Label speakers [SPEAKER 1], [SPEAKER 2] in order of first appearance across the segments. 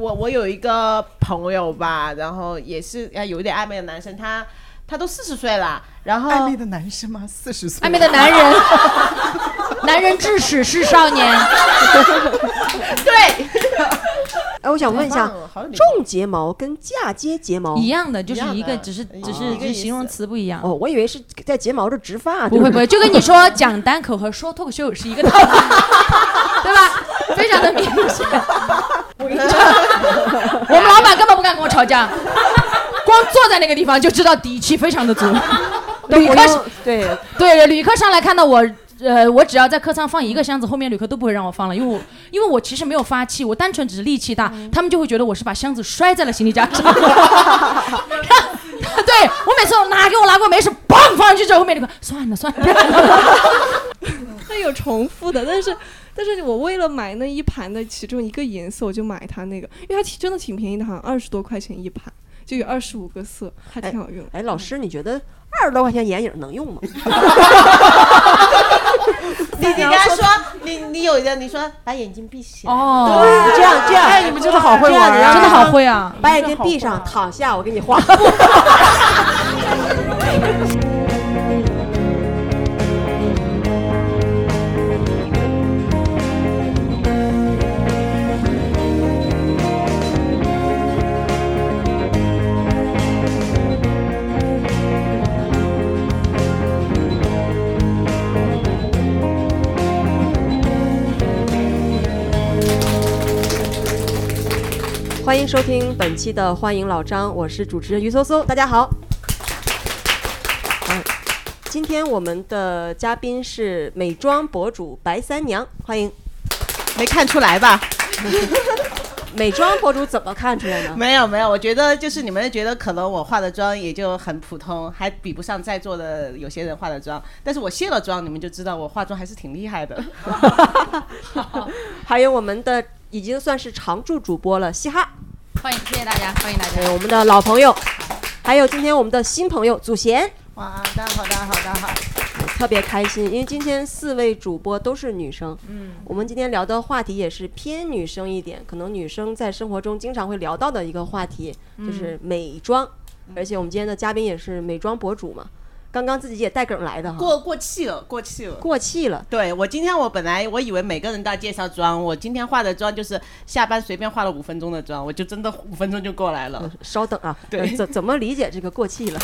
[SPEAKER 1] 我我有一个朋友吧，然后也是啊有一点暧昧的男生，他他都四十岁了，然后
[SPEAKER 2] 暧昧的男生吗？四十岁，
[SPEAKER 3] 暧昧的男 人，男人至始是少年。
[SPEAKER 1] 对，
[SPEAKER 4] 哎，我想问一下
[SPEAKER 1] 好棒哦好有，礼貌
[SPEAKER 4] 重睫毛跟嫁接睫毛
[SPEAKER 3] 一样的，就是
[SPEAKER 1] 一样
[SPEAKER 3] 一个，
[SPEAKER 1] 的
[SPEAKER 3] 只
[SPEAKER 4] 哎
[SPEAKER 3] 是
[SPEAKER 1] 一
[SPEAKER 3] 只
[SPEAKER 1] 一
[SPEAKER 3] 是
[SPEAKER 1] 个
[SPEAKER 3] 只是
[SPEAKER 1] 意
[SPEAKER 3] 形容
[SPEAKER 1] 思
[SPEAKER 3] 词不一样。
[SPEAKER 4] 哦，我以为是在睫毛这植发，
[SPEAKER 3] 不
[SPEAKER 4] 就
[SPEAKER 3] 会
[SPEAKER 4] 是
[SPEAKER 3] 不会，就跟你说讲单口和说脱口秀是一个道 理，对吧？ 非常的明显。我们老板根本不敢跟我吵架，光坐在那个地方就知道底气非常的足。旅
[SPEAKER 4] 我
[SPEAKER 3] 客是
[SPEAKER 4] 用对，
[SPEAKER 3] 对旅客上来看到我，呃，我只要在客舱放一个箱子，后面旅客都不会让我放了，因为我因为我其实没有发气，我单纯只是力气大，他们就会觉得我是把箱子摔在了行李架上。对我每次我拿给我拿过没事，砰放上去之后，后面旅客算了算了，
[SPEAKER 5] 它有重复的，但是但是我为了买那一盘的其中一个颜色，我就买它那个，因为它挺真的挺便宜的，好像二十多块钱一盘，就有二十五个色，还挺好用。
[SPEAKER 4] 哎，老师，你觉得二十多块钱眼影能用吗？
[SPEAKER 1] 你你跟他说你你有一个你说把眼睛闭起来，
[SPEAKER 3] 哦，
[SPEAKER 4] 这样这样，哎，你们真的好
[SPEAKER 1] 啊
[SPEAKER 4] 会玩
[SPEAKER 3] 真的好会啊！
[SPEAKER 4] 把眼睛闭上，躺下，我给你画。 欢迎收听本期的《欢迎老张》，我是主持人于搜搜，大家好。嗯今天我们的嘉宾是美妆博主白三娘，欢迎。
[SPEAKER 1] 没看出来吧？
[SPEAKER 4] 美妆博主怎么看出来呢？
[SPEAKER 1] 没有没有，我觉得就是你们觉得可能我化的妆也就很普通，还比不上在座的有些人化的妆，但是我卸了妆，你们就知道我化妆还是挺厉害的。
[SPEAKER 4] 还有我们的已经算是常驻主播了，嘻哈，
[SPEAKER 3] 欢迎，谢谢大家，欢迎大
[SPEAKER 4] 还有我们的老朋友，还有今天我们的新朋友祖贤，
[SPEAKER 1] 哇，大家好，大家好，大家好。
[SPEAKER 4] 特别开心，因为今天四位主播都是女生，嗯，我们今天聊的话题也是偏女生一点，可能女生在生活中经常会聊到的一个话题就是美妆，而且我们今天的嘉宾也是美妆博主嘛，刚刚自己也带梗来的哈，
[SPEAKER 1] 过过气了，过气了。
[SPEAKER 4] 嗯过气了，
[SPEAKER 1] 对我今天我本来我以为每个人都要介绍妆，我今天化的妆就是下班随便化了五分钟的妆，我就真的五分钟就过来了。
[SPEAKER 4] 稍等啊，
[SPEAKER 1] 对
[SPEAKER 4] 呃怎怎么理解这个过气了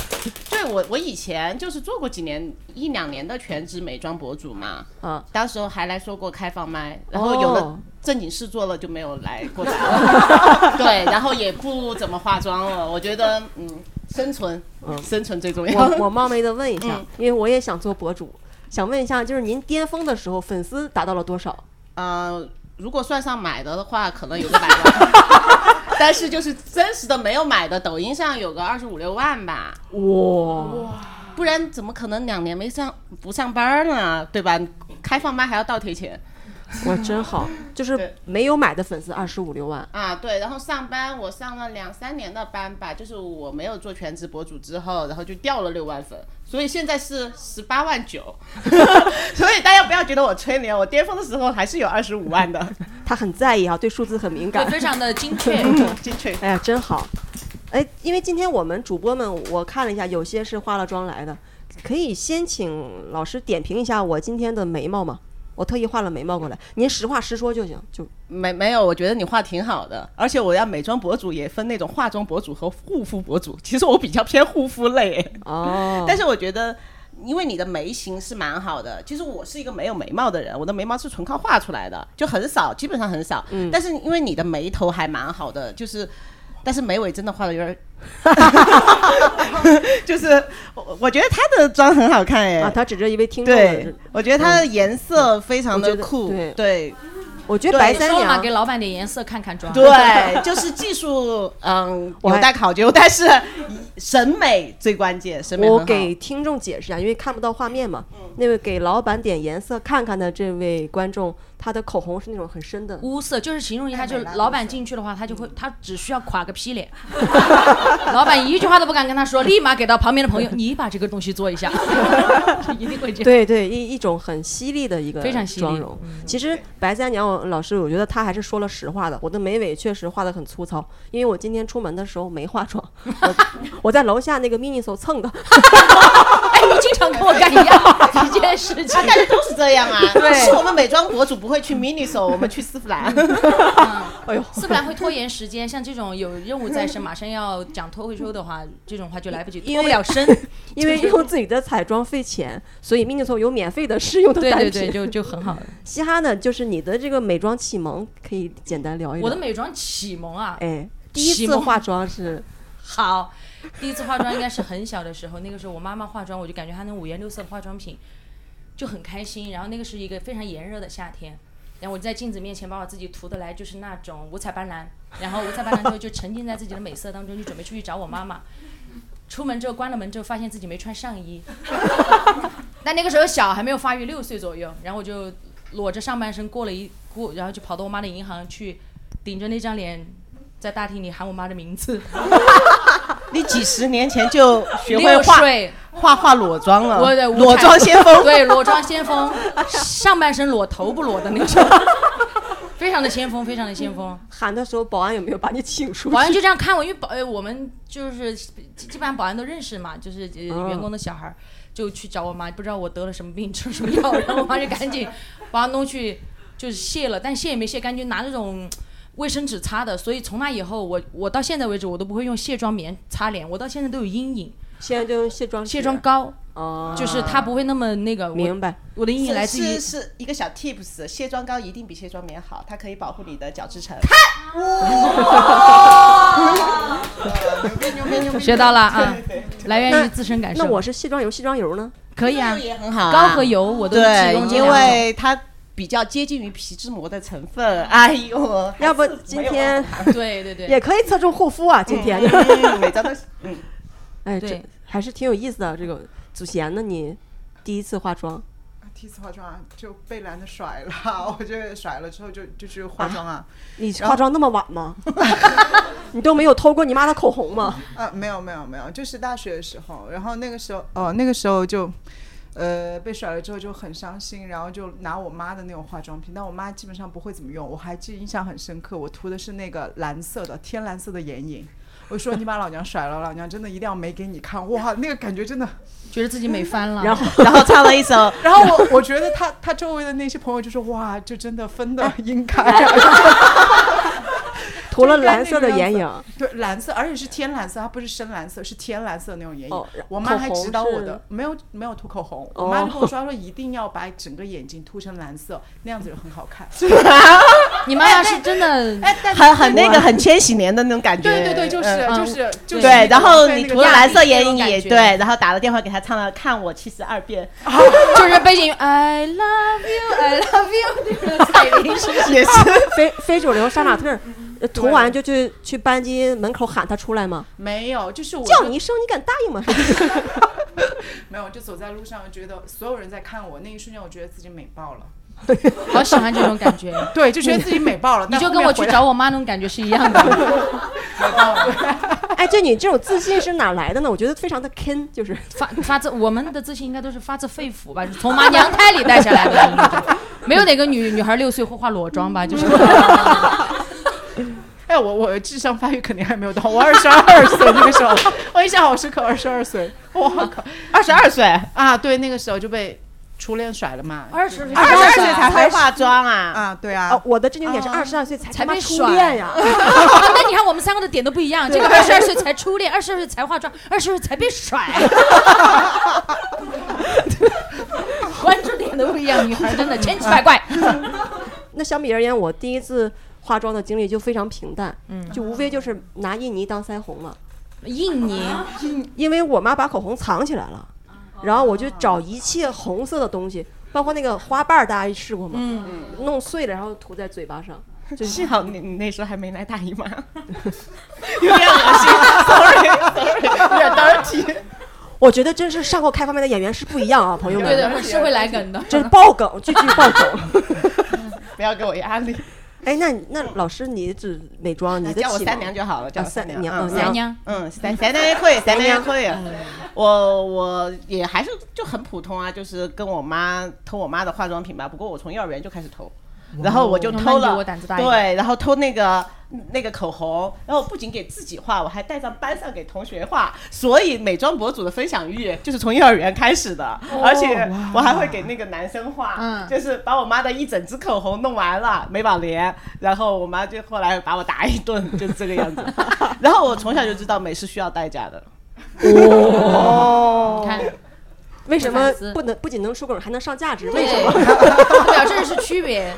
[SPEAKER 1] 对我我以前就是做过几年一两年的全职美妆博主嘛，
[SPEAKER 4] 啊？
[SPEAKER 1] 当时候还来说过开放麦，然后有了
[SPEAKER 4] 哦
[SPEAKER 1] 正经事做了就没有来 过来了。对，然后也不怎么化妆了。我觉得嗯，生存，生存最重要。
[SPEAKER 4] 嗯我我冒昧的问一下，因为我也想做博主，想问一下，就是您巅峰的时候粉丝达到了多少？
[SPEAKER 1] 呃，如果算上买的的话，可能有个百万。但是就是真实的没有买的，抖音上有个二十五六万吧，
[SPEAKER 4] 哇，
[SPEAKER 1] 不然怎么可能两年没上不上班呢？对吧？开放麦还要倒 贴钱
[SPEAKER 4] 我真好，就是
[SPEAKER 1] 对
[SPEAKER 4] 没有买的粉丝二十五六万。
[SPEAKER 1] 啊！对，然后上班我上了两三年的班吧，就是我没有做全职博主之后，然后就掉了六万粉，所以现在是十八万九。 所以大家不要觉得我吹牛，我巅峰的时候还是有二十五万的，
[SPEAKER 4] 他很在意啊，对数字很敏
[SPEAKER 3] 对，
[SPEAKER 4] 感。
[SPEAKER 3] 非常的精确。
[SPEAKER 1] 进去。
[SPEAKER 4] 哎呀，真好！哎，因为今天我们主播们，我看了一下，有些是化了妆来的，可以先请老师点评一下我今天的眉毛吗？我特意画了眉毛过来，您实话实说就行。就
[SPEAKER 1] 没没有，我觉得你画挺好的，而且我要美妆博主也分那种化妆博主和护肤博主，其实我比较偏护肤类，
[SPEAKER 4] 哦，
[SPEAKER 1] 但是我觉得。因为你的眉形是蛮好的，其实我是一个没有眉毛的人，我的眉毛是纯靠画出来的，就很少，基本上很少。
[SPEAKER 4] 嗯
[SPEAKER 1] 但是因为你的眉头还蛮好的，就是，但是眉尾真的画的有点儿，就是我我觉得她的妆很好看哎，
[SPEAKER 4] 啊，他指着一位听众的
[SPEAKER 1] 对
[SPEAKER 4] 人，，
[SPEAKER 1] 我觉得她的颜色非常
[SPEAKER 4] 我觉
[SPEAKER 1] 的
[SPEAKER 4] 得
[SPEAKER 1] 酷，
[SPEAKER 4] 对
[SPEAKER 1] 对，
[SPEAKER 4] 我觉得
[SPEAKER 1] 对
[SPEAKER 4] 白
[SPEAKER 3] 你
[SPEAKER 4] 三
[SPEAKER 3] 说了嘛，
[SPEAKER 4] 娘
[SPEAKER 3] 给老板点颜色看看 妆。
[SPEAKER 1] 对，就是技术，嗯，
[SPEAKER 4] 我
[SPEAKER 1] 有
[SPEAKER 4] 还
[SPEAKER 1] 待考究，但是审美最关键，审美
[SPEAKER 4] 我
[SPEAKER 1] 很
[SPEAKER 4] 给听
[SPEAKER 3] 嗯
[SPEAKER 4] 众解释一下，因为看不到画面嘛。那位给老板点颜色看看的这位观众，它的口红是那种很深的
[SPEAKER 3] 乌色就是形容一下，
[SPEAKER 4] 爱
[SPEAKER 3] 就
[SPEAKER 4] 美嗯
[SPEAKER 3] 是
[SPEAKER 4] 拉
[SPEAKER 3] 老板进去的话，他就会，他只需要垮个屁脸， 老板一句话都不敢跟他说，立马给到旁边的朋友，你把这个东西做一下， 一定会这 样。
[SPEAKER 4] 对对，一一种很犀利的一个
[SPEAKER 3] 非常犀利嗯
[SPEAKER 4] 妆容。其实白三娘老师，我觉得她还是说了实话的。我的眉尾确实画的很粗糙，因为我今天出门的时候没化妆， 我我在楼下那个 miniso 蹭的。
[SPEAKER 3] 哎，你经常跟我干一样一 件事情
[SPEAKER 1] 啊，，大家都是这 样啊，
[SPEAKER 4] 对
[SPEAKER 1] 是我们美妆博主不会去 Miniso，我们去丝芙 兰。
[SPEAKER 4] 哎呦，
[SPEAKER 3] 是不然会拖延时间。像这种有任务在身，马上要讲脱口秀的话，这种话就来不及，
[SPEAKER 4] 因
[SPEAKER 3] 脱不
[SPEAKER 4] 为
[SPEAKER 3] 了身。
[SPEAKER 4] 因为用自己的彩妆费钱，所以 miniso 有免费的试用的
[SPEAKER 3] 对
[SPEAKER 4] 单
[SPEAKER 3] 对
[SPEAKER 4] 品。
[SPEAKER 3] 对，就就很好。
[SPEAKER 4] 嘻哈呢，就是你的这个美妆启蒙，可以简单聊一聊。
[SPEAKER 3] 我的美妆启蒙啊，
[SPEAKER 4] 哎，第一
[SPEAKER 3] 启
[SPEAKER 4] 次
[SPEAKER 3] 蒙
[SPEAKER 4] 化妆是
[SPEAKER 3] 好，第一次化妆应该是很小的时候，那个时候我妈妈化妆，我就感觉她那五颜六色的化妆品就很开心。然后那个是一个非常炎热的夏天，然后我就在镜子面前把我自己涂的来就是那种五彩斑斓，然后五彩斑斓之后就沉浸在自己的美色当中，就准备出去找我妈妈。出门之后关了门之后，发现自己没穿上衣。但那个时候小，还没有发育，六岁左右。然后我就裸着上半身过了一过，然后就跑到我妈的银行去，顶着那张脸在大厅里喊我妈的名字。
[SPEAKER 1] 你几十年前就学会
[SPEAKER 3] 六
[SPEAKER 1] 化
[SPEAKER 3] 岁，
[SPEAKER 1] 画画裸妆了，
[SPEAKER 3] 我的无
[SPEAKER 1] 裸
[SPEAKER 3] 产
[SPEAKER 1] 妆先锋。
[SPEAKER 3] 对，裸 妆先锋， 上半身裸，头不裸的 那种，非常的先锋，非常的先锋。
[SPEAKER 4] 嗯喊的时候，保安有没有把你请 出去？
[SPEAKER 3] 保 安就这样看我，因为保呃我们就是基基本上保安都认识嘛，就是、呃
[SPEAKER 4] 嗯
[SPEAKER 3] 员工的小孩儿就去找我妈，不知道我得了什么病，吃了什么药， 然后我妈就赶紧把它弄去就是卸了，但卸也没卸干净，拿那种。卫生纸擦的，所以从那以后，我我到现在为止，我都不会用卸妆棉擦脸，我到现在都有阴影。
[SPEAKER 4] 现在就用卸妆
[SPEAKER 3] 卸
[SPEAKER 4] 纸
[SPEAKER 3] 妆膏
[SPEAKER 4] 啊，
[SPEAKER 3] 哦就是它不会那么那个，我
[SPEAKER 4] 明白。
[SPEAKER 3] 我的阴影来自于
[SPEAKER 1] 是是一个小 tips，卸妆膏一定比卸妆棉好，它可以保护你的角质层。 哦
[SPEAKER 3] 学到 了啊，来源于自身感受。
[SPEAKER 4] 那我是卸妆油，卸妆油呢？
[SPEAKER 3] 可以啊，
[SPEAKER 1] 也很好啊
[SPEAKER 3] 膏和油我都提供
[SPEAKER 1] 对，
[SPEAKER 3] 这
[SPEAKER 1] 因
[SPEAKER 3] 两种
[SPEAKER 1] 为它比较接近于皮脂膜的成分。哎呦，
[SPEAKER 4] 要不今天
[SPEAKER 3] 嗯 对对对
[SPEAKER 4] 也可以侧重护肤啊，今天。
[SPEAKER 1] 嗯每张 都是嗯，
[SPEAKER 4] 哎，
[SPEAKER 3] 对
[SPEAKER 4] 这还是挺有意思的。这个祖贤呢，你第一次化妆，
[SPEAKER 2] 第一次化妆啊，就被懒得甩了， 我就甩了之后就就去化妆啊，
[SPEAKER 4] 你化妆那么晚吗？ 你都没有偷过你妈的口红吗？
[SPEAKER 2] 啊，没有没有没有，就是大学的时候，然后那个时候 哦，那个时候就。呃，被甩了之后就很伤心，然后就拿我妈的那种化妆品，但我妈基本上不会怎么用。我还记得印象很深刻，我涂的是那个蓝色的天蓝色的眼影。我说你把老娘甩了，老娘真的一定要美给你看。哇，那个感觉真的
[SPEAKER 3] 觉得自己美翻了。
[SPEAKER 4] 然
[SPEAKER 3] 后
[SPEAKER 4] 后
[SPEAKER 1] 然后唱了一首
[SPEAKER 2] 然后我我觉得他他周围的那些朋友就说哇，这真的分的应该啊，
[SPEAKER 4] 涂了蓝色的眼影，
[SPEAKER 2] 对蓝色，而且是天蓝色，它不是深蓝色，是天蓝色那种眼影。
[SPEAKER 4] 哦
[SPEAKER 2] 我妈还
[SPEAKER 4] 口红
[SPEAKER 2] 指导我的
[SPEAKER 3] 哦
[SPEAKER 4] 是，
[SPEAKER 2] 没有没有涂口红，
[SPEAKER 4] 哦
[SPEAKER 2] 我妈就跟我说她说一定要把整个眼睛涂成蓝色，那样子就很好看。
[SPEAKER 3] 你妈妈是真
[SPEAKER 2] 哎
[SPEAKER 3] 的，
[SPEAKER 1] 很很那个很千禧年的那种感觉。
[SPEAKER 2] 对对对，就是
[SPEAKER 1] 嗯
[SPEAKER 2] 就是就是
[SPEAKER 1] 对，然后
[SPEAKER 2] 对
[SPEAKER 1] 你
[SPEAKER 2] 那个
[SPEAKER 1] 涂了
[SPEAKER 2] 样
[SPEAKER 1] 蓝色眼影
[SPEAKER 3] 那种
[SPEAKER 1] 也
[SPEAKER 3] 感觉
[SPEAKER 1] 对，然后打了电话给他唱了《看我七十二变
[SPEAKER 3] 就是背景音乐 I love you, I love you，就是蔡依林是》，
[SPEAKER 1] 也是
[SPEAKER 4] 非非主流杀马特儿，呃涂完就去去班级门口喊他出来吗？
[SPEAKER 2] 没有，就是我
[SPEAKER 4] 叫你一声，你敢答应吗？
[SPEAKER 2] 没有，就走在路上，觉得所有人在看我，那一瞬间我觉得自己美爆了，
[SPEAKER 3] 好喜欢这种感觉。
[SPEAKER 2] 对，就觉得自己美爆了。
[SPEAKER 3] 你
[SPEAKER 2] 但
[SPEAKER 3] 就
[SPEAKER 2] 后
[SPEAKER 3] 跟
[SPEAKER 2] 面
[SPEAKER 3] 我去
[SPEAKER 2] 回来
[SPEAKER 3] 找我妈那种感觉是一样的。
[SPEAKER 4] 哎，就你这种自信是哪来的呢？我觉得非常的 can，就是
[SPEAKER 3] 发发自我们的自信应该都是发自肺腑吧，从妈娘胎里带下来的。没有哪个女女孩六岁会化裸妆吧？就是
[SPEAKER 2] 哎，我我智商发育肯定还没有到，我二十二岁那个时候，我印象好深刻，二十二岁，我靠
[SPEAKER 1] 二十二岁，
[SPEAKER 2] 啊，对，那个时候就被初恋甩了嘛，
[SPEAKER 3] 二十
[SPEAKER 1] 二十二岁
[SPEAKER 2] 岁
[SPEAKER 1] 才会化妆啊。
[SPEAKER 2] 啊，对啊，
[SPEAKER 4] 啊，我的震惊点是二十二岁才
[SPEAKER 3] 才
[SPEAKER 4] 他妈
[SPEAKER 3] 被
[SPEAKER 4] 初
[SPEAKER 3] 甩
[SPEAKER 4] 恋呀，
[SPEAKER 3] 那你看我们三个的点都不一样，这个二十二岁才初恋，二十二岁才化妆，二十二岁才 被甩，关注点都不一样，女 孩真的千奇 百怪。
[SPEAKER 4] 那相比而言，我第一次化妆的经历就非常平淡，嗯，就无非就是拿印泥当腮红了，
[SPEAKER 3] 印尼
[SPEAKER 4] 因为我妈把口红藏起来了，然后我就找一切红色的东西，包括那个花瓣儿，大家试过吗？嗯，弄碎了然后涂在嘴巴上，
[SPEAKER 1] 幸好你你那时候还没来大 姨妈，有点恶心，sorry，sorry，有点 dirty。
[SPEAKER 4] 我觉得真是上过开方面的演员是不一样啊，朋友
[SPEAKER 3] 对
[SPEAKER 4] 们，
[SPEAKER 3] 对是会来梗的，
[SPEAKER 4] 这是爆梗，句句爆梗。
[SPEAKER 1] 嗯 不要给我压力。
[SPEAKER 4] 哎，那那老师你只美妆，你的
[SPEAKER 1] 叫我
[SPEAKER 4] 启
[SPEAKER 1] 三
[SPEAKER 4] 蒙
[SPEAKER 1] 娘就好了，叫
[SPEAKER 4] 啊
[SPEAKER 1] 我三
[SPEAKER 4] 三
[SPEAKER 1] 娘。
[SPEAKER 4] 娘哦
[SPEAKER 1] 嗯嗯
[SPEAKER 3] 三娘，
[SPEAKER 1] 嗯，三三娘也可以，三娘啊也
[SPEAKER 4] 娘嗯
[SPEAKER 1] 可以。我我也还是就很普通啊，就是跟我妈偷我妈的化妆品吧。不过我从幼儿园就开始偷，然后我就
[SPEAKER 3] 那
[SPEAKER 1] 偷
[SPEAKER 3] 哦你比
[SPEAKER 1] 了，
[SPEAKER 3] 我胆子大一点
[SPEAKER 1] 对，然后偷那个那个口红，然后不仅给自己画，我还带上班上给同学画。所以美妆博主的分享欲就是从幼儿园开始的，
[SPEAKER 4] 哦
[SPEAKER 1] 而且我还会给那个男生画，
[SPEAKER 3] 嗯
[SPEAKER 1] 就是把我妈的一整支口红弄完了，美宝莲，然后我妈就后来把我打一顿，就是这个样 子。然后我从小就知道美是需要代价的。
[SPEAKER 4] 哦
[SPEAKER 3] 你
[SPEAKER 1] 哦
[SPEAKER 3] 看，
[SPEAKER 4] 为什么
[SPEAKER 3] 反思
[SPEAKER 4] 不能不仅能出梗，还能上价值？为什么？啊
[SPEAKER 3] 对，表这是区别。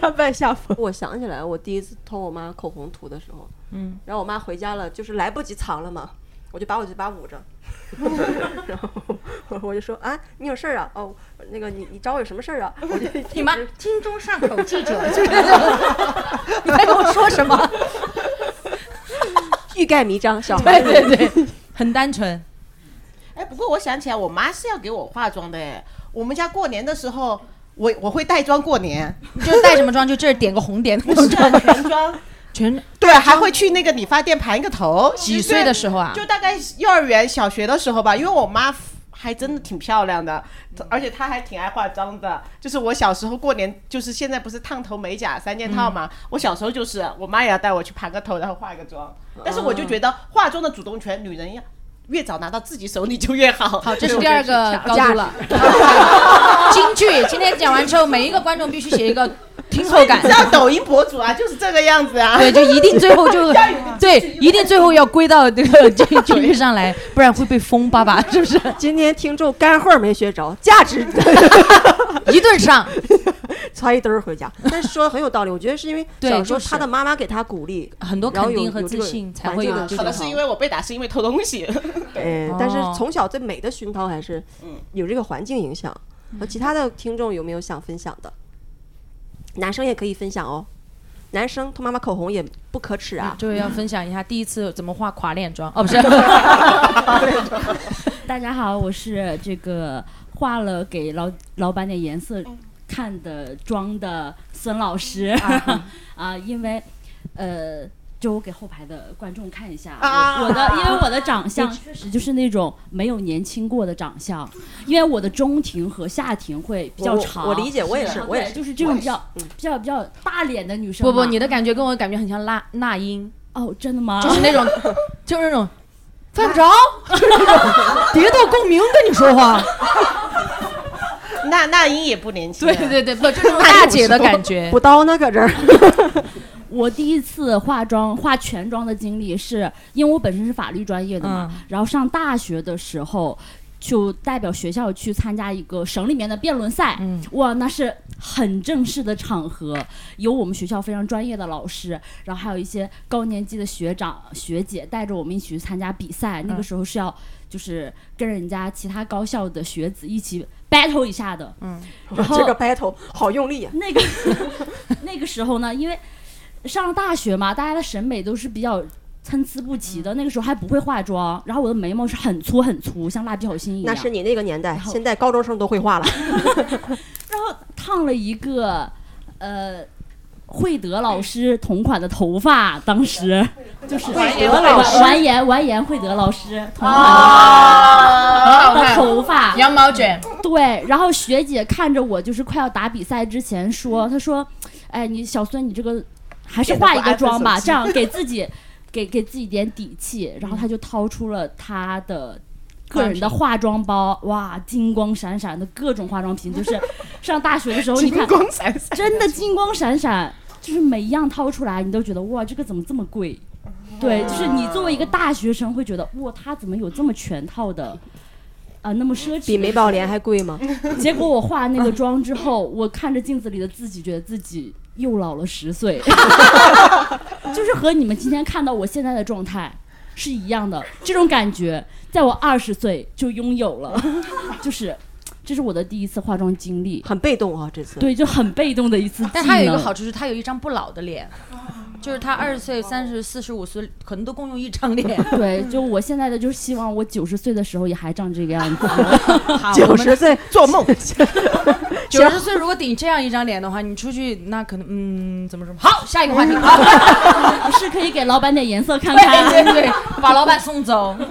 [SPEAKER 5] 甘拜下风。
[SPEAKER 4] 我想起来，我第一次偷我妈口红涂的时候，嗯，然后我妈回家了，就是来不及藏了嘛，我就把我嘴巴捂着， 然后我就说啊，你有事儿啊？哦，那个你你找我有什么事儿啊？ 我就
[SPEAKER 3] 你妈，听众上口记者， 就是你在跟我说什么？
[SPEAKER 4] 欲盖弥彰，小孩
[SPEAKER 3] 对 对对，很单纯。
[SPEAKER 1] 哎，不过我想起来，我妈是要给我化妆的哎。我们家过年的时候，我我会带妆过年，
[SPEAKER 3] 你就带什么妆，就这儿点个红点那种
[SPEAKER 1] 是
[SPEAKER 3] 妆
[SPEAKER 1] 啊，，全妆。
[SPEAKER 3] 全
[SPEAKER 1] 对，还会去那个理发店盘一个头。
[SPEAKER 3] 几岁的时候啊？
[SPEAKER 1] 哦就大概幼儿园、小学的时候吧，因为我妈还真的挺漂亮的，而且她还挺爱化妆的。就是我小时候过年，就是现在不是烫头、美甲三件套嘛，
[SPEAKER 3] 嗯
[SPEAKER 1] 我小时候就是我妈也要带我去盘个头，然后化一个妆。
[SPEAKER 3] 嗯
[SPEAKER 1] 但是我就觉得化妆的主动权，女人要越早拿到自己手里就越好。
[SPEAKER 3] 好，这是
[SPEAKER 1] 对
[SPEAKER 3] 第二个高度了。 京剧今天讲完之后，每一个观众必须写一个听后感
[SPEAKER 1] 你。知道抖音博主啊，就是这个样子啊。
[SPEAKER 3] 对，就一定最 后 就对，一定最后要归到这个京京剧上来，不然会被封爸爸，是不 是？
[SPEAKER 4] 今天听众干货儿没学着，价值
[SPEAKER 3] 一顿上，
[SPEAKER 4] 揣一堆儿回家。但是说的很有道理，我觉得是因为
[SPEAKER 3] 对
[SPEAKER 4] 小时候
[SPEAKER 3] 就是
[SPEAKER 4] 他的妈妈给他鼓励，
[SPEAKER 3] 很多
[SPEAKER 4] 然后
[SPEAKER 3] 肯
[SPEAKER 4] 有
[SPEAKER 3] 定和
[SPEAKER 4] 有这
[SPEAKER 3] 自
[SPEAKER 4] 个
[SPEAKER 3] 信才
[SPEAKER 4] 环
[SPEAKER 3] 会
[SPEAKER 4] 境啊
[SPEAKER 3] 有
[SPEAKER 4] 的
[SPEAKER 3] 这
[SPEAKER 4] 支
[SPEAKER 1] 可能
[SPEAKER 4] 撑
[SPEAKER 3] 种。
[SPEAKER 1] 是因为我被打是因为偷东 西，
[SPEAKER 4] 哎，但是
[SPEAKER 3] 哦
[SPEAKER 4] 从小对美的熏陶还是有这个环境影响。
[SPEAKER 3] 嗯
[SPEAKER 4] 和其他的听众有没有想分享的？男生也可以分享哦。男生偷妈妈口红也不可耻啊。
[SPEAKER 3] 就是嗯要分享一下第一次怎么画垮脸妆 哦，不是，
[SPEAKER 6] 大家好，我是这个画了给老老板点颜色看的妆的孙老师 啊因为呃，就我给后排的观众看一下，
[SPEAKER 1] 啊
[SPEAKER 6] 我我的因为我的长相确实就是那种没有年轻过的长相，因为我的中庭和下庭会比较
[SPEAKER 4] 我
[SPEAKER 6] 长，
[SPEAKER 4] 我我理解，我也是，
[SPEAKER 6] 对
[SPEAKER 4] 我也是。嗯
[SPEAKER 6] 就是这种比较比较比较大脸的女生
[SPEAKER 3] 不
[SPEAKER 6] 嘛。
[SPEAKER 3] 不，你的感觉跟我感觉很像那那英，
[SPEAKER 6] 哦，真的吗？
[SPEAKER 3] 就是那种，就是那种犯不着， 就是那种跌到共鸣跟你说话，
[SPEAKER 1] 那那英也不年轻啊。
[SPEAKER 3] 对对对，不， 就是那种大姐的感觉
[SPEAKER 4] 补。刀呢，搁这儿。
[SPEAKER 6] 我第一次化妆化全妆的经历是，因为我本身是法律专业的嘛，
[SPEAKER 3] 嗯
[SPEAKER 6] 然后上大学的时候。就代表学校去参加一个省里面的辩论赛，
[SPEAKER 3] 嗯
[SPEAKER 6] 哇，那是很正式的场合，有我们学校非常专业的老师，然后还有一些高年级的学长学姐带着我们一起去参加比赛。那个
[SPEAKER 3] 嗯
[SPEAKER 6] 时候是要就是跟人家其他高校的学子一起 battle 一下的，嗯， 然后
[SPEAKER 4] 这个 battle 好用力呀、啊
[SPEAKER 6] 那个 那个时候呢，因为上了大学嘛，大家的审美都是比较参差不齐
[SPEAKER 4] 嗯
[SPEAKER 6] 的。那个时候还不会化妆，然后我的眉毛是很粗很粗，像蜡笔小新一
[SPEAKER 4] 那
[SPEAKER 6] 样。
[SPEAKER 4] 是你那个年代，
[SPEAKER 6] 后
[SPEAKER 4] 现在高中生都会画了。
[SPEAKER 6] 然后烫了一个呃惠德老师同款的头发，当时就是惠德老师完颜完颜惠德老师 同款啊的头发，
[SPEAKER 3] 羊毛卷，
[SPEAKER 6] 对，然后学姐看着我，就是快要打比赛之前说，她说：“哎，你小孙，你这个还是化一个妆吧，这样给自己给给自己点底气。”然后她就掏出了她的。个人的化妆包，哇，金光闪闪的各种化妆品，就是上大学的时候，你看
[SPEAKER 1] 金光闪闪。
[SPEAKER 6] 真的金光闪闪，就是每一样掏出来，你都觉得哇，这个怎么这么贵？对，
[SPEAKER 3] 嗯
[SPEAKER 6] 就是你作为一个大学生会觉得哇，他怎么有这么全套的，啊、那么奢侈？
[SPEAKER 4] 比美宝莲还贵吗？
[SPEAKER 6] 结果我化那个妆之后，我看着镜子里的自己，觉得自己又老了十岁， 就是和你们今天看到我现在的状态是 一样的。这种感觉，在我二十岁就拥有了，就是这是我的第一次化妆经历，
[SPEAKER 4] 很被动啊，这次。
[SPEAKER 6] 对，就很被动的一次技能。
[SPEAKER 3] 但他有一个好处是，他有一张不老的脸，就是他二十岁、三十、四十五岁可能都共用一张脸。
[SPEAKER 6] 对，就我现在的就是希望我九十岁的时候也还长这个样子。
[SPEAKER 3] 好，
[SPEAKER 4] 九十岁做 梦，
[SPEAKER 3] 九十岁如果顶这样一张脸的话，你出去那可能嗯怎 么说？好，下一个话题。好，
[SPEAKER 6] 是可以给老板点颜色看看。
[SPEAKER 3] 对对对，把老板送走。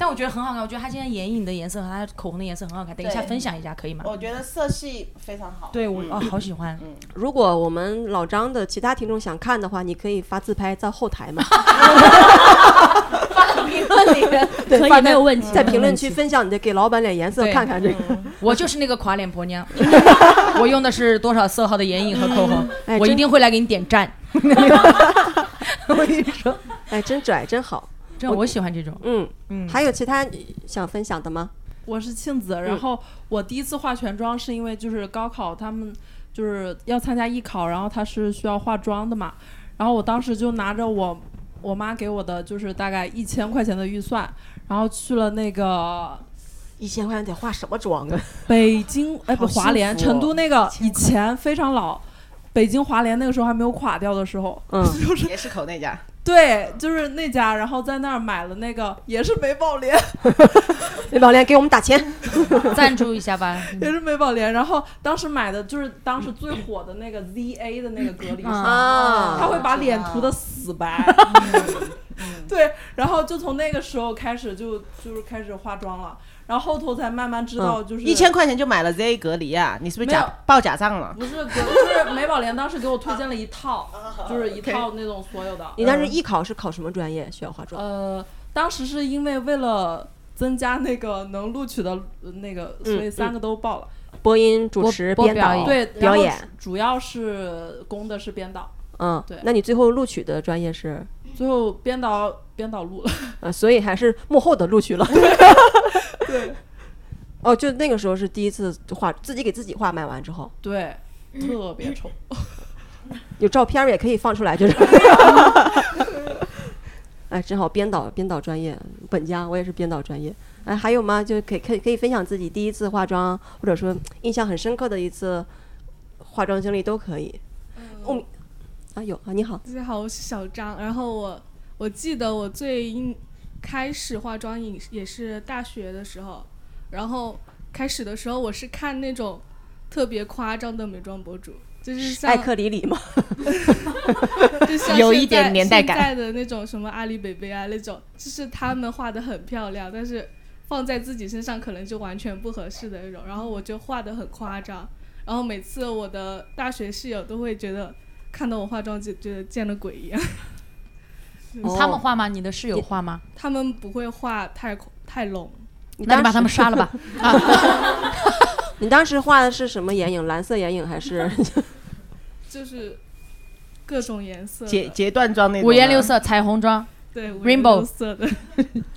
[SPEAKER 3] 但我觉得很好看，我觉得他今天眼影的颜色和他口红的颜色很好看，等一下
[SPEAKER 1] 对
[SPEAKER 3] 分享一下可以吗？
[SPEAKER 1] 我觉得色系非常好。
[SPEAKER 3] 啊对我哦，好喜欢。
[SPEAKER 4] 如果我们老张的其他听众想看的话，你可以发自拍在后 台嘛，
[SPEAKER 3] 发到评论里，
[SPEAKER 4] 对
[SPEAKER 6] 可以
[SPEAKER 4] 发在
[SPEAKER 6] 没有问题
[SPEAKER 4] 在评论区分享你的给老板脸颜色，
[SPEAKER 3] 对嗯
[SPEAKER 4] 看看这个。
[SPEAKER 3] 我就是那个垮脸婆娘， 我用的是多少色号的眼影和口
[SPEAKER 1] 嗯
[SPEAKER 3] 红，
[SPEAKER 4] 哎
[SPEAKER 3] 我
[SPEAKER 4] 真
[SPEAKER 3] 一定会来给你点赞。 我跟你说，
[SPEAKER 4] 哎，真拽，真好。
[SPEAKER 3] 真的我喜欢这种，
[SPEAKER 4] 嗯，
[SPEAKER 3] 嗯，
[SPEAKER 4] 还有其他想分享的吗？
[SPEAKER 7] 我是庆子，
[SPEAKER 4] 嗯
[SPEAKER 7] 然后我第一次化全妆是因为就是高考他们就是要参加艺考，然后他是需要化妆的嘛，然后我当时就拿着我我妈给我的就是大概一千块钱的预算，然后去了那个
[SPEAKER 4] 一千块钱得化什么妆啊？
[SPEAKER 7] 北京哎不
[SPEAKER 4] 好幸
[SPEAKER 7] 华联
[SPEAKER 4] 福哦
[SPEAKER 7] 成都那个
[SPEAKER 4] 1000
[SPEAKER 7] 以前非常老，北京华联那个时候还没有垮掉的时候，
[SPEAKER 4] 嗯，
[SPEAKER 1] 也是口那 家，
[SPEAKER 7] 对，就是那家，然后在那儿买了那个也是美宝莲，
[SPEAKER 4] 美宝莲给我们打钱。
[SPEAKER 3] 赞助一下吧。
[SPEAKER 4] 嗯
[SPEAKER 7] 也是美宝莲，然后当时买的就是当时最火的那个 ZA 的那个隔离霜。
[SPEAKER 4] 啊
[SPEAKER 7] 他会把
[SPEAKER 1] 知
[SPEAKER 7] 脸
[SPEAKER 1] 道
[SPEAKER 7] 涂的死白， 对，然后就从那个时候开始就就是开始化妆了，然后后头才慢慢知道
[SPEAKER 3] 嗯
[SPEAKER 4] 嗯
[SPEAKER 7] 就是
[SPEAKER 1] 一千块钱就买了 ZA 隔离啊？你是不是假
[SPEAKER 7] 没有
[SPEAKER 1] 报假账了？
[SPEAKER 7] 不是隔就是美宝莲当时给我推荐了一套，就是一套那种所有的， 嗯
[SPEAKER 4] 你当时艺考是考什么专业？需要化妆？
[SPEAKER 7] 呃，当时是因为为了增加那个能录取的呃那个，所以
[SPEAKER 4] 嗯
[SPEAKER 7] 三个都报了，
[SPEAKER 4] 播音、主持、
[SPEAKER 3] 播
[SPEAKER 4] 编
[SPEAKER 3] 播表
[SPEAKER 4] 导、
[SPEAKER 3] 演
[SPEAKER 7] 对，然
[SPEAKER 4] 表
[SPEAKER 7] 后
[SPEAKER 4] 演。
[SPEAKER 7] 主要是攻的是编导，
[SPEAKER 4] 嗯
[SPEAKER 7] 对，
[SPEAKER 4] 那你最后录取的专业是？
[SPEAKER 7] 最后编导编导录了，
[SPEAKER 4] 呃，所以还是幕后的录 取了。哦，就那个时候是第一次画，自己给自己画，买完之后
[SPEAKER 7] 对，特别丑。
[SPEAKER 4] 有照片儿也可以放出来，就是。哎，真好，编导编导专业，本家我也是编导专业。哎，还有吗？就可以可以可以分享自己第一次化妆，或者说印象很深刻的一次化妆经历都可以。
[SPEAKER 3] 嗯
[SPEAKER 4] 哦，啊有啊，你好，
[SPEAKER 8] 大家好，我是小张。然后我我记得我最一开始化妆也也是大学的时候，然后开始的时候我是看那种特别夸张的美妆博主，就是像
[SPEAKER 4] 艾克里里吗？
[SPEAKER 8] 就像
[SPEAKER 1] 有
[SPEAKER 8] 现
[SPEAKER 1] 一点
[SPEAKER 8] 在
[SPEAKER 1] 年代感
[SPEAKER 8] 现在的那种什么阿里北北啊那种，就是他们画的很漂亮，但是放在自己身上可能就完全不合适的那种。然后我就画的很夸张，然后每次我的大学室友都会觉得看到我化妆就觉得见了鬼一样。
[SPEAKER 3] 嗯他们画吗？你的室友画吗？
[SPEAKER 8] 他们不会画太恐太浓，
[SPEAKER 4] 你当
[SPEAKER 3] 那你
[SPEAKER 4] 时
[SPEAKER 3] 把他们杀 了吧。啊
[SPEAKER 4] 你当时画的是什么眼影？蓝色眼影还是？
[SPEAKER 8] 就是各种颜色的，
[SPEAKER 1] 截截断妆那种吗。
[SPEAKER 3] 五颜六色彩虹妆，
[SPEAKER 8] 对五
[SPEAKER 3] Rainbow
[SPEAKER 8] 颜六色的，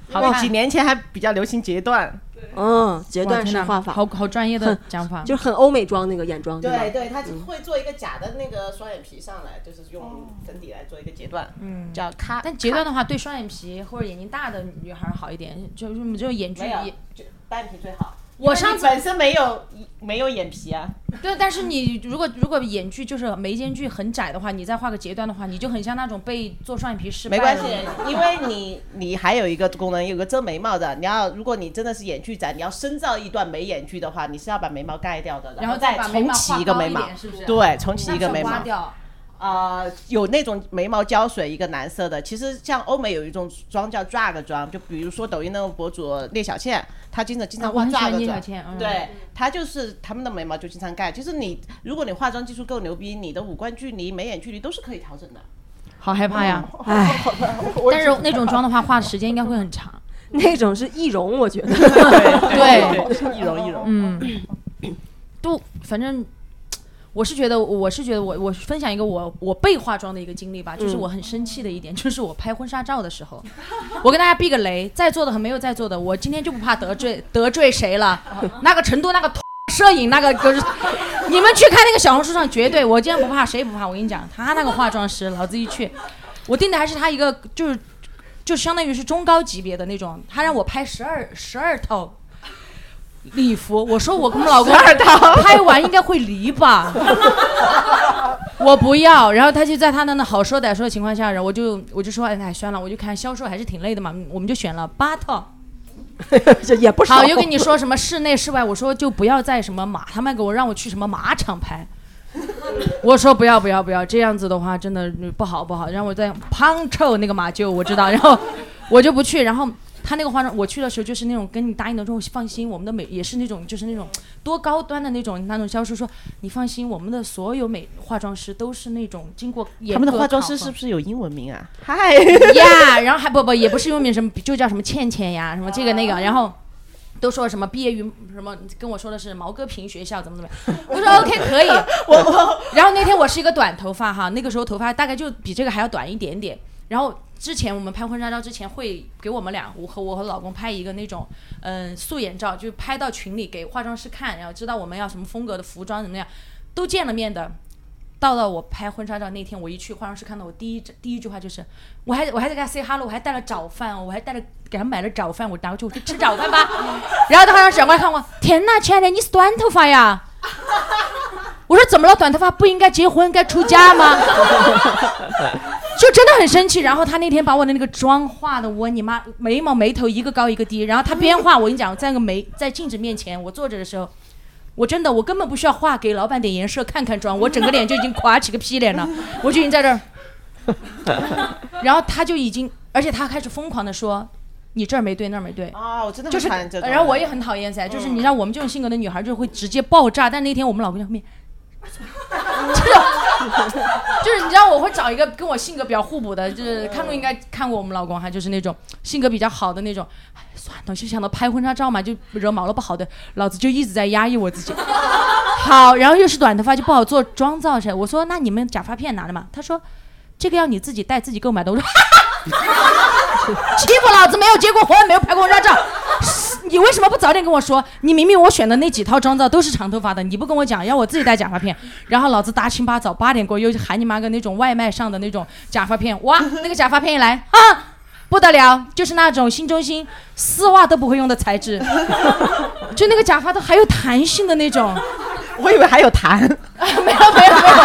[SPEAKER 3] 好
[SPEAKER 1] 哇，几
[SPEAKER 3] 看。
[SPEAKER 1] 年前还比较流行截断，
[SPEAKER 4] 嗯，截
[SPEAKER 3] 哇
[SPEAKER 4] 断
[SPEAKER 3] 天
[SPEAKER 4] 式
[SPEAKER 3] 哪
[SPEAKER 4] 画法，
[SPEAKER 3] 好好专业的讲法。
[SPEAKER 4] 就是很欧美妆那个眼
[SPEAKER 3] 嗯
[SPEAKER 4] 妆，吧？
[SPEAKER 1] 对，他会做一个假的那个双眼皮上来，就是
[SPEAKER 3] 哦
[SPEAKER 1] 用粉底来做一个截断，
[SPEAKER 3] 嗯
[SPEAKER 1] 叫咔。
[SPEAKER 3] 但截断的话，对双眼皮或者眼睛大的女孩儿好一点，就是就是眼距
[SPEAKER 1] 没有
[SPEAKER 3] 离。，
[SPEAKER 1] 就单眼皮最好。
[SPEAKER 3] 我
[SPEAKER 1] 因为
[SPEAKER 3] 上
[SPEAKER 1] 你
[SPEAKER 3] 次
[SPEAKER 1] 本身没有没有眼皮啊，
[SPEAKER 3] 对，但是你如果如果眼距就是眉间距很窄的话，你再画个截断的话，你就很像那种被做双眼皮失败
[SPEAKER 1] 没关系
[SPEAKER 3] 了，
[SPEAKER 1] 因为你你还有一个功能，有个遮眉毛的。你要如果你真的是眼距窄，你要深造一段没眼距的话，你是要把眉毛盖掉的，
[SPEAKER 3] 然后
[SPEAKER 1] 再
[SPEAKER 3] 把眉
[SPEAKER 1] 重
[SPEAKER 3] 毛
[SPEAKER 1] 启
[SPEAKER 3] 画
[SPEAKER 1] 一个
[SPEAKER 3] 高
[SPEAKER 1] 眉
[SPEAKER 3] 一
[SPEAKER 1] 毛，
[SPEAKER 3] 点，是不是？
[SPEAKER 1] 对，重
[SPEAKER 3] 那
[SPEAKER 1] 启
[SPEAKER 3] 是
[SPEAKER 1] 一个眉毛
[SPEAKER 3] 刮。掉。
[SPEAKER 1] 啊、有那种眉毛胶水，一个蓝色的。其实像欧美有一种妆叫 drag 妆，就比如说抖音那个博主聂小倩，她经常经常
[SPEAKER 3] 啊我
[SPEAKER 1] 画
[SPEAKER 3] 很喜
[SPEAKER 1] drag
[SPEAKER 3] 欢
[SPEAKER 1] 妆。
[SPEAKER 3] 聂小倩，嗯，
[SPEAKER 1] 对，她就是他们的眉毛就经常盖，就是你如果你化妆技术够牛逼，你的五官距离、眉眼距离都是可以调整的。
[SPEAKER 3] 好害 怕呀。
[SPEAKER 4] 哎，
[SPEAKER 3] 但是那种妆的话，画的时间应该会很长。
[SPEAKER 4] 那种是易容，我觉 得。
[SPEAKER 1] 对，易容易容。
[SPEAKER 3] 嗯，都反正。我是觉得，我是觉得我，我分享一个我我被化妆的一个经历吧，就是我很生气的一点，就是我拍婚纱照的时候，我跟大家避个雷，在座的和没有在座的，我今天就不怕得罪得罪谁了。那个成都那个摄影那个就是，你们去看那个小红书上，绝对我今天不怕谁不怕，我跟你讲，他那个化妆师，老子一去，我订的还是他一个就是就相当于是中高级别的那种，他让我拍十二十二套礼服，我说我跟我老公拍完应该会离吧， 我不要。然后他就在他那那好说歹说的情况下，然后我就我就说哎算了，我就看销售还是挺累的嘛，我们就选了八套。
[SPEAKER 4] 这也不少。
[SPEAKER 3] 好，又跟你说什么室内室外，我说就不要在什么马，他们给我让我去什么马场拍，我说不要不要不要，这样子的话真的不好不好，让我在 Pancho 那个马厩我知道，然 后我就不去，然后。他那个化妆，我去的时候就是那种跟你答应的之后放心，我们的美也是那种就是那种多高端的那种那种销售说你放心，我们的所有美化妆师都是那种经过严
[SPEAKER 1] 他们的
[SPEAKER 3] 格
[SPEAKER 1] 化妆
[SPEAKER 3] 考
[SPEAKER 1] 师
[SPEAKER 3] 核
[SPEAKER 1] 是不是有英文名 啊？
[SPEAKER 2] 嗨，
[SPEAKER 3] 呀，然后还不不也不是用名什么，就叫什么倩倩呀，什么这个那个，
[SPEAKER 1] 啊
[SPEAKER 3] 然后都说什么毕业于什么，跟我说的是毛戈平学校怎么怎么样，我说 OK 可以， 我我，然后那天我是一个短头发哈，那个时候头发大概就比这个还要短一点点，然后。之前我们拍婚纱照之前会给我们俩，我和我和老公拍一个那种，嗯、素颜照，就拍到群里给化妆师看，然后知道我们要什么风格的服装怎么样，都见了面的。到了我拍婚纱照那天，我一去化妆师看到我第一第一句话就是，我还我还在给他 say hello，我还带了早饭哦，我还带了给他买了早饭，我拿过去我说吃早饭吧。 然后他好像转过来看我，天呐，亲爱的，你是短头发呀？我说怎么了？短头发不应该结婚该出 家吗？ 就真的很生气。然后他那天把我的那个妆化的我你妈眉毛眉头一个高一个低。然后他边画我跟你讲，在那个眉 在镜子面前我坐着的时候，我真的我根本不需要画，给老板点颜色看看妆，我整个脸就已经垮起个屁脸了， 我就已经在这儿。然后他就已经，而且他开始疯狂的说，你这儿没对那儿没对。
[SPEAKER 1] 啊，我真的
[SPEAKER 3] 就是，然后我也 很讨厌噻，
[SPEAKER 1] 嗯
[SPEAKER 3] 就是你知道我们这种性格的女孩就会直接爆炸，但那天我们老公在后面， 就是就是你知道我会找一个跟我性格比较互补的，就是看过应该看过我们老公哈，就是那种性格比较好的那种，哎算了，就想到拍婚纱照嘛，就惹毛了不好的，老子就一直在压抑我自己。 好，然后又是短头发，就不好做妆造噻。我说那你们假发片拿了吗？他说这个要你自己带自己购买的。我说哈哈，欺负老子没有结过婚，没有拍过婚纱照。你为什么不早点跟我说？你明明我选的那几套妆造都是长头发的，你不跟我讲，要我自己戴假发片，然后老子大清八早八点过又喊你妈个那种外卖上的那种假发片，哇，那个假发片一来啊，不得了，就是那种新中心丝袜都不会用的 材质，就那个假发都还有弹性的那种，啊
[SPEAKER 1] 我以为还有痰。
[SPEAKER 3] 没有没有没有，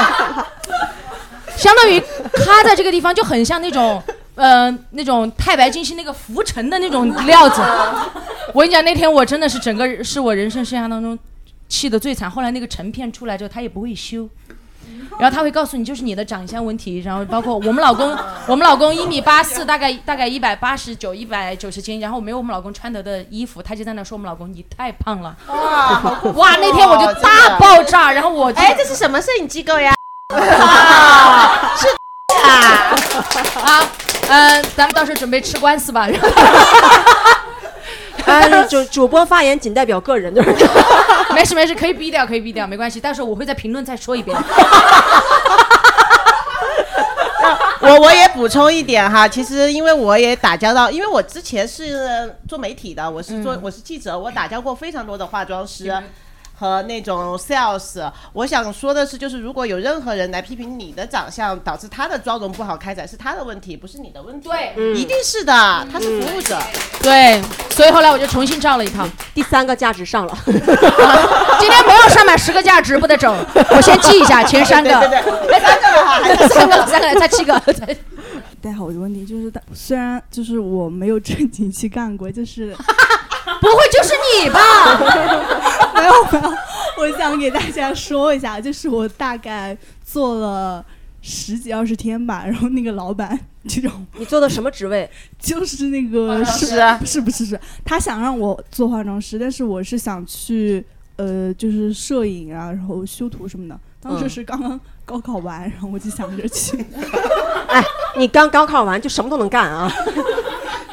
[SPEAKER 3] 相当于它在这个地方就很像那种。呃，那种太白金星那个浮尘的那种料子，我跟你讲，那天我真的是整个是我人生生涯当中气的最惨。后来那个成片出来之后，他也不会修，然后他会告诉你就是你的长相问题，然后包括我们老 公，我们老公一米八四，大概大概一百八十九、一百九十斤，然后没有我们老公穿得的衣服，他就在那说我们老公你太胖了，
[SPEAKER 1] 哇，好恐怖
[SPEAKER 3] 哇，那天我就大。爆炸，然后我就
[SPEAKER 1] 哎，这是什么摄影机 构呀？
[SPEAKER 3] 啊，呃，咱们到时候准备吃官司吧。然 后
[SPEAKER 4] 啊，主主播发言仅代表个人，就是
[SPEAKER 3] 没事没事，可以逼掉，可以逼掉，没关系。到时候我会在评论再说一遍。
[SPEAKER 1] 我我也补充一点哈，其实因为我也打交道，因为我之前是做媒体的，我是
[SPEAKER 3] 嗯
[SPEAKER 1] 做、我是记者，我打交过非常多的化妆师。和那种 sales，我想说的是，就是如果有任何人来批评你的长相，导致他的妆容不好看，才是他的问题，不是你的问题。
[SPEAKER 3] 对，
[SPEAKER 1] 一定是的，他是服务者。
[SPEAKER 3] 对，所以后来我就重新照了一套。
[SPEAKER 4] 第三个价值上了，
[SPEAKER 3] 今天没有上满十个价值不得整，我先记一下前 三个，
[SPEAKER 1] 对对对，对三个了哈，还是
[SPEAKER 3] 哎 三个三个才七个。
[SPEAKER 9] 大家好，我的问题就是，大虽然就是我没有正经去干过，就是
[SPEAKER 3] 不会就是你吧？
[SPEAKER 9] 没有没有，我想给大家说一下，就是我大概做了十几二十天吧，然后那个老板这种
[SPEAKER 4] 你做的什么职位？
[SPEAKER 9] 就是那个是
[SPEAKER 1] 是啊
[SPEAKER 9] 不是不是是，他想让我做化妆师，但是我是想去呃就是摄影啊，然后修图什么的。 当时
[SPEAKER 4] 嗯
[SPEAKER 9] 是刚刚高考完，然后我就想着去
[SPEAKER 4] 你刚高考完就什么都能干啊？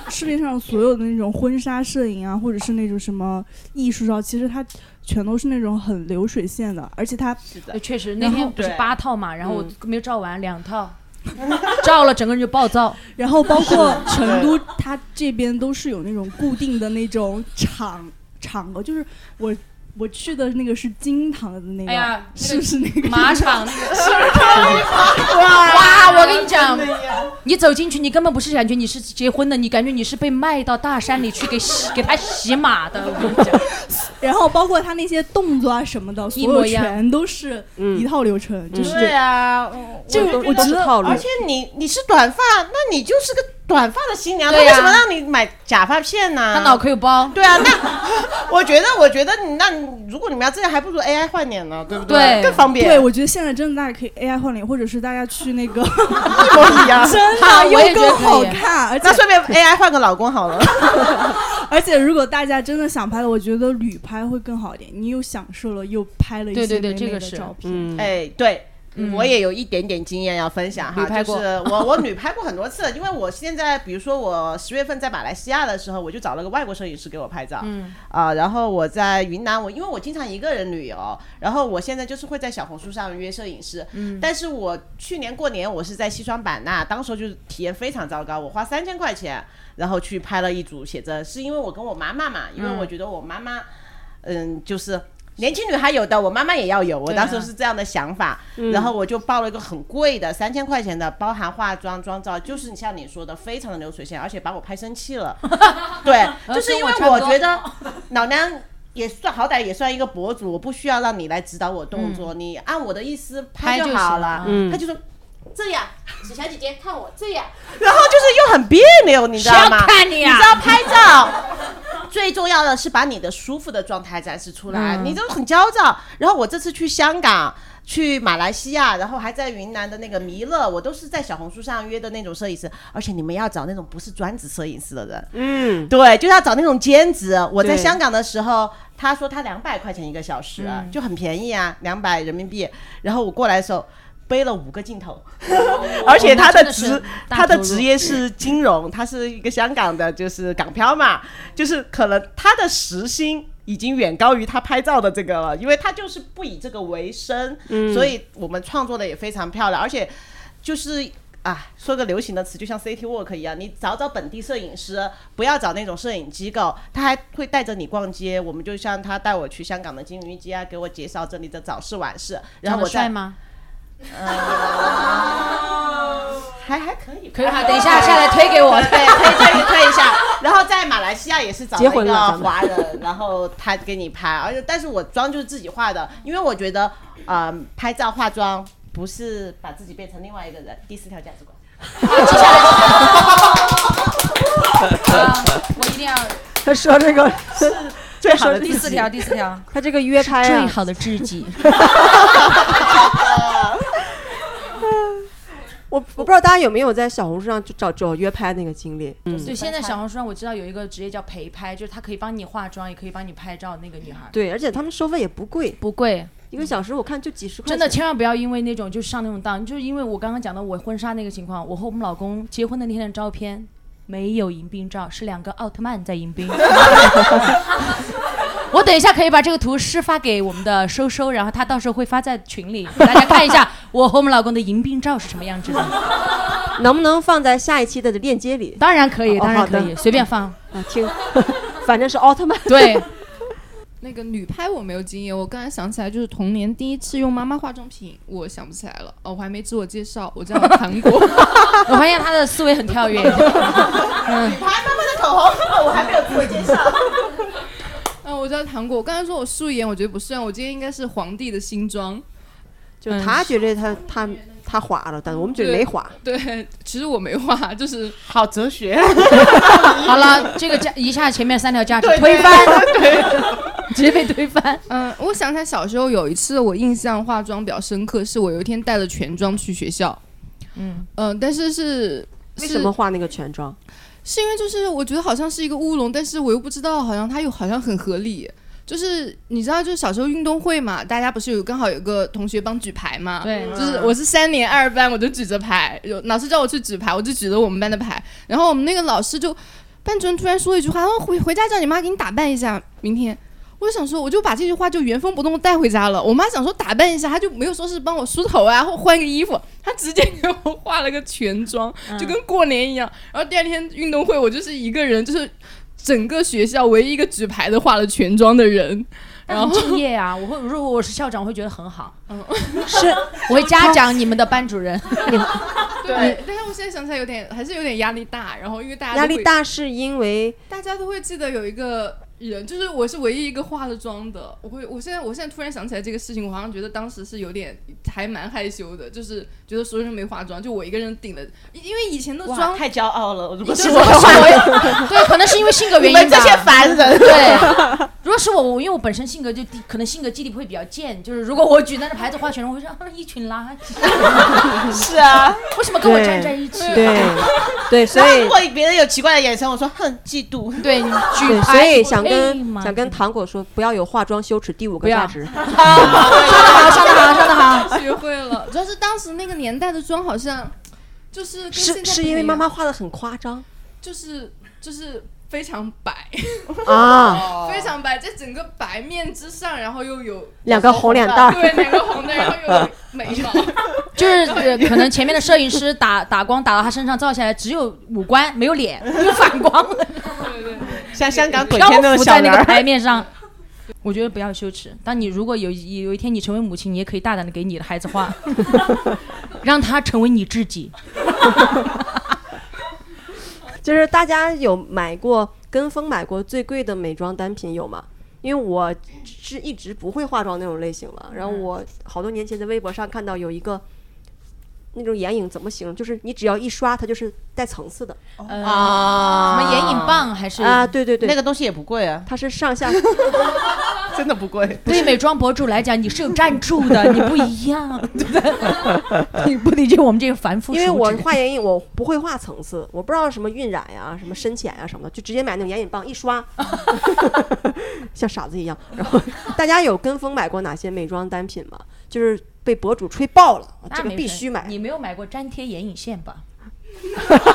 [SPEAKER 9] 市面上所有的那种婚纱摄影啊，或者是那种什么艺术照，其实它全都是那种很流水线的，而且它
[SPEAKER 1] 是的，
[SPEAKER 3] 确实，那天不是
[SPEAKER 1] 对嗯
[SPEAKER 3] 八套嘛，然后我
[SPEAKER 4] 嗯
[SPEAKER 3] 没有照完两套，照了整个人就暴躁。
[SPEAKER 9] 然后包 括成都， 它这边都是有那种固定的那种场场合，就是我我去的那个是金堂的那个，
[SPEAKER 3] 哎呀
[SPEAKER 9] 是不是那个
[SPEAKER 3] 马场那个 哇，我跟你讲，你走进去，你根本不是感觉你是结婚的，你感觉你是被卖到大山里去给洗 给他洗马的。我跟你讲，
[SPEAKER 9] 然后包括他那些动作啊什么的，所
[SPEAKER 3] 一
[SPEAKER 9] 有
[SPEAKER 3] 模一样
[SPEAKER 9] 全都是一套流程，就是
[SPEAKER 1] 对啊，
[SPEAKER 9] 这个我觉得
[SPEAKER 4] 套路
[SPEAKER 1] 而且你你是短发，那你就是个短发的新娘，他
[SPEAKER 3] 对
[SPEAKER 1] 为
[SPEAKER 3] 呀
[SPEAKER 1] 什么让你买假发片呢？
[SPEAKER 3] 他脑壳有包。
[SPEAKER 1] 对啊，那 我觉得，我觉得你那你如果你们要这样，还不如 AI 换脸呢，对不
[SPEAKER 3] 对
[SPEAKER 1] 更方便，
[SPEAKER 9] 对，我觉得现在真的大家可以 AI 换脸，或者是大家去 那个
[SPEAKER 1] 一模一样。
[SPEAKER 9] 真
[SPEAKER 3] 好
[SPEAKER 9] 的
[SPEAKER 3] 我也
[SPEAKER 9] 又
[SPEAKER 3] 觉得
[SPEAKER 9] 更好
[SPEAKER 3] 可以
[SPEAKER 9] 看，而且
[SPEAKER 1] 那顺便 AI 换个老公好了。
[SPEAKER 9] 而且如果大家真的想拍的，我觉得旅拍会更好一点，你又享受了，又拍了一
[SPEAKER 3] 对
[SPEAKER 9] 些
[SPEAKER 3] 对对
[SPEAKER 9] 美
[SPEAKER 3] 这
[SPEAKER 9] 美
[SPEAKER 3] 个
[SPEAKER 9] 的
[SPEAKER 3] 是
[SPEAKER 9] 照片。嗯
[SPEAKER 4] 嗯，
[SPEAKER 1] 哎，对。我也有一点点经验要分享哈，
[SPEAKER 3] 女拍
[SPEAKER 1] 就
[SPEAKER 3] 过
[SPEAKER 1] 是我我女拍过很多次，因为我现在比如说我十月份在马来西亚的时候，我就找了个外国摄影师给我拍照，嗯啊、然后我在云南，我因为我经常一个人旅游，然后我现在就是会在小红书上约摄影师，嗯，但是我去年过年我是在西双版纳，当时候就是体验非常糟糕，我花三千块钱，然后去拍了一组写真，是因为我跟我妈妈嘛，因为我觉得我妈妈，嗯，就是年轻女孩有的，我妈妈也要有。我当时是这样的想法，然后我就报了一个很贵的三千块钱的，包含化妆、妆造，就是你像你说的，非常的流水线，而且把我拍生气了。对，就是因为我觉得老娘。也算好歹也算一个博主，我不需要让你来指导我动作，你按我的意思
[SPEAKER 3] 拍
[SPEAKER 1] 就
[SPEAKER 3] 就
[SPEAKER 1] 好
[SPEAKER 3] 行
[SPEAKER 1] 了。
[SPEAKER 4] 嗯
[SPEAKER 1] 他就说这样，史小姐姐看我这样，然后就是又很别扭，你知道吗？
[SPEAKER 3] 看你啊
[SPEAKER 1] 你知道拍照。 最重要的是把你的舒服的状态展示出来，
[SPEAKER 3] 嗯
[SPEAKER 1] 你就很焦躁。然后我这次去香港、去马来西亚，然后还在云南的那个弥勒，我都是在小红书上约的那种摄影师，而且你们要找那种不是专职摄影师的人，
[SPEAKER 4] 嗯，
[SPEAKER 1] 对，就是要找那种兼职。我在
[SPEAKER 4] 对
[SPEAKER 1] 香港的时候，他说他两百块钱一个小时，就很便宜啊，两百人民币。然后我过来的时候。背了五个镜头， 而且他的
[SPEAKER 3] 哦那真的是
[SPEAKER 1] 职
[SPEAKER 3] 大
[SPEAKER 1] 他的
[SPEAKER 3] 投入
[SPEAKER 1] 职业是金融，他是一个香港的，就是港漂嘛，就是可能他的时薪已经远高于他拍照的这个了，因为他就是不以这个为生，
[SPEAKER 3] 嗯
[SPEAKER 1] 所以我们创作的也非常漂亮，而且就是。啊，说个流行的词，就像 City Walk 一样，你找找本地摄影师，不要找那种摄影机构，他还会带着你逛街。我们就像他带我去香港的金鱼街啊，给我介绍这里的早市晚市，然
[SPEAKER 3] 长
[SPEAKER 1] 后
[SPEAKER 3] 得
[SPEAKER 1] 我再
[SPEAKER 3] 帅吗？
[SPEAKER 1] 还还可以吧，
[SPEAKER 3] 可以哈，等一下下来推给我。
[SPEAKER 1] 对，推推推一下。然后在马来西亚也是找了
[SPEAKER 4] 结
[SPEAKER 1] 一
[SPEAKER 4] 婚
[SPEAKER 1] 个
[SPEAKER 4] 了咱们
[SPEAKER 1] 华人，然后他给你拍，而且但是我妆就是自己化的，因为我觉得，呃，拍照化妆不是把自己变成另外一个人。第四条价值观，
[SPEAKER 3] 啊我一定 要
[SPEAKER 4] 他说这个
[SPEAKER 1] 最好的
[SPEAKER 3] 第四条，第四条，
[SPEAKER 4] 他这个约拍啊，
[SPEAKER 3] 好的知己。
[SPEAKER 4] 我我不知道大家有没有在小红书上就找找约拍那个经历，嗯，
[SPEAKER 3] 对，现在小红书上我知道有一个职业叫陪拍，就是她可以帮你化妆，也可以帮你拍照。那个女孩
[SPEAKER 4] 对，而且他们收费也不贵，
[SPEAKER 3] 不贵，
[SPEAKER 4] 一个小时我看就几十块
[SPEAKER 3] 真
[SPEAKER 4] 钱，
[SPEAKER 3] 的千万不要因为那种就上那种当，就是因为我刚刚讲的我婚纱那个情况，我和我们老公结婚的那天的照片。没有迎宾照，是两个奥特曼在迎宾。 我等一下可以把这个图示发给我们的收收，然后他到时候会发在群里，大家看一下我和我们老公的迎宾照是什么样子的。
[SPEAKER 4] 能不能放在下一期的链接里
[SPEAKER 3] 当然可以，
[SPEAKER 4] 哦
[SPEAKER 3] 当然可
[SPEAKER 4] 好
[SPEAKER 3] 以，随便放。
[SPEAKER 4] 啊？听， 反正是奥特曼，
[SPEAKER 3] 对，
[SPEAKER 10] 那个女拍我没有经验，我刚才想起来就是童年第一次用妈妈化妆品，我想不起来了。哦，我还没自我介绍，我叫韩国。
[SPEAKER 3] 我发现他的思维很跳跃。
[SPEAKER 1] 嗯
[SPEAKER 3] 嗯
[SPEAKER 1] 你拍妈妈的口红，哦我还没有自我介绍。
[SPEAKER 10] 嗯，我叫韩国。我刚才说我素颜，我觉得不算，我今天应该是皇帝的新装。 嗯
[SPEAKER 4] 就是
[SPEAKER 3] 嗯
[SPEAKER 4] 他觉得他他他滑了，但我们觉得没滑，
[SPEAKER 10] 对，其实我没化，就是
[SPEAKER 1] 好哲 学，
[SPEAKER 3] 好了，这个价一下前面三条价值
[SPEAKER 1] 对
[SPEAKER 3] 推翻，
[SPEAKER 1] 对，
[SPEAKER 3] 直接被推翻。
[SPEAKER 10] 嗯，我想起来小时候有一次我印象化妆比较深刻，是我有一天带了全妆去学校。 嗯但是是
[SPEAKER 4] 为
[SPEAKER 10] 是
[SPEAKER 4] 什么画那个全妆？
[SPEAKER 10] 是因为就是我觉得好像是一个乌龙，但是我又不知道，好像它又好像很合理。就是你知道，就是小时候运动会嘛，大家不是有刚好有个同学帮举牌嘛？
[SPEAKER 3] 对
[SPEAKER 10] 就是我是三年二班，我就举着牌，有老师叫我去举牌，我就举着我们班的牌。然后我们那个老师就，班主任突然说一句话，然后回回家叫你妈给你打扮一下，明天。我就想说，我就把这句话就原封不动地带回家了。我妈想说打扮一下，她就没有说是帮我梳头啊，或换个衣服，她直接给我化了个全妆，
[SPEAKER 4] 嗯
[SPEAKER 10] 就跟过年一样。然后第二天运动会，我就是一个人，就是整个学校唯一一个举牌的化了全妆的人。
[SPEAKER 3] 但
[SPEAKER 10] 然
[SPEAKER 3] 很
[SPEAKER 10] 后
[SPEAKER 3] 敬业啊！我会如果我是校长，我会觉得很好。
[SPEAKER 10] 嗯
[SPEAKER 3] 是我会家长你们的班主 任。
[SPEAKER 10] 对，但是我现在想起来有点还是有点压力大，然后因为大家都
[SPEAKER 4] 压力
[SPEAKER 10] 会
[SPEAKER 4] 大是因为
[SPEAKER 10] 大家都会记得有一个人，就是我是唯一一个化了妆的。我会，我现在我现在突然想起来这个事情，我好像觉得当时是有点还蛮害羞的，就是觉得所有人没化妆，就我一个人顶了，因因为以前的
[SPEAKER 1] 哇
[SPEAKER 10] 妆
[SPEAKER 1] 太骄傲了，如果
[SPEAKER 10] 就是是
[SPEAKER 1] 我的话，
[SPEAKER 3] 我
[SPEAKER 1] 我
[SPEAKER 3] 也
[SPEAKER 1] 也
[SPEAKER 3] 对，可能是因为性格原因
[SPEAKER 1] 你们这
[SPEAKER 3] 吧
[SPEAKER 1] 些凡人，
[SPEAKER 3] 对，如果是我，我因为我本身性格就低，可能性格基底会比较贱，就是如果我举那个牌子画全人，我会说啊一群垃圾。
[SPEAKER 1] 是啊，
[SPEAKER 3] 为什么跟我站在一起？啊
[SPEAKER 4] 对 对对，所
[SPEAKER 1] 然后
[SPEAKER 4] 以
[SPEAKER 1] 如果别人有奇怪的眼神，我说哼，嫉妒。
[SPEAKER 3] 对，你
[SPEAKER 4] 对，所以想
[SPEAKER 3] 可以
[SPEAKER 4] 跟
[SPEAKER 3] 吗
[SPEAKER 4] 想跟糖果说，不要有化妆羞耻，第五个
[SPEAKER 3] 不要
[SPEAKER 4] 价 值。
[SPEAKER 3] 好，上得好，上得好。
[SPEAKER 10] 学会了，主要是当时那个年代的妆好像就是跟现
[SPEAKER 4] 是
[SPEAKER 10] 在
[SPEAKER 4] 是
[SPEAKER 10] 不
[SPEAKER 4] 因为
[SPEAKER 10] 一
[SPEAKER 4] 妈
[SPEAKER 10] 样
[SPEAKER 4] 妈画的很夸 张
[SPEAKER 10] 就是就是非常白，
[SPEAKER 4] 啊，
[SPEAKER 10] 非常白，在整个白面之上，然后又有
[SPEAKER 4] 两个红脸蛋儿，
[SPEAKER 10] 对两个红的，然 后又有眉毛。
[SPEAKER 3] 就是呃可能前面的摄影师打打光打到他身上照下来，只有五官没有脸，没有反光，
[SPEAKER 1] 像香 港鬼
[SPEAKER 3] 漂
[SPEAKER 1] 片那
[SPEAKER 3] 浮
[SPEAKER 1] 种
[SPEAKER 3] 在
[SPEAKER 1] 小
[SPEAKER 3] 那
[SPEAKER 1] 人
[SPEAKER 3] 个
[SPEAKER 1] 儿，
[SPEAKER 3] 台面上。我觉得不要羞耻。当你如果有一有一天你成为母亲，你也可以大胆的给你的孩子画， 让他成为你自己。
[SPEAKER 4] 就是大家有买过跟风买过最贵的美妆单品有吗？因为我是一直不会化妆那种类型
[SPEAKER 3] 嗯
[SPEAKER 4] 了，然后我好多年前在微博上看到有一个那种眼影怎么形容，就是你只要一刷，它就是带层次的
[SPEAKER 3] 呃，什
[SPEAKER 1] 啊
[SPEAKER 3] 么眼影棒还是
[SPEAKER 4] 啊，对对对，
[SPEAKER 1] 那个东西也不贵啊，
[SPEAKER 4] 它是上下
[SPEAKER 1] 真的不 贵。
[SPEAKER 3] 对美妆博主来讲，你是有赞助的，你不一样，对不 对？你不理解我们这个凡夫俗
[SPEAKER 4] 因
[SPEAKER 3] 子。
[SPEAKER 4] 为我画眼影，我不会画层次，我不知道什么晕染呀、什么深浅呀、什么的，就直接买那种眼影棒一刷，像傻子一样。然后大家有跟风买过哪些美妆单品吗？就是被博主吹爆了，
[SPEAKER 3] 那
[SPEAKER 4] 这个
[SPEAKER 3] 没
[SPEAKER 4] 必
[SPEAKER 3] 事
[SPEAKER 4] 须买。
[SPEAKER 3] 你没有买过粘贴眼影线吧？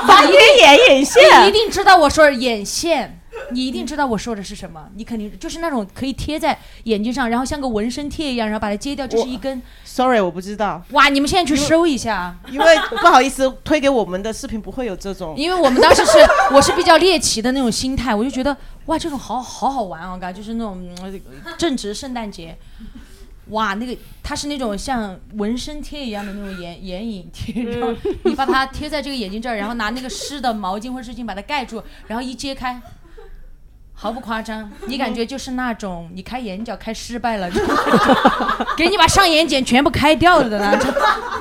[SPEAKER 1] 反正眼眼线
[SPEAKER 3] 你一定知道我说的眼线，你一定知道我说的是什么。你肯定就是那种可以贴在眼睛上，然后像个纹身贴一样，然后把它揭掉，这是一根。
[SPEAKER 1] ，sorry，我不知道，
[SPEAKER 3] 哇，你们现在去搜一下啊，
[SPEAKER 1] 因为不好意思，推给我们的视频不会有这种。
[SPEAKER 3] 因为我们当时是 我是比较猎奇的那种心态，我就觉得哇，这种好好好玩啊，感觉就是那种嗯正值圣诞节。哇，那个它是那种像纹身贴一样的那种眼眼影贴，然后你把它贴在这个眼睛这儿，然后拿那个湿的毛巾或者湿巾把它盖住，然后一揭开，毫不夸张，你感觉就是那种你开眼角开失败了，就 给你把上 眼睑全部开掉了的那种。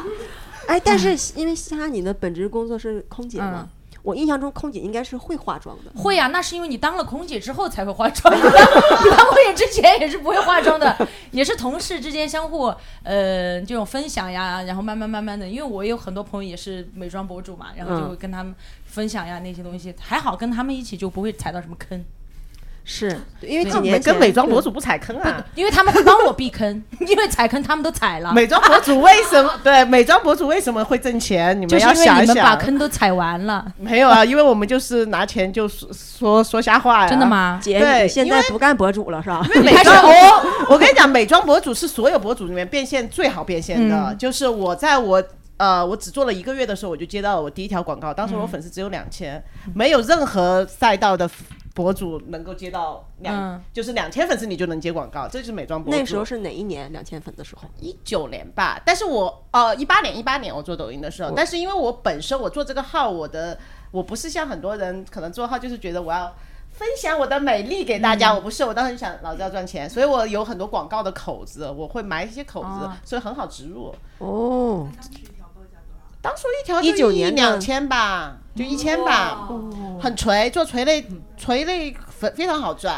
[SPEAKER 4] 哎，但是因为西哈你的本职工作是空姐嘛，我印象中空姐应该是会化妆的。
[SPEAKER 3] 会呀、嗯那是因为你当了空姐之后才会化妆，你当 你当空姐之前也是不会化妆的， 也是同事之间相互呃这种分享呀，然后慢慢慢慢的，因为我有很多朋友也是美妆博主嘛，然
[SPEAKER 1] 嗯
[SPEAKER 3] 后就会跟他们分享呀那些东西，还好跟他们一起就不会踩到什么坑，
[SPEAKER 4] 是因为
[SPEAKER 3] 对
[SPEAKER 4] 几
[SPEAKER 1] 美
[SPEAKER 4] 年前
[SPEAKER 1] 跟美妆博主不踩坑啊，
[SPEAKER 3] 因为他们会帮我避坑， 因为踩坑他们都踩了，
[SPEAKER 1] 美妆 博主为什么对美妆博主为什么会挣钱？你
[SPEAKER 3] 就是
[SPEAKER 1] 要
[SPEAKER 3] 因为
[SPEAKER 1] 想一
[SPEAKER 3] 你们把
[SPEAKER 1] 想。
[SPEAKER 3] 坑都踩完了，
[SPEAKER 1] 没 有啊，因为我们就是拿钱就说说说瞎话呀。
[SPEAKER 3] 真的？吗？
[SPEAKER 4] 姐，
[SPEAKER 1] 对
[SPEAKER 4] 你现
[SPEAKER 1] 因
[SPEAKER 4] 在
[SPEAKER 1] 为
[SPEAKER 4] 不干博主了是吧？
[SPEAKER 1] 因 为美妆哦，我跟你讲，美妆博主是所有博主里面变现最好变现的。
[SPEAKER 4] 嗯
[SPEAKER 1] 就是我在我呃，我只做了一个月的时候，我就接到了我第一条广告，当时我粉丝只有两千、
[SPEAKER 4] 嗯
[SPEAKER 1] 没有任何赛道的博主能够接到两，
[SPEAKER 3] 嗯
[SPEAKER 1] 就是两千粉丝你就能接广告，这就是美妆博主。
[SPEAKER 4] 那时候是哪一年？两千粉的时候，
[SPEAKER 1] 一九年吧，但是我呃一八年一八年我做抖音的时候，但是因为我本身我做这个号，我的我不是像很多人可能做号就是觉得我要分享我的美丽给大
[SPEAKER 4] 嗯
[SPEAKER 1] 家，我不是，我当时就想老子要赚钱，所以我有很多广告的口子，我会埋一些口子，
[SPEAKER 3] 哦
[SPEAKER 1] 所以很好植入。
[SPEAKER 4] 哦，
[SPEAKER 1] 当初一条
[SPEAKER 4] 19年的
[SPEAKER 1] 两千吧，就一千吧，很垂，做垂类垂类粉非常好赚。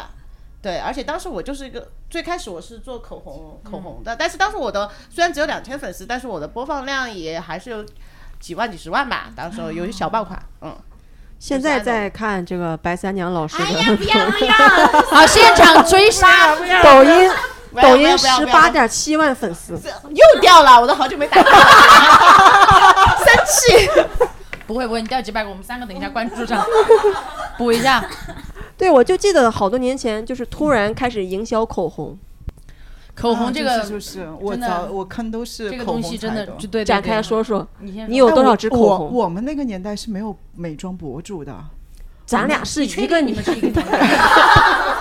[SPEAKER 1] 对，而且当时我就是一个最开始我是做口红口红
[SPEAKER 2] 嗯
[SPEAKER 1] 的，但是当时我的虽然只有两千粉丝，但是我的播放量也还是有几万几十万吧，当时候有一小爆款，
[SPEAKER 2] 哦
[SPEAKER 1] 嗯。
[SPEAKER 4] 现
[SPEAKER 1] 就是
[SPEAKER 4] 在
[SPEAKER 1] 那种
[SPEAKER 4] 在看这个白三娘老师
[SPEAKER 6] 哎
[SPEAKER 4] 的
[SPEAKER 6] 呀，不要 不要！
[SPEAKER 3] 好，现场 追杀，
[SPEAKER 1] 啊
[SPEAKER 4] 抖音，
[SPEAKER 1] 不要
[SPEAKER 4] 抖
[SPEAKER 1] 不要
[SPEAKER 4] 音
[SPEAKER 1] 不要
[SPEAKER 4] 十
[SPEAKER 1] 不要
[SPEAKER 4] 八点七万粉 丝，
[SPEAKER 1] 又掉了，我都好久没打过了，生气。
[SPEAKER 3] 不会不会，你掉几百个，我们三个等一下关注上，补一下。
[SPEAKER 4] 对我就记得好多年前，就是突然开始营销口红，
[SPEAKER 3] 口红这个、
[SPEAKER 2] 啊就是就是我
[SPEAKER 3] 真的
[SPEAKER 2] 早我看都是
[SPEAKER 3] 这个
[SPEAKER 2] 口
[SPEAKER 3] 东
[SPEAKER 2] 红
[SPEAKER 3] 西真
[SPEAKER 2] 彩
[SPEAKER 3] 的就对对
[SPEAKER 4] 展
[SPEAKER 3] 对
[SPEAKER 4] 开说说，
[SPEAKER 3] 你先
[SPEAKER 4] 你有
[SPEAKER 3] 说
[SPEAKER 4] 多
[SPEAKER 2] 但
[SPEAKER 4] 少
[SPEAKER 2] 我
[SPEAKER 4] 支口
[SPEAKER 2] 我
[SPEAKER 4] 红
[SPEAKER 2] 我们那个年代是没有美妆博主的，
[SPEAKER 4] 咱俩是一个
[SPEAKER 3] 你
[SPEAKER 4] 你
[SPEAKER 3] 们是一个年代，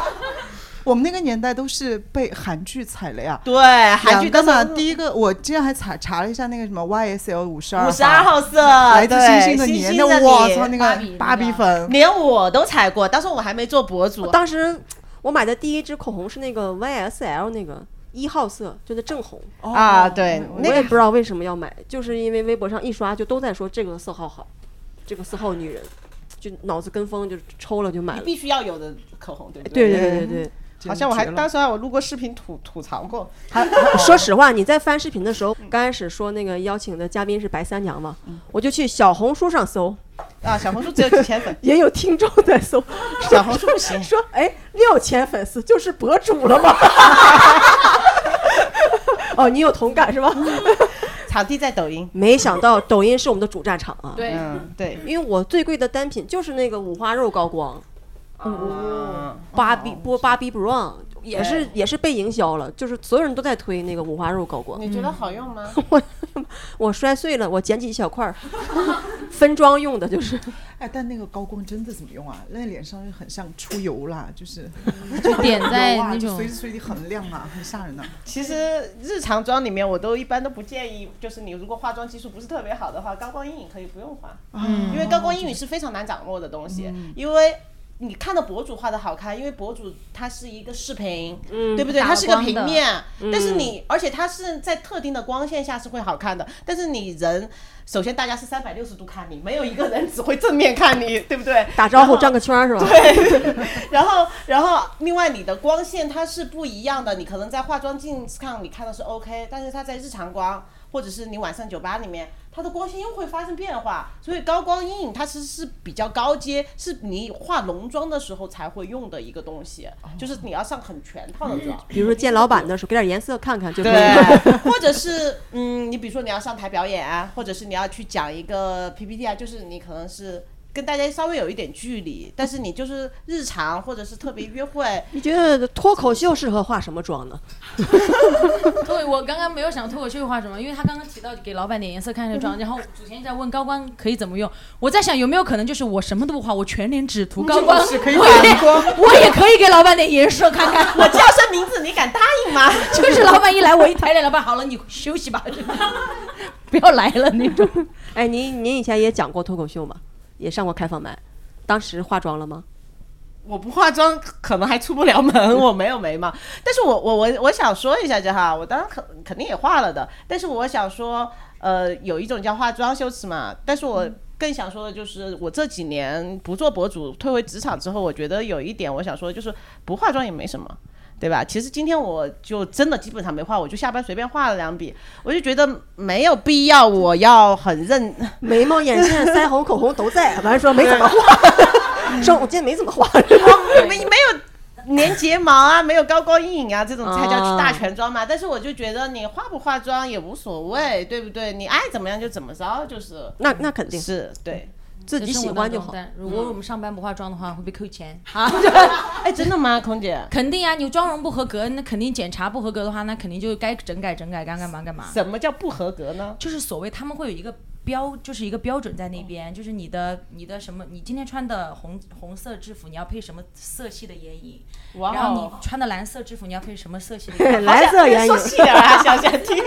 [SPEAKER 2] 我们那个年代都是被韩剧踩雷啊。
[SPEAKER 1] 对，韩
[SPEAKER 2] 两个
[SPEAKER 1] 剧当
[SPEAKER 2] 嘛，
[SPEAKER 1] 时
[SPEAKER 2] 第一个我竟然还查查了一下那个什么 YSL 五十二
[SPEAKER 1] 五十二号色，
[SPEAKER 2] 来自
[SPEAKER 1] 对
[SPEAKER 2] 星星的
[SPEAKER 1] 星
[SPEAKER 2] 你，
[SPEAKER 1] 星
[SPEAKER 2] 那
[SPEAKER 1] 的
[SPEAKER 2] 我
[SPEAKER 1] 你
[SPEAKER 2] 操那
[SPEAKER 3] 芭
[SPEAKER 2] 个
[SPEAKER 3] 比
[SPEAKER 2] 芭比
[SPEAKER 3] 那个
[SPEAKER 2] 粉，
[SPEAKER 1] 连我都踩过，当时我还没做博主
[SPEAKER 4] 我， 当时我买的第一支口红是那个 YSL 那个一号色，就是正红。
[SPEAKER 9] 哦
[SPEAKER 1] 啊对
[SPEAKER 4] 我
[SPEAKER 1] 那
[SPEAKER 4] 也
[SPEAKER 1] 个
[SPEAKER 4] 不知道为什么要买，就是因为微博上一刷就都在说这个色号好，这个色号女人，就脑子跟风就抽了就买
[SPEAKER 1] 你
[SPEAKER 4] 了。
[SPEAKER 1] 必须要有的口红，对不
[SPEAKER 4] 对对对对
[SPEAKER 1] 好像我
[SPEAKER 2] 嗯
[SPEAKER 1] 还
[SPEAKER 2] 简直了
[SPEAKER 1] 当时还有录过视频吐吐槽过，
[SPEAKER 4] 对，说实话，你在翻视频的时候，刚开始说那个邀请的嘉宾是白三娘嘛，我就去小红书上搜，，
[SPEAKER 1] 嗯啊，小红书只有几千粉
[SPEAKER 4] 也有听众在搜，
[SPEAKER 1] 小红书不行，
[SPEAKER 4] 说哎六千粉丝就是博主了吗？ 哦，你有同感是吧？
[SPEAKER 1] 场地在抖音。
[SPEAKER 4] 没想到抖音是我们的主战场啊！
[SPEAKER 3] 对，
[SPEAKER 1] 嗯，对，
[SPEAKER 4] 因为我最贵的单品就是那个五花肉高光，
[SPEAKER 1] 嗯，
[SPEAKER 4] 芭比波芭比 brown 也是也是被营销了，就是所有人都在推那个五花肉高光，
[SPEAKER 1] 你觉得好用吗？
[SPEAKER 4] 我摔碎了，我剪几小块儿， 分装用的就是。
[SPEAKER 2] 哎，但那个高光真的怎么用啊？那脸上就很像出油啦，就是
[SPEAKER 3] 嗯就点在
[SPEAKER 2] 油啊
[SPEAKER 3] 那
[SPEAKER 2] 就
[SPEAKER 3] 种
[SPEAKER 2] 随时随地很亮啊，很吓人的、
[SPEAKER 1] 其实日常妆里面我都一般都不建议，就是你如果化妆技术不是特别好的话，高光阴影可以不用化，因为高光阴影是非常难掌握的东西，因为。你看到博主画的好看，因为博主他是一个视频，对不对？
[SPEAKER 3] 打
[SPEAKER 1] 它是个
[SPEAKER 3] 光的
[SPEAKER 1] 平面，但是你而且它是在特定的光线下是会好看的。但是你人，首先大家是三百六十度看你，没有一个人只会正面看你，对不对？
[SPEAKER 4] 打招
[SPEAKER 1] 然后
[SPEAKER 4] 呼转个圈儿 是吧？
[SPEAKER 1] 然后，然后，另外你的光线它是不一样的，你可能在化妆镜上你看的是 OK，但是它在日常光或者是你晚上酒吧里面，它的光线又会发生变化，所以高光阴影它其实是比较高阶，是你化浓妆的时候才会用的一个东西，就是你要上很全套的妆。
[SPEAKER 4] 哦嗯比如说见老板的时候，给点颜色看看就可以了。
[SPEAKER 1] 对，或者是嗯，你比如说你要上台表演啊，或者是你要去讲一个 PPT 啊，就是你可能是跟大家稍微有一点距离，但是你就是日常或者是特别约会，
[SPEAKER 4] 你觉得脱口秀适合化什么妆呢？
[SPEAKER 3] 对，我刚刚没有想脱口秀化什么，因为他刚刚提到给老板点颜色看一下妆，然后主持人在问高光可以怎么用，我在想有没有可能就是我什么都不化，我全脸只涂高光，
[SPEAKER 2] 是可以
[SPEAKER 3] 我也
[SPEAKER 2] 反光。
[SPEAKER 3] 我也可以给老板点颜色看看，
[SPEAKER 1] 我叫声名字，你敢答应吗？
[SPEAKER 3] 就是老板一来我一抬脸，老板好了你休息吧， 不要来了那种。
[SPEAKER 4] 哎，您您以前也讲过脱口秀嘛，也上过开放麦，当时化妆了吗？
[SPEAKER 1] 我不化妆可能还出不了门， 我没有眉毛。但是我我我我想说一下就哈，我当然肯肯定也化了的，但是我想说，呃，有一种叫化妆羞耻嘛，但是我。
[SPEAKER 4] 嗯
[SPEAKER 1] 更想说的就是，我这几年不做博主，退回职场之后，我觉得有一点我想说，就是不化妆也没什么，对吧？其实今天我就真的基本上没化，我就下班随便画了两笔，我就觉得没有必要，我要很认，
[SPEAKER 4] 眉毛、眼线、腮红、口红都在，完了说没怎么化，说我今天没怎么化。
[SPEAKER 1] 哦没没有粘睫毛啊，没有高光阴影啊，这种才叫去大全
[SPEAKER 4] 嗯
[SPEAKER 1] 妆嘛。但是我就觉得你化不化妆也无所谓，对不对？你爱怎么样就怎么着，就是
[SPEAKER 4] 那那肯定嗯
[SPEAKER 1] 是对。
[SPEAKER 4] 自己喜欢就好。嗯
[SPEAKER 3] 但如果我们上班不化妆的话，会被 扣钱。
[SPEAKER 1] 哎，真的吗，空姐？
[SPEAKER 3] 肯定啊，你妆容不合格，那肯定检查不合格的话，那肯定就该整改整改，该干嘛干嘛。
[SPEAKER 1] 什么叫不合格呢？
[SPEAKER 3] 就是所谓他们会有一个标，就是一个标准在那边，就是你的你的什么，你今天穿的红红色制服，你要配什么色系的眼影，
[SPEAKER 1] 哇哦
[SPEAKER 3] 然后你穿的蓝色制服，你要配什么色系的眼 影。
[SPEAKER 4] 蓝色眼
[SPEAKER 1] 说
[SPEAKER 4] 影，
[SPEAKER 1] 细点儿啊，想想听。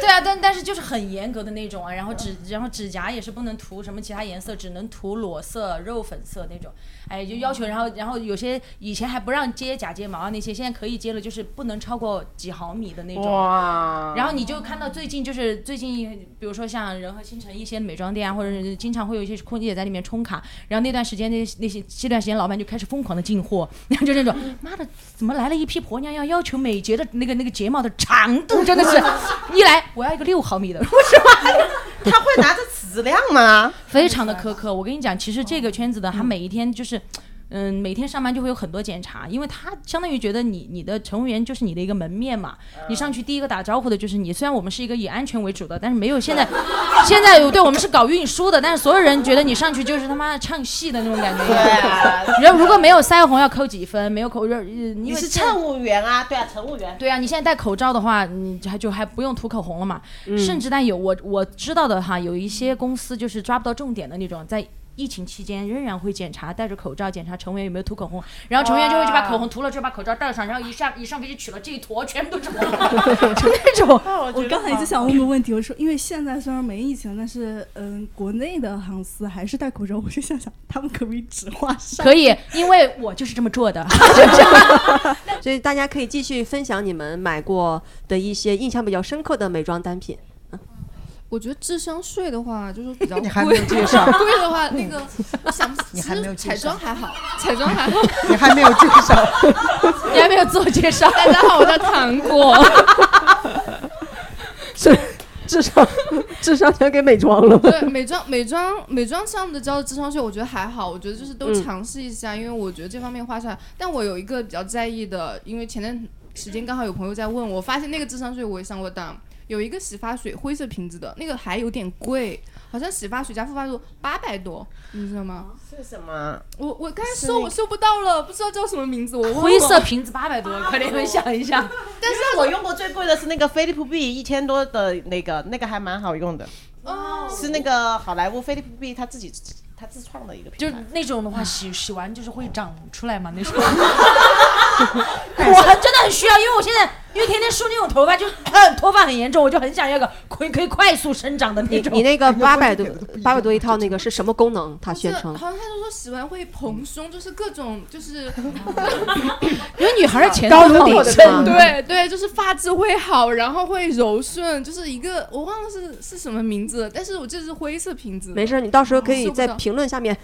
[SPEAKER 3] 对啊，但但是就是很严格的那种啊，然后指然后指甲也是不能涂什么其他颜色，只能涂裸色、肉粉色那种，哎，就要求，然后然后有些以前还不让接假睫毛啊那些，现在可以接了，就是不能超过几毫米的那种。
[SPEAKER 1] 哇！
[SPEAKER 3] 然后你就看到最近就是最近，比如说像仁和新城一些美妆店啊，或者是经常会有一些空姐在里面充卡，然后那段时间那那些这段时间老板就开始疯狂的进货， 然后就那种妈的怎么来了一批婆娘要要求美睫的那个那个睫毛的长度，真的是 一来我要一个六毫米的， 我说
[SPEAKER 1] 他会拿着尺量吗？
[SPEAKER 3] 非常的苛刻。我跟你讲，其实这个圈子的他每一天就是。嗯，每天上班就会有很多检查，因为他相当于觉得你你的乘务员就是你的一个门面嘛，
[SPEAKER 1] 啊
[SPEAKER 3] 你上去第一个打招呼的就是你。虽然我们是一个以安全为主的，但是没有现在 现在有对我们是搞运输的，但是所有人觉得你上去就是他妈的唱戏的那种感
[SPEAKER 1] 对
[SPEAKER 3] 觉。
[SPEAKER 1] 啊，
[SPEAKER 3] 然后如果没有腮红要扣几分，没有口呃因
[SPEAKER 1] 你
[SPEAKER 3] 为
[SPEAKER 1] 是
[SPEAKER 3] 现在
[SPEAKER 1] 乘务员啊，对啊，乘务员。
[SPEAKER 3] 对啊，你现在戴口罩的话，你还就还不用涂口红了嘛。甚至但有我我知道的哈，有一些公司就是抓不到重点的那种，在疫情期间仍然会检查戴着口罩检查成员有没有涂口红，然后成员就会去把口红涂了之后把口罩戴上，然后一上一上飞机取了这一坨全部都是口红， 就那种。
[SPEAKER 1] 哦
[SPEAKER 9] 我刚才就想问个问题，我说，因为现在虽然没疫情，但是嗯，国内的航司还是戴口罩，我就想想，他们可不可以只画上？
[SPEAKER 3] 可以，因为我就是这么做的。
[SPEAKER 4] 所以大家可以继续分享你们买过的一些印象比较深刻的美妆单品。 嗯
[SPEAKER 10] 我觉得智商税的话，就是比较
[SPEAKER 4] 你
[SPEAKER 10] 贵。
[SPEAKER 4] 还没有介绍
[SPEAKER 10] 贵的话， 那个我想不起，
[SPEAKER 4] 你还没有介
[SPEAKER 10] 彩
[SPEAKER 4] 绍
[SPEAKER 10] 妆还好，彩妆 还好。
[SPEAKER 2] 你还没有介 绍，
[SPEAKER 3] 你还没有自我介绍。
[SPEAKER 10] 大家好，我叫糖 果。
[SPEAKER 4] 智智商智商全给美妆了吗？
[SPEAKER 10] 对，美妆、美妆、美妆项目的交的智商税，我觉得还好，我觉得就是都
[SPEAKER 4] 嗯
[SPEAKER 10] 尝试一下，因为我觉得这方面花下。但我有一个比较在意的，因为前段时间刚好有朋友在问我，发现那个智商税我也上过当，有一个洗发水灰色瓶子的那个还有点贵，好像洗发水加护发素八百多，你知道吗？
[SPEAKER 1] 是什么？
[SPEAKER 10] 我我刚才
[SPEAKER 1] 是
[SPEAKER 10] 搜
[SPEAKER 1] 那
[SPEAKER 10] 我
[SPEAKER 1] 个
[SPEAKER 10] 搜不到了，不知道叫什么名字，我忘了
[SPEAKER 3] 灰色瓶子八百多，快点分享一下。
[SPEAKER 1] 但是我用过最贵的是那个飞利浦 B 一千多的那个，那个还蛮好用的，
[SPEAKER 10] 哦，
[SPEAKER 1] 是那个好莱坞飞利浦 B 他自己他自创的一个品
[SPEAKER 3] 就
[SPEAKER 1] 牌。
[SPEAKER 3] 是那种的话，洗洗完就是会长出来嘛， 那种。 我真的很需要，因为我现在因为天天梳那种头发，就嗯脱发很严重，我就很想要个可以可以快速生长的那
[SPEAKER 4] 你
[SPEAKER 3] 种。
[SPEAKER 4] 你 那个八百多八百多一套那个是什么功能？它宣
[SPEAKER 10] 是
[SPEAKER 4] 称
[SPEAKER 10] 好像他就说洗完会蓬松，就是各种就是
[SPEAKER 3] 因为女孩的钱
[SPEAKER 4] 啊高
[SPEAKER 3] 都
[SPEAKER 4] 楼顶
[SPEAKER 3] 很盛
[SPEAKER 4] 上，
[SPEAKER 10] 对对，就是发质会好，然后会柔顺，就是一个我忘了是是什么名字，但是我这是灰色瓶子。
[SPEAKER 4] 没事，你到时候可
[SPEAKER 10] 搜
[SPEAKER 4] 以
[SPEAKER 10] 不
[SPEAKER 4] 在
[SPEAKER 10] 到
[SPEAKER 4] 评论下面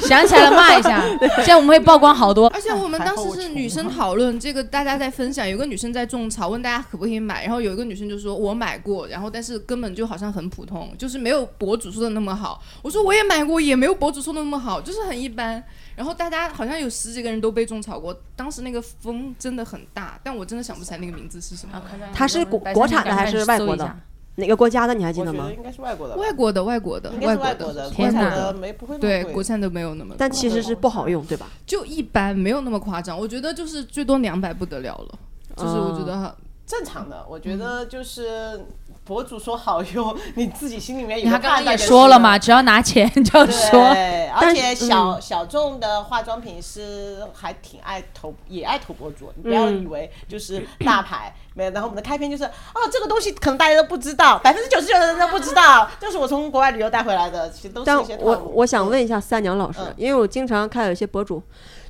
[SPEAKER 3] 想起来了骂 一下，现在我们会曝光好多。
[SPEAKER 10] 而且
[SPEAKER 4] 哎
[SPEAKER 10] 我们当时是女生
[SPEAKER 4] 啊
[SPEAKER 10] 讨论这个，大家在分享，有个女生在种草，问大家可不可以买，然后有一个女生就说我买过，然后但是根本就好像很普通，就是没有博主说的那么好。我说我也买过，也没有博主说的那么好，就是很一般。然后大家好像有十几个人都被种草过，当时那个风真的很大，但我真的想不起来那个名字是什么。
[SPEAKER 4] 它是国国产的还是外国的？哪个国家的，你还记
[SPEAKER 1] 我
[SPEAKER 4] 得
[SPEAKER 1] 觉
[SPEAKER 4] 吗
[SPEAKER 1] 得？应该是外国的吧，
[SPEAKER 10] 外国的，外国的，
[SPEAKER 1] 应该是
[SPEAKER 10] 国
[SPEAKER 1] 国的，国
[SPEAKER 3] 天
[SPEAKER 1] 产
[SPEAKER 3] 哪
[SPEAKER 1] 的没不会那么
[SPEAKER 10] 对，
[SPEAKER 1] 贵
[SPEAKER 10] 国产的没有那么，
[SPEAKER 4] 但其实是不好用，对吧？
[SPEAKER 10] 就一般，没有那么夸张。我觉得就是最多两百不得了了，就是我觉
[SPEAKER 4] 哦
[SPEAKER 10] 得哈
[SPEAKER 1] 正常的，我觉
[SPEAKER 3] 嗯
[SPEAKER 1] 得就是博主说好用， 你自己心里面有
[SPEAKER 3] 你还
[SPEAKER 1] 个
[SPEAKER 3] 刚
[SPEAKER 1] 判
[SPEAKER 3] 刚
[SPEAKER 1] 断
[SPEAKER 3] 也
[SPEAKER 1] 就
[SPEAKER 3] 说了
[SPEAKER 1] 行
[SPEAKER 3] 嘛，只要拿钱 就要说。嗯
[SPEAKER 1] 对，而
[SPEAKER 4] 但
[SPEAKER 1] 且
[SPEAKER 4] 是
[SPEAKER 1] 小、小众的化妆品是还挺爱投，也爱投博主。你不要以为就是大牌，没有。然后我们的开篇就是，哦，这个东西可能大家都不知
[SPEAKER 3] 嗯
[SPEAKER 1] 道，百分之九十九的人都不知道，这是我从国外旅游带回来的，其实都
[SPEAKER 4] 但
[SPEAKER 1] 是一些套
[SPEAKER 4] 我
[SPEAKER 1] 路
[SPEAKER 4] 我想问一下三娘老师
[SPEAKER 1] 嗯，
[SPEAKER 4] 因为我经常看有一些博主，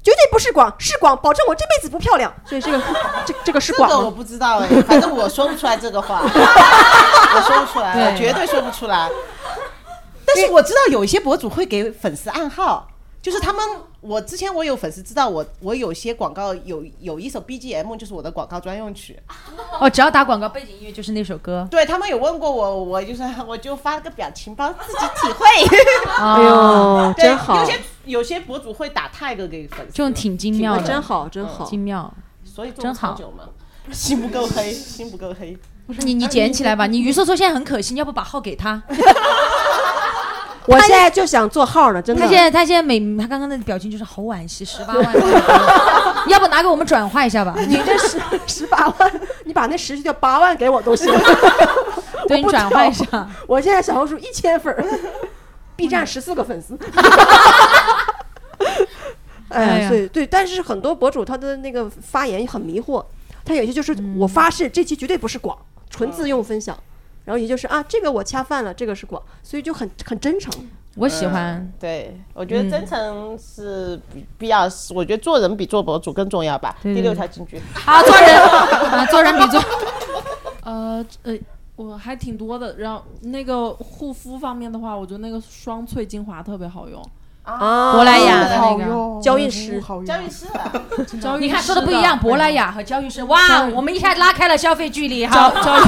[SPEAKER 4] 绝对不是广，是广，保证我这辈子不漂亮。所以 这个这这个是
[SPEAKER 1] 这
[SPEAKER 4] 广
[SPEAKER 1] 个我
[SPEAKER 4] 吗？
[SPEAKER 1] 不知道哎，反正我说不出来这 个话，我说不出来，我绝对说不出来。但是我知道有一些博主会给粉丝暗号，就是他们，
[SPEAKER 3] 哦
[SPEAKER 1] 我之前我有粉丝知道我，我有些广告有有一首 BGM 就是我的广告专用曲，
[SPEAKER 3] 哦，只要打广告背景音乐就是那首歌。
[SPEAKER 1] 对他们有问过我，我就是 我就发了个表情包自己体 会。
[SPEAKER 4] 哎呦，
[SPEAKER 1] 对，
[SPEAKER 4] 真好
[SPEAKER 1] 有，些有些博主会打 tag 给粉丝，
[SPEAKER 3] 哦
[SPEAKER 1] 嗯
[SPEAKER 3] 这种挺精妙
[SPEAKER 4] 啊
[SPEAKER 3] 的，
[SPEAKER 4] 真好，真好。
[SPEAKER 3] 精妙。
[SPEAKER 1] 所以做
[SPEAKER 3] 真哦好
[SPEAKER 1] 长久嘛，心不够黑，心不够黑。嗯
[SPEAKER 3] 你你捡 起来吧，你于硕硕现在很可惜，你要不把号给他？
[SPEAKER 4] 我现在就想做号了，真的。
[SPEAKER 3] 他现在他现在每他刚刚那表情就是好惋惜，十八万，要不拿给我们转化一下吧？
[SPEAKER 4] 你这十十八万，你把那十去掉八万给我都行。
[SPEAKER 3] 对你转化一下，
[SPEAKER 4] 我现在小红书一千粉儿 ，B 站十四个粉丝。
[SPEAKER 3] 嗯哎
[SPEAKER 4] 哎，
[SPEAKER 3] 呀
[SPEAKER 4] 对对，但是很多博主他的那个发言很迷惑，他有些就是
[SPEAKER 3] 嗯
[SPEAKER 4] 我发誓这期绝对不是广，纯自用分享，然后也就是啊这个我恰饭了，这个是广，所以就很很真诚。
[SPEAKER 3] 我喜
[SPEAKER 1] 嗯
[SPEAKER 3] 欢。嗯
[SPEAKER 1] 对，我觉得真诚是比必要，是我觉得做人比做博主更重要吧。
[SPEAKER 3] 对
[SPEAKER 1] 第六条金句，
[SPEAKER 3] 啊，做 人 啊，做人比做
[SPEAKER 7] 呃呃，我还挺多的。然后那个护肤方面的话，我觉得那个双萃精华特别好用。
[SPEAKER 4] 啊嗯
[SPEAKER 3] 珀莱雅的那
[SPEAKER 2] 好
[SPEAKER 3] 个。
[SPEAKER 2] 用，
[SPEAKER 4] 交易师
[SPEAKER 2] 好用，
[SPEAKER 1] 交易师 啊，
[SPEAKER 7] 交
[SPEAKER 3] 你
[SPEAKER 7] 易
[SPEAKER 3] 看
[SPEAKER 7] 师
[SPEAKER 3] 说的不一样，珀莱雅和娇韵诗，哇，我们一下拉开了消费距离
[SPEAKER 7] 交
[SPEAKER 3] 哈。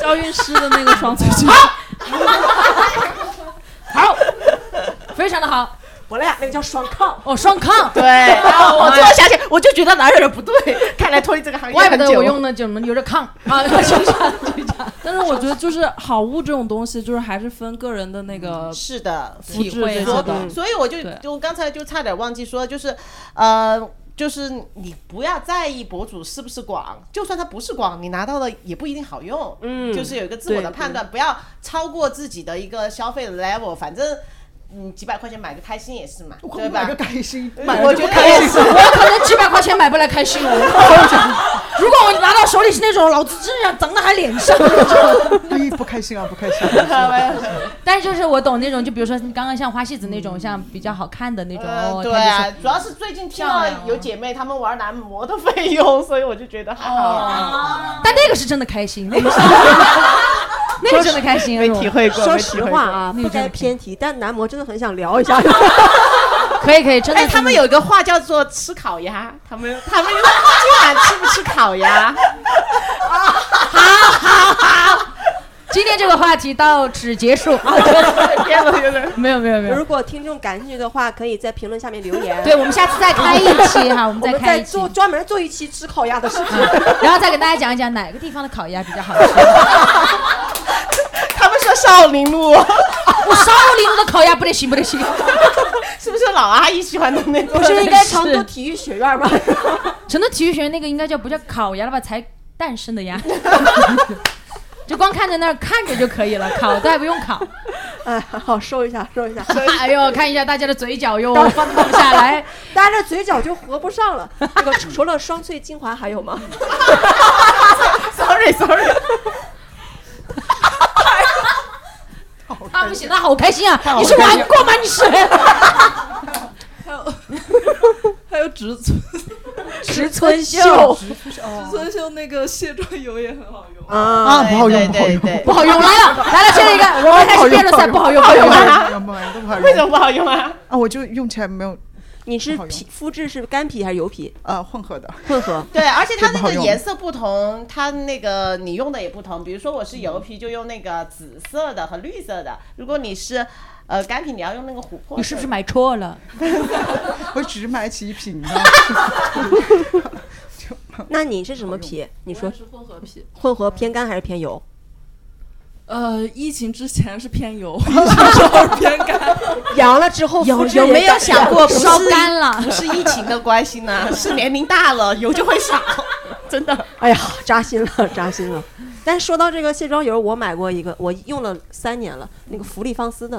[SPEAKER 7] 交交韵师的那啊个双萃精华。
[SPEAKER 3] 好，非常的好
[SPEAKER 4] 我俩那个叫双抗，
[SPEAKER 3] 哦，双抗。
[SPEAKER 1] 对，然后我突然想起来，我就觉得哪有点不对， 看来脱离这个行业
[SPEAKER 3] 怪不
[SPEAKER 1] 很
[SPEAKER 3] 得
[SPEAKER 1] 久
[SPEAKER 3] 我用的怎么有点抗啊， 就是
[SPEAKER 7] 但是我觉得就是好物这种东西，就是还是分个人的那
[SPEAKER 3] 嗯
[SPEAKER 7] 个
[SPEAKER 1] 是的，
[SPEAKER 7] 体
[SPEAKER 1] 肤质
[SPEAKER 7] 会
[SPEAKER 1] 这
[SPEAKER 7] 啊
[SPEAKER 1] 些
[SPEAKER 7] 的
[SPEAKER 1] 所以我就
[SPEAKER 7] 对
[SPEAKER 1] 就刚才就差点忘记说，就是呃，就是你不要在意博主是不是广，就算它不是广，你拿到的也不一定好用。
[SPEAKER 4] 嗯
[SPEAKER 1] 就是有一个自我的
[SPEAKER 4] 对
[SPEAKER 1] 判断，不要超过自己的一个消费的 level。反正嗯，几百块钱买个开心也是嘛，对吧？
[SPEAKER 2] 买个开心，买
[SPEAKER 1] 我
[SPEAKER 2] 了
[SPEAKER 1] 觉
[SPEAKER 2] 就
[SPEAKER 1] 得
[SPEAKER 2] 不开 心。
[SPEAKER 3] 我可能几百块钱买不来开心，我跟你讲，如果我拿到手里是那种老子真想长到他脸上，
[SPEAKER 2] 哎，不开心啊，不开心、啊。
[SPEAKER 3] 但是就是我懂那种，就比如说你刚刚像花戏子那种，像比较好看的那种，
[SPEAKER 1] 嗯，
[SPEAKER 3] 哦
[SPEAKER 1] 对
[SPEAKER 3] 它
[SPEAKER 1] 啊
[SPEAKER 3] 就是，
[SPEAKER 1] 主要是最近听
[SPEAKER 3] 漂
[SPEAKER 1] 到
[SPEAKER 3] 亮啊
[SPEAKER 1] 有姐妹她们玩男模的费用，所以我就觉得还
[SPEAKER 3] 哦
[SPEAKER 1] 好啊啦，
[SPEAKER 3] 但那个是真的开心，那个是那个真的开心，啊
[SPEAKER 1] 没体会过，
[SPEAKER 4] 哦说
[SPEAKER 1] 没体
[SPEAKER 4] 实
[SPEAKER 1] 会
[SPEAKER 4] 话
[SPEAKER 1] 过。
[SPEAKER 4] 啊，
[SPEAKER 3] 那
[SPEAKER 4] 不
[SPEAKER 3] 个嗯真
[SPEAKER 4] 该
[SPEAKER 3] 的
[SPEAKER 4] 偏题，但男模真的很想聊一下。
[SPEAKER 3] 可以可以，真的。
[SPEAKER 1] 哎，他们有一个话叫做“吃烤鸭”，他们他们今晚吃不吃烤鸭？
[SPEAKER 3] 今天这个话题到此 结束啊，
[SPEAKER 1] 天哪，有点
[SPEAKER 3] 没有没有没有，
[SPEAKER 4] 如果听众感兴趣的话，可以在评论下面留言。
[SPEAKER 3] 对，我们下次再开一 期哈，我们
[SPEAKER 4] 我
[SPEAKER 3] 再
[SPEAKER 4] 们
[SPEAKER 3] 开
[SPEAKER 4] 再
[SPEAKER 3] 一期，
[SPEAKER 4] 做专门做一期吃烤鸭的 视频。
[SPEAKER 3] 啊然后再给大家讲一讲哪个地方的烤鸭比较好吃。
[SPEAKER 1] 他们说少林路，
[SPEAKER 3] 我烧林路的烤鸭不得行不得行，
[SPEAKER 1] 是不是老阿姨喜欢的那种？
[SPEAKER 4] 不是应该成 都体育学院吗？
[SPEAKER 3] 成都体育学院那个应该叫不叫烤鸭了吧？才诞生的鸭， 就光看着那儿看着就可以了，烤都还不用烤。
[SPEAKER 4] 哎，好收一下，收一下，
[SPEAKER 3] 哎呦，看一下大家的嘴 角哟，放不下来。
[SPEAKER 4] 大家这嘴角就合不上 了。这个除了双萃精华还有吗？
[SPEAKER 1] ？Sorry Sorry，
[SPEAKER 3] 啊，不行，那好开心啊！你是玩过吗？你是
[SPEAKER 7] 还有植村
[SPEAKER 4] 植村秀哦
[SPEAKER 7] 村秀那个卸妆油也很好用。
[SPEAKER 4] 啊，
[SPEAKER 1] 啊，不好用，不好用，
[SPEAKER 3] 不好用，来了来了，这一个，我们开始辩论赛，不好用，不好用了。
[SPEAKER 2] 要不然都不好
[SPEAKER 1] 为什
[SPEAKER 2] 用
[SPEAKER 1] 么不好用啊？
[SPEAKER 2] 啊！我就用起来没有
[SPEAKER 4] 你是
[SPEAKER 2] 不好用
[SPEAKER 4] 皮肤质是干皮还是油皮
[SPEAKER 2] 呃混合的，
[SPEAKER 4] 混合？
[SPEAKER 1] 对，而且它
[SPEAKER 2] 这不
[SPEAKER 1] 那
[SPEAKER 2] 好
[SPEAKER 1] 个
[SPEAKER 2] 用
[SPEAKER 1] 颜色不同，它那个你用的也不同。比如说我是油皮，就用那个紫色的和绿色的；如果你是呃干皮，你要用那个琥珀色的。
[SPEAKER 3] 你是不是 买错了？
[SPEAKER 2] 我只买起一瓶的。
[SPEAKER 4] 那你是什么皮？你
[SPEAKER 7] 我
[SPEAKER 4] 说
[SPEAKER 7] 也是混合皮，
[SPEAKER 4] 混合偏干还是偏油？
[SPEAKER 7] 呃，疫情之前是偏 油，疫情之后是偏干。
[SPEAKER 4] 阳了之后
[SPEAKER 1] 有
[SPEAKER 4] 肤质
[SPEAKER 1] 有
[SPEAKER 4] 也
[SPEAKER 1] 没有
[SPEAKER 4] 改
[SPEAKER 1] 想过不是
[SPEAKER 6] 烧干了。
[SPEAKER 1] 不是疫 情 的关系呢？是年龄大了，油就会少，真的。
[SPEAKER 4] 哎呀，扎心了，扎心了。但说到这个卸妆油，我买过一个，我用了三年了，那个芙丽芳丝的，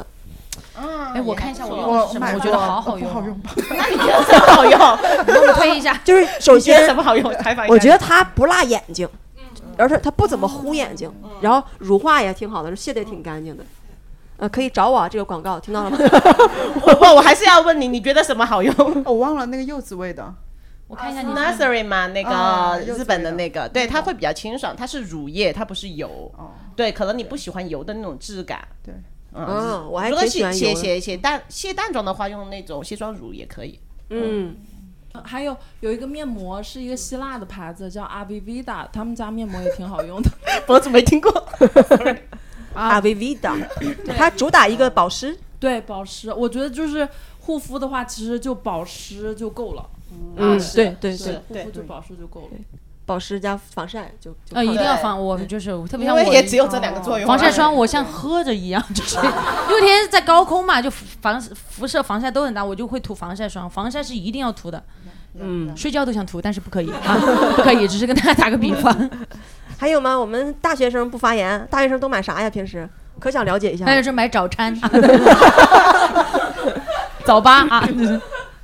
[SPEAKER 5] 啊
[SPEAKER 1] 嗯，
[SPEAKER 3] 哎，我看一下我用的
[SPEAKER 2] 我
[SPEAKER 3] 是什么，
[SPEAKER 2] 买
[SPEAKER 3] 我
[SPEAKER 2] 过
[SPEAKER 3] 觉得好好
[SPEAKER 2] 不
[SPEAKER 3] 用
[SPEAKER 2] 好
[SPEAKER 3] 啊，
[SPEAKER 2] 用 吧？
[SPEAKER 1] 那你觉得什么好用？
[SPEAKER 3] 给我们推一下。
[SPEAKER 4] 就是首
[SPEAKER 1] 你觉得什
[SPEAKER 4] 先
[SPEAKER 1] 么好用？采访一下。
[SPEAKER 4] 我觉得它不辣眼睛，
[SPEAKER 1] 嗯
[SPEAKER 4] 而且它不怎么糊眼睛，然后乳化也挺好的，卸的也挺干净的。呃，可以找我啊，这个广告听到 了吗？
[SPEAKER 1] 我我我还是要问你，你觉得什么 好用
[SPEAKER 2] 我忘了那个柚子味
[SPEAKER 3] 啊
[SPEAKER 2] 的，
[SPEAKER 3] 我看一下你是哦哪。
[SPEAKER 1] ？Nursery 嘛，那
[SPEAKER 2] 啊
[SPEAKER 1] 个
[SPEAKER 2] 柚子
[SPEAKER 1] 日本的那个，对，它会比较清爽，它是乳液，它不是油。
[SPEAKER 2] 哦，
[SPEAKER 1] 对，可能你不喜欢油的那种质感。
[SPEAKER 2] 对，
[SPEAKER 1] 嗯。
[SPEAKER 4] 嗯，我还
[SPEAKER 1] 如果
[SPEAKER 4] 挺喜
[SPEAKER 1] 写
[SPEAKER 4] 欢
[SPEAKER 1] 写
[SPEAKER 4] 油的。
[SPEAKER 1] 写写淡卸淡妆的话，用那种卸妆乳也可以。
[SPEAKER 4] 嗯，
[SPEAKER 7] 呃还有有一个面膜是一个希腊的牌子叫 a v v i d a 他们家面膜也挺好用的。
[SPEAKER 1] 我怎么没听过？
[SPEAKER 4] 阿维维达，它主打一个保湿，
[SPEAKER 7] 对，保湿，我觉得就是护肤的话，其实就保湿就够了。
[SPEAKER 4] 嗯，对对
[SPEAKER 7] 对，护
[SPEAKER 4] 对，
[SPEAKER 1] 对
[SPEAKER 7] 肤就保湿就够了。
[SPEAKER 4] 保湿加防晒就就
[SPEAKER 3] 呃，一定要
[SPEAKER 1] 对
[SPEAKER 3] 防我，就是特别
[SPEAKER 1] 因
[SPEAKER 3] 像我哦
[SPEAKER 1] 为也只有这两个作用啊。
[SPEAKER 3] 防晒霜，我像喝着一样， 就是因为天天在高空嘛，就防辐射、防晒都很大，我就会涂防晒霜。防晒是一定要涂的，嗯，睡觉都想涂，但是不可以啊，不可以，只是跟大家打个比方。
[SPEAKER 4] 还有吗？我们大学生不发言，大学生都买啥呀？平时可想了解一下。
[SPEAKER 3] 大家是买早 餐， 早八啊，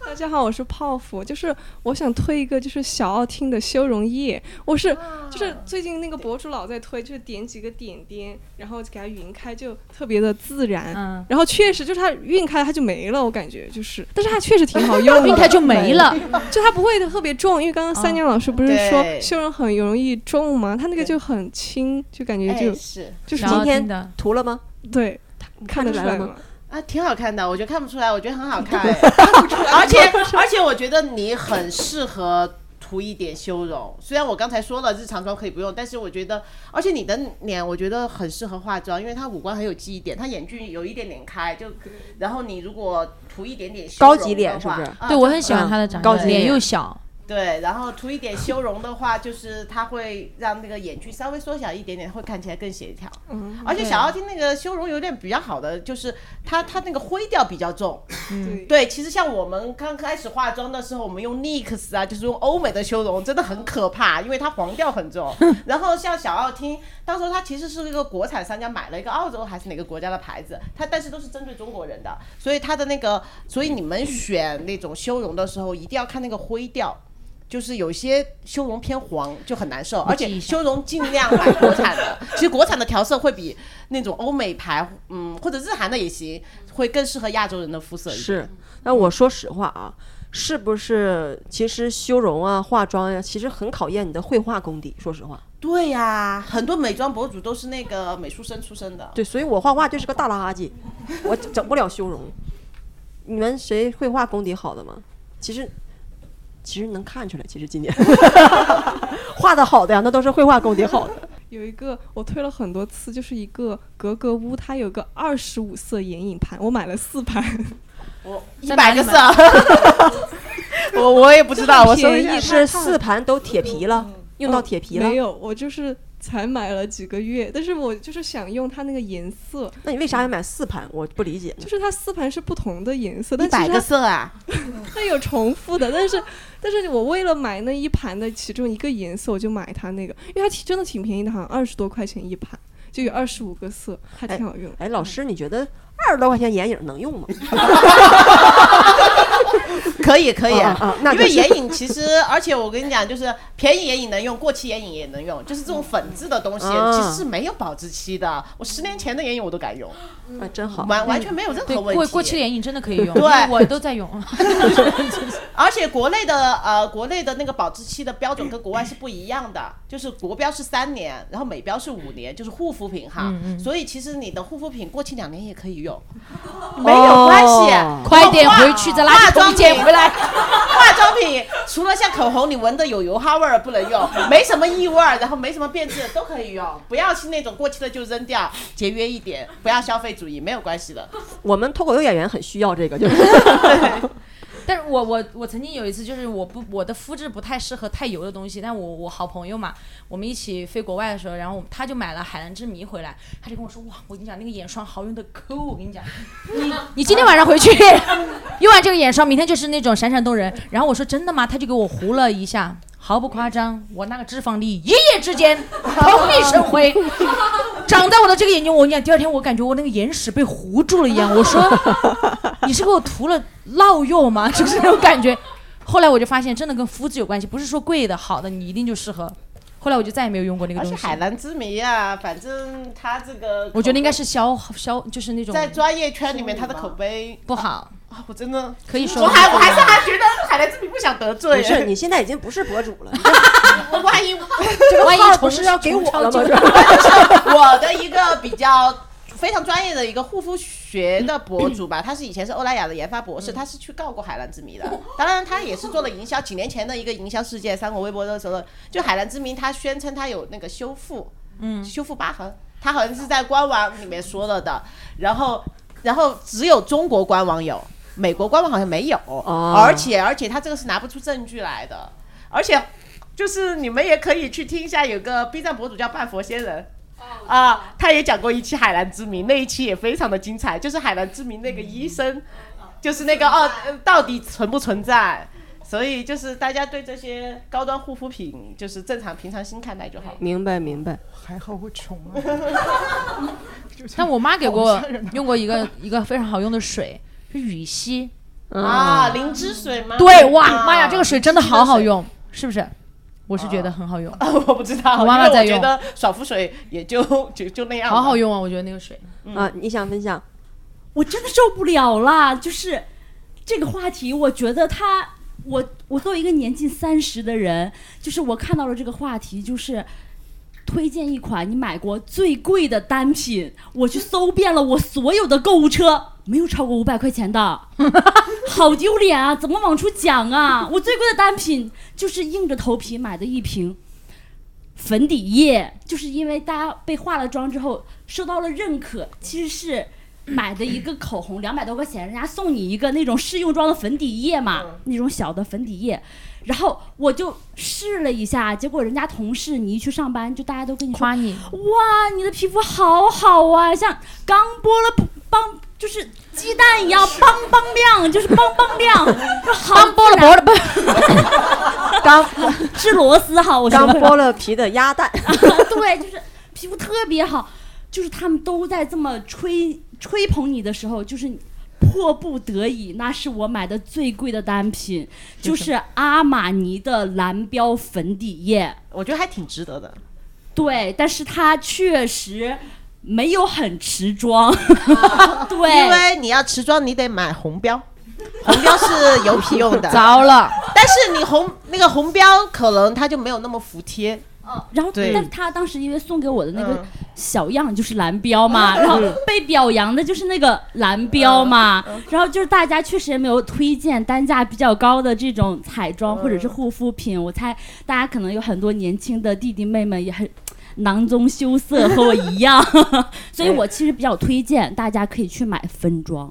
[SPEAKER 5] 大家好，我是泡芙，就是我想推一个就是小奥汀的修容液，我
[SPEAKER 3] 啊
[SPEAKER 5] 是啊就是最近那个博主老在推，就是点几个点点，然后给它匀开，就特别的自然。
[SPEAKER 3] 嗯，
[SPEAKER 5] 然后确实就是它晕开它就没了，我感觉就是，但是它确实挺好 用的，
[SPEAKER 3] 晕开就没了，
[SPEAKER 5] 就它不会特别重，因为刚刚三娘老师不是说
[SPEAKER 1] 对
[SPEAKER 5] 修容很容易重吗？它那个就很轻，就感觉就
[SPEAKER 1] 哎是
[SPEAKER 5] 就是
[SPEAKER 3] 然后
[SPEAKER 4] 今天
[SPEAKER 3] 听的
[SPEAKER 4] 涂了吗？
[SPEAKER 5] 对，看得出
[SPEAKER 4] 看出来
[SPEAKER 5] 来
[SPEAKER 4] 吗
[SPEAKER 5] 吗？
[SPEAKER 1] 啊，挺好看的，我觉得看不出来，我觉得很好看哎，而且而且我觉得你很适合涂一点修容，虽然我刚才说了日常妆可以不用，但是我觉得，而且你的脸我觉得很适合化妆，因为它五官很有记忆点，它眼距有一点点开，就然后你如果涂一点点修
[SPEAKER 4] 高
[SPEAKER 1] 容
[SPEAKER 4] 级脸
[SPEAKER 1] 的
[SPEAKER 4] 是不
[SPEAKER 1] 话
[SPEAKER 4] 是嗯啊
[SPEAKER 1] 啊
[SPEAKER 3] 对我很喜欢她的长相，
[SPEAKER 4] 高级
[SPEAKER 3] 脸
[SPEAKER 4] 脸
[SPEAKER 3] 又小，
[SPEAKER 1] 对，然后涂一点修容的话，就是它会让那个眼距稍微缩小一点点，会看起来更协调。
[SPEAKER 5] 嗯
[SPEAKER 1] 而且小奥汀那个修容有点比较好的，就是它它那个灰调比较重。
[SPEAKER 3] 嗯
[SPEAKER 1] 对，其实像我们刚开始化妆的时候，我们用 NYX 啊，就是用欧美的修容，真的很可怕，因为它黄调很重。然后像小奥汀，当时它其实是一个国产商家买了一个澳洲还是哪个国家的牌子，它但是都是针对中国人的，所以它的那个，所以你们选那种修容的时候，一定要看那个灰调。就是有些修容偏黄就很难受，而且修容尽量买国产的。 其实国产的调色会比那种欧美牌，嗯，或者日韩的也行，会更适合亚洲人的肤色一点。
[SPEAKER 4] 是，那我说实话啊，是不是其实修容啊、化妆呀、其实很考验你的绘画功底。说实话，
[SPEAKER 1] 对呀、很多美妆博主都是那个美术生出身的。
[SPEAKER 4] 对，所以我画画就是个大垃圾，我整不了修容。你们谁绘画功底好的吗？其实，其实能看出来，其实今年 画的好的呀，那都是绘画功底好的。
[SPEAKER 5] 有一个我推了很多次，就是一个格格巫，它有个二十五色眼影盘，我买了四盘，
[SPEAKER 1] 我一
[SPEAKER 5] 在哪
[SPEAKER 1] 百
[SPEAKER 5] 里
[SPEAKER 1] 个
[SPEAKER 5] 买
[SPEAKER 1] 色， 我我也不知道，我搜
[SPEAKER 5] 便
[SPEAKER 1] 一
[SPEAKER 5] 宜
[SPEAKER 1] 下。
[SPEAKER 4] 是四盘都铁皮了，用到铁皮
[SPEAKER 5] 嗯
[SPEAKER 4] 了。
[SPEAKER 5] 哦没有，我就是才买了几个月，但是我就是想用它那个颜色，
[SPEAKER 4] 那你为啥要买四盘？我不理解呢。
[SPEAKER 5] 就是它四盘是不同的颜色，但
[SPEAKER 1] 一
[SPEAKER 5] 其
[SPEAKER 1] 百
[SPEAKER 5] 实
[SPEAKER 1] 个
[SPEAKER 5] 它
[SPEAKER 1] 色啊！
[SPEAKER 5] 它有重复的，但是但是我为了买那一盘的其中一个颜色，我就买它那个，因为它挺真的挺便宜的，好像二十多块钱一盘，就有二十五个色，还挺好用。
[SPEAKER 4] 哎，
[SPEAKER 1] 嗯
[SPEAKER 4] 老师，你觉得二十多块钱眼影能用吗？
[SPEAKER 1] 可以可以，
[SPEAKER 4] 啊啊啊那
[SPEAKER 1] 因为
[SPEAKER 4] 就是
[SPEAKER 1] 眼影其实，而且我跟你讲，就是便宜眼影能用，过期眼影也能用，就是这种粉质的东西
[SPEAKER 4] 啊
[SPEAKER 1] 其实是没有保质期的。我十年前的眼影我都敢用，
[SPEAKER 4] 啊，真好。
[SPEAKER 1] 完完全没有任
[SPEAKER 3] 对，
[SPEAKER 1] 何问
[SPEAKER 3] 过
[SPEAKER 1] 题。
[SPEAKER 3] 过期眼影真的可以用，
[SPEAKER 1] 对
[SPEAKER 3] 因为我都在用。
[SPEAKER 1] 而且国内的呃，国内的那个保质期的标准跟国外是不一样的，就是国标是三年，然后美标是五年，就是护肤品哈。
[SPEAKER 3] 嗯
[SPEAKER 1] 所以其实你的护肤品过期两年也可以用，没有关系。
[SPEAKER 4] 哦
[SPEAKER 3] 快点回去，在垃圾桶里捡回来。
[SPEAKER 1] 化妆品除了像口红，你闻的有油哈味儿不能用，没什么异味儿，然后没什么变质都可以用，不要是那种过期的就扔掉，节约一点，不要消费主义，没有关系的。
[SPEAKER 4] 我们脱口秀演员很需要 这个，就是
[SPEAKER 3] 但是我我我曾经有一次，就是我不我的肤质不太适合太油的东西，但我我好朋友嘛，我们一起飞国外的时候，然后我他就买了海蓝之谜回来，他就跟我说哇，我跟你讲那个眼霜好用的抠，我跟你讲，你你今天晚上回去 用完这个眼霜，明天就是那种闪闪动人。然后我说真的吗？他就给我糊了一下，毫不夸张，我那个脂肪粒一夜之间蓬荜生辉，长在我的这个眼睛，我跟你讲，第二天我感觉我那个眼屎被糊住了一样，我说。你是给我涂了烙柚吗？ 就是那种感觉。后来我就发现，真的跟肤质有关系，不是说贵的好的你一定就适合。后来我就再也没有用过那个
[SPEAKER 1] 而
[SPEAKER 3] 东
[SPEAKER 1] 且
[SPEAKER 3] 西。
[SPEAKER 1] 海蓝之谜啊，反正它这个
[SPEAKER 3] 我觉得应该
[SPEAKER 1] 口
[SPEAKER 3] 是消消，就是那
[SPEAKER 1] 碑
[SPEAKER 3] 种
[SPEAKER 1] 在专业圈里面它的口碑
[SPEAKER 3] 不好，
[SPEAKER 1] 啊，我真的
[SPEAKER 3] 可以说
[SPEAKER 1] 我还我还是还觉得海蓝之谜不想得罪，
[SPEAKER 4] 不是？你现在已经不是博主了，
[SPEAKER 1] 我 万一
[SPEAKER 4] 这个
[SPEAKER 3] 万一
[SPEAKER 4] 号
[SPEAKER 3] 重
[SPEAKER 4] 不是要给我了吗？
[SPEAKER 3] 重抄
[SPEAKER 4] 是
[SPEAKER 3] 就
[SPEAKER 4] 吧
[SPEAKER 1] 我的一个比较非常专业的一个护肤学的博主吧，他是以前是欧莱雅的研发博士，
[SPEAKER 4] 嗯
[SPEAKER 1] 他是去告过海蓝之谜的。当然，他也是做了营销，几年前的一个营销事件，三国微博的时候，就海蓝之谜，他宣称他有那个修复，嗯，修复疤痕，他好像是在官网里面说了的，然后，然后只有中国官网有。美国官网好像没有，
[SPEAKER 2] 哦
[SPEAKER 4] 啊
[SPEAKER 1] 哦而且而且他这个是拿不出证据来的，而且就是你们也可以去听一下，有个 B 站博主叫半佛仙人。啊，他也讲过一期《海蓝之谜》，那一期也非常的精彩，就是《海蓝之谜》那个医生，就是那个哦，呃到底存不存在？所以就是大家对这些高端护肤品，就是正常平常心看待就好。
[SPEAKER 4] 明白明白，
[SPEAKER 2] 还好我穷啊。
[SPEAKER 3] 但我妈给过我用过一个一个非常好用的水，是羽西。
[SPEAKER 1] 啊，灵芝水吗？
[SPEAKER 3] 嗯对，
[SPEAKER 1] 啊
[SPEAKER 3] 哇，妈呀，这个水真的好好用，是不是？我是觉得很好用，
[SPEAKER 1] 啊， 我不知道，
[SPEAKER 3] 我妈
[SPEAKER 1] 因
[SPEAKER 3] 妈
[SPEAKER 1] 为
[SPEAKER 3] 在
[SPEAKER 1] 我觉
[SPEAKER 3] 用
[SPEAKER 1] 得爽肤水也就就就那样，
[SPEAKER 3] 好好。用啊，我觉得那个 水。
[SPEAKER 4] 啊，你想分享？
[SPEAKER 6] 我真的受不了了，就是这个话题，我觉得他，我我作为一个年近三十的人，就是我看到了这个话题，就是。推荐一款你买过最贵的单品，我去搜遍了我所有的购物车，没有超过五百块钱的，好丢脸啊！怎么往出讲啊？我最贵的单品就是硬着头皮买的一瓶粉底液，就是因为大家被化了妆之后受到了认可，其实是买的一个口红，两百多块钱，人家送你一个那种试用装的粉底液嘛，那种小的粉底液。然后我就试了一下，结果人家同事你一去上班，就大家都跟你说
[SPEAKER 3] 夸你
[SPEAKER 6] 哇，你的皮肤好好啊，像刚剥了邦，就是鸡蛋一 样邦邦亮，就是邦邦亮， 就好剥了剥了
[SPEAKER 4] 刚
[SPEAKER 6] 是螺丝
[SPEAKER 1] 啊
[SPEAKER 6] 哈，我学
[SPEAKER 4] 刚
[SPEAKER 6] 会
[SPEAKER 4] 剥了皮的鸭 蛋，
[SPEAKER 6] 对，就是皮肤特别好，就是他们都在这么吹吹捧你的时候，就是迫不得已，那是我买的最贵的单品，就是阿玛尼的蓝标粉底液。
[SPEAKER 1] 我觉得还挺值得的。
[SPEAKER 6] 对，但是它确实没有很 持妆，
[SPEAKER 1] 因
[SPEAKER 6] 对，
[SPEAKER 1] 为你要持妆，你得买红标，红标是油皮用的，
[SPEAKER 3] 糟了，
[SPEAKER 1] 但是你红那个红标可能它就没有那么服帖，
[SPEAKER 6] 然后
[SPEAKER 1] 对
[SPEAKER 6] 但是他当时因为送给我的那个
[SPEAKER 1] 嗯
[SPEAKER 6] 小样就是蓝标嘛，然后被表扬的就是那个蓝标嘛，
[SPEAKER 1] 嗯
[SPEAKER 6] 然后就是大家确实也没有推荐单价比较高的这种彩
[SPEAKER 1] 嗯
[SPEAKER 6] 妆或者是护肤品，我猜大家可能有很多年轻的弟弟妹妹也很。囊中羞涩，和我一样， 所以我其实比较推荐大家可以去买分装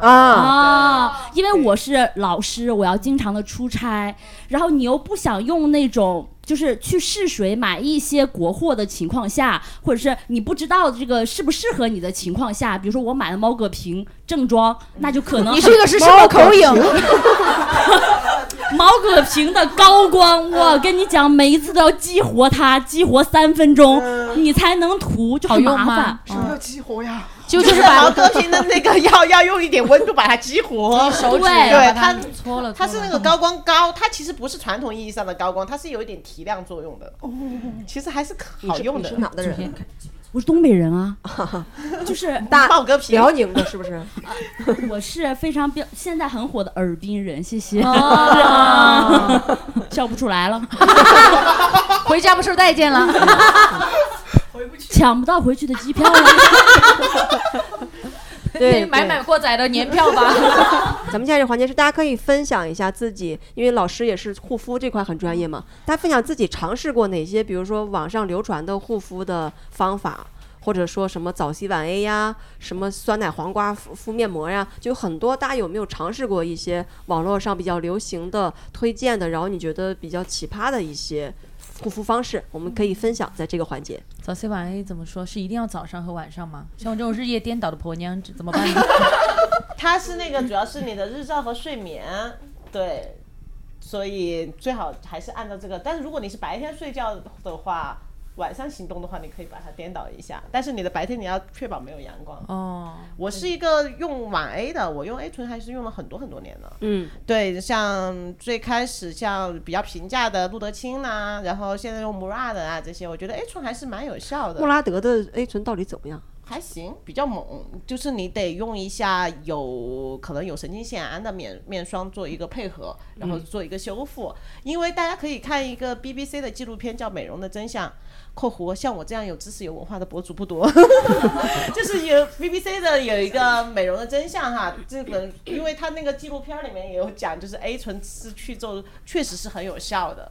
[SPEAKER 4] 啊，
[SPEAKER 6] 啊，因为我是老师，我要经常的出差，然后你又不想用那种就是去试水买一些国货的情况下，或者是你不知道这个适不适合你的情况下，比如说我买了猫葛瓶正装，那就可能
[SPEAKER 3] 你这个是什么口音？
[SPEAKER 6] 毛葛平的高光，我跟你讲，每一次都要激活它，激活三分钟，
[SPEAKER 3] 嗯
[SPEAKER 6] 你才能涂，就
[SPEAKER 3] 好
[SPEAKER 6] 很
[SPEAKER 3] 用
[SPEAKER 6] 麻
[SPEAKER 3] 吗 嗯
[SPEAKER 2] 什
[SPEAKER 6] 烦。？
[SPEAKER 2] 么叫激活呀？
[SPEAKER 3] 就就是
[SPEAKER 1] 毛
[SPEAKER 3] 把
[SPEAKER 1] 戈平的那 个要要用一点温度把它激活。
[SPEAKER 3] 哦手指
[SPEAKER 6] 对
[SPEAKER 3] 把
[SPEAKER 1] 它
[SPEAKER 3] 搓了，
[SPEAKER 1] 它是那个高光膏，它其实不是传统意义上的高光，它是有一点提亮作用
[SPEAKER 2] 哦
[SPEAKER 1] 的。其实还是可好用
[SPEAKER 4] 你
[SPEAKER 1] 的
[SPEAKER 4] 是。哪的人？
[SPEAKER 6] 我是东北人啊，就是
[SPEAKER 4] 大
[SPEAKER 1] 毛戈平，
[SPEAKER 4] 辽宁的是不是？
[SPEAKER 6] 我是非常标，现在很火的尔滨人，谢谢。
[SPEAKER 3] 哦
[SPEAKER 6] 笑不出来 了，
[SPEAKER 3] 回家不受待见了。
[SPEAKER 6] 抢不到回去的机 票了。
[SPEAKER 4] 对，
[SPEAKER 3] 买
[SPEAKER 4] 对
[SPEAKER 3] 买过载的年票吧。
[SPEAKER 4] 咱们下一个环节是大家可以分享一下自己，因为老师也是护肤这块很专业嘛，大家分享自己尝试过哪些，比如说网上流传的护肤的方法，或者说什么早烯晚 A 呀，什么酸奶黄瓜敷敷面膜呀，就有很多。大家有没有尝试过一些网络上比较流行的、推荐的，然后你觉得比较奇葩的一些护肤方式？我们可以分享在这个环节。
[SPEAKER 3] 早 C 晚 A 怎么说？是一定要早上和晚上吗？像我这种日夜颠倒的婆娘，这怎么办呢？
[SPEAKER 1] 它是那个主要是你的日照和睡眠，对，所以最好还是按照这个。但是如果你是白天睡觉的话，晚上行动的话，你可以把它颠倒一下。但是你的白天你要确保没有阳光。
[SPEAKER 3] 哦，
[SPEAKER 1] 我是一个用晚 A 的，我用 A 醇还是用了很多很多年的。
[SPEAKER 4] 嗯，
[SPEAKER 1] 对，像最开始像比较平价的路德清呐、然后现在用 Murad 啊这些，我觉得 A 醇还是蛮有效的。
[SPEAKER 4] 穆拉德的 A 醇到底怎么样？
[SPEAKER 1] 还行，比较猛，就是你得用一下有可能有神经酰胺的面面霜做一个配合，然后做一个修复。因为大家可以看一个 BBC 的纪录片叫《美容的真相》（括弧像我这样有知识有文化的博主不多），就是有 BBC 的有一个《美容的真相》哈，这个因为它那个纪录片里面也有讲，就是 A 醇吃去皱确实是很有效的。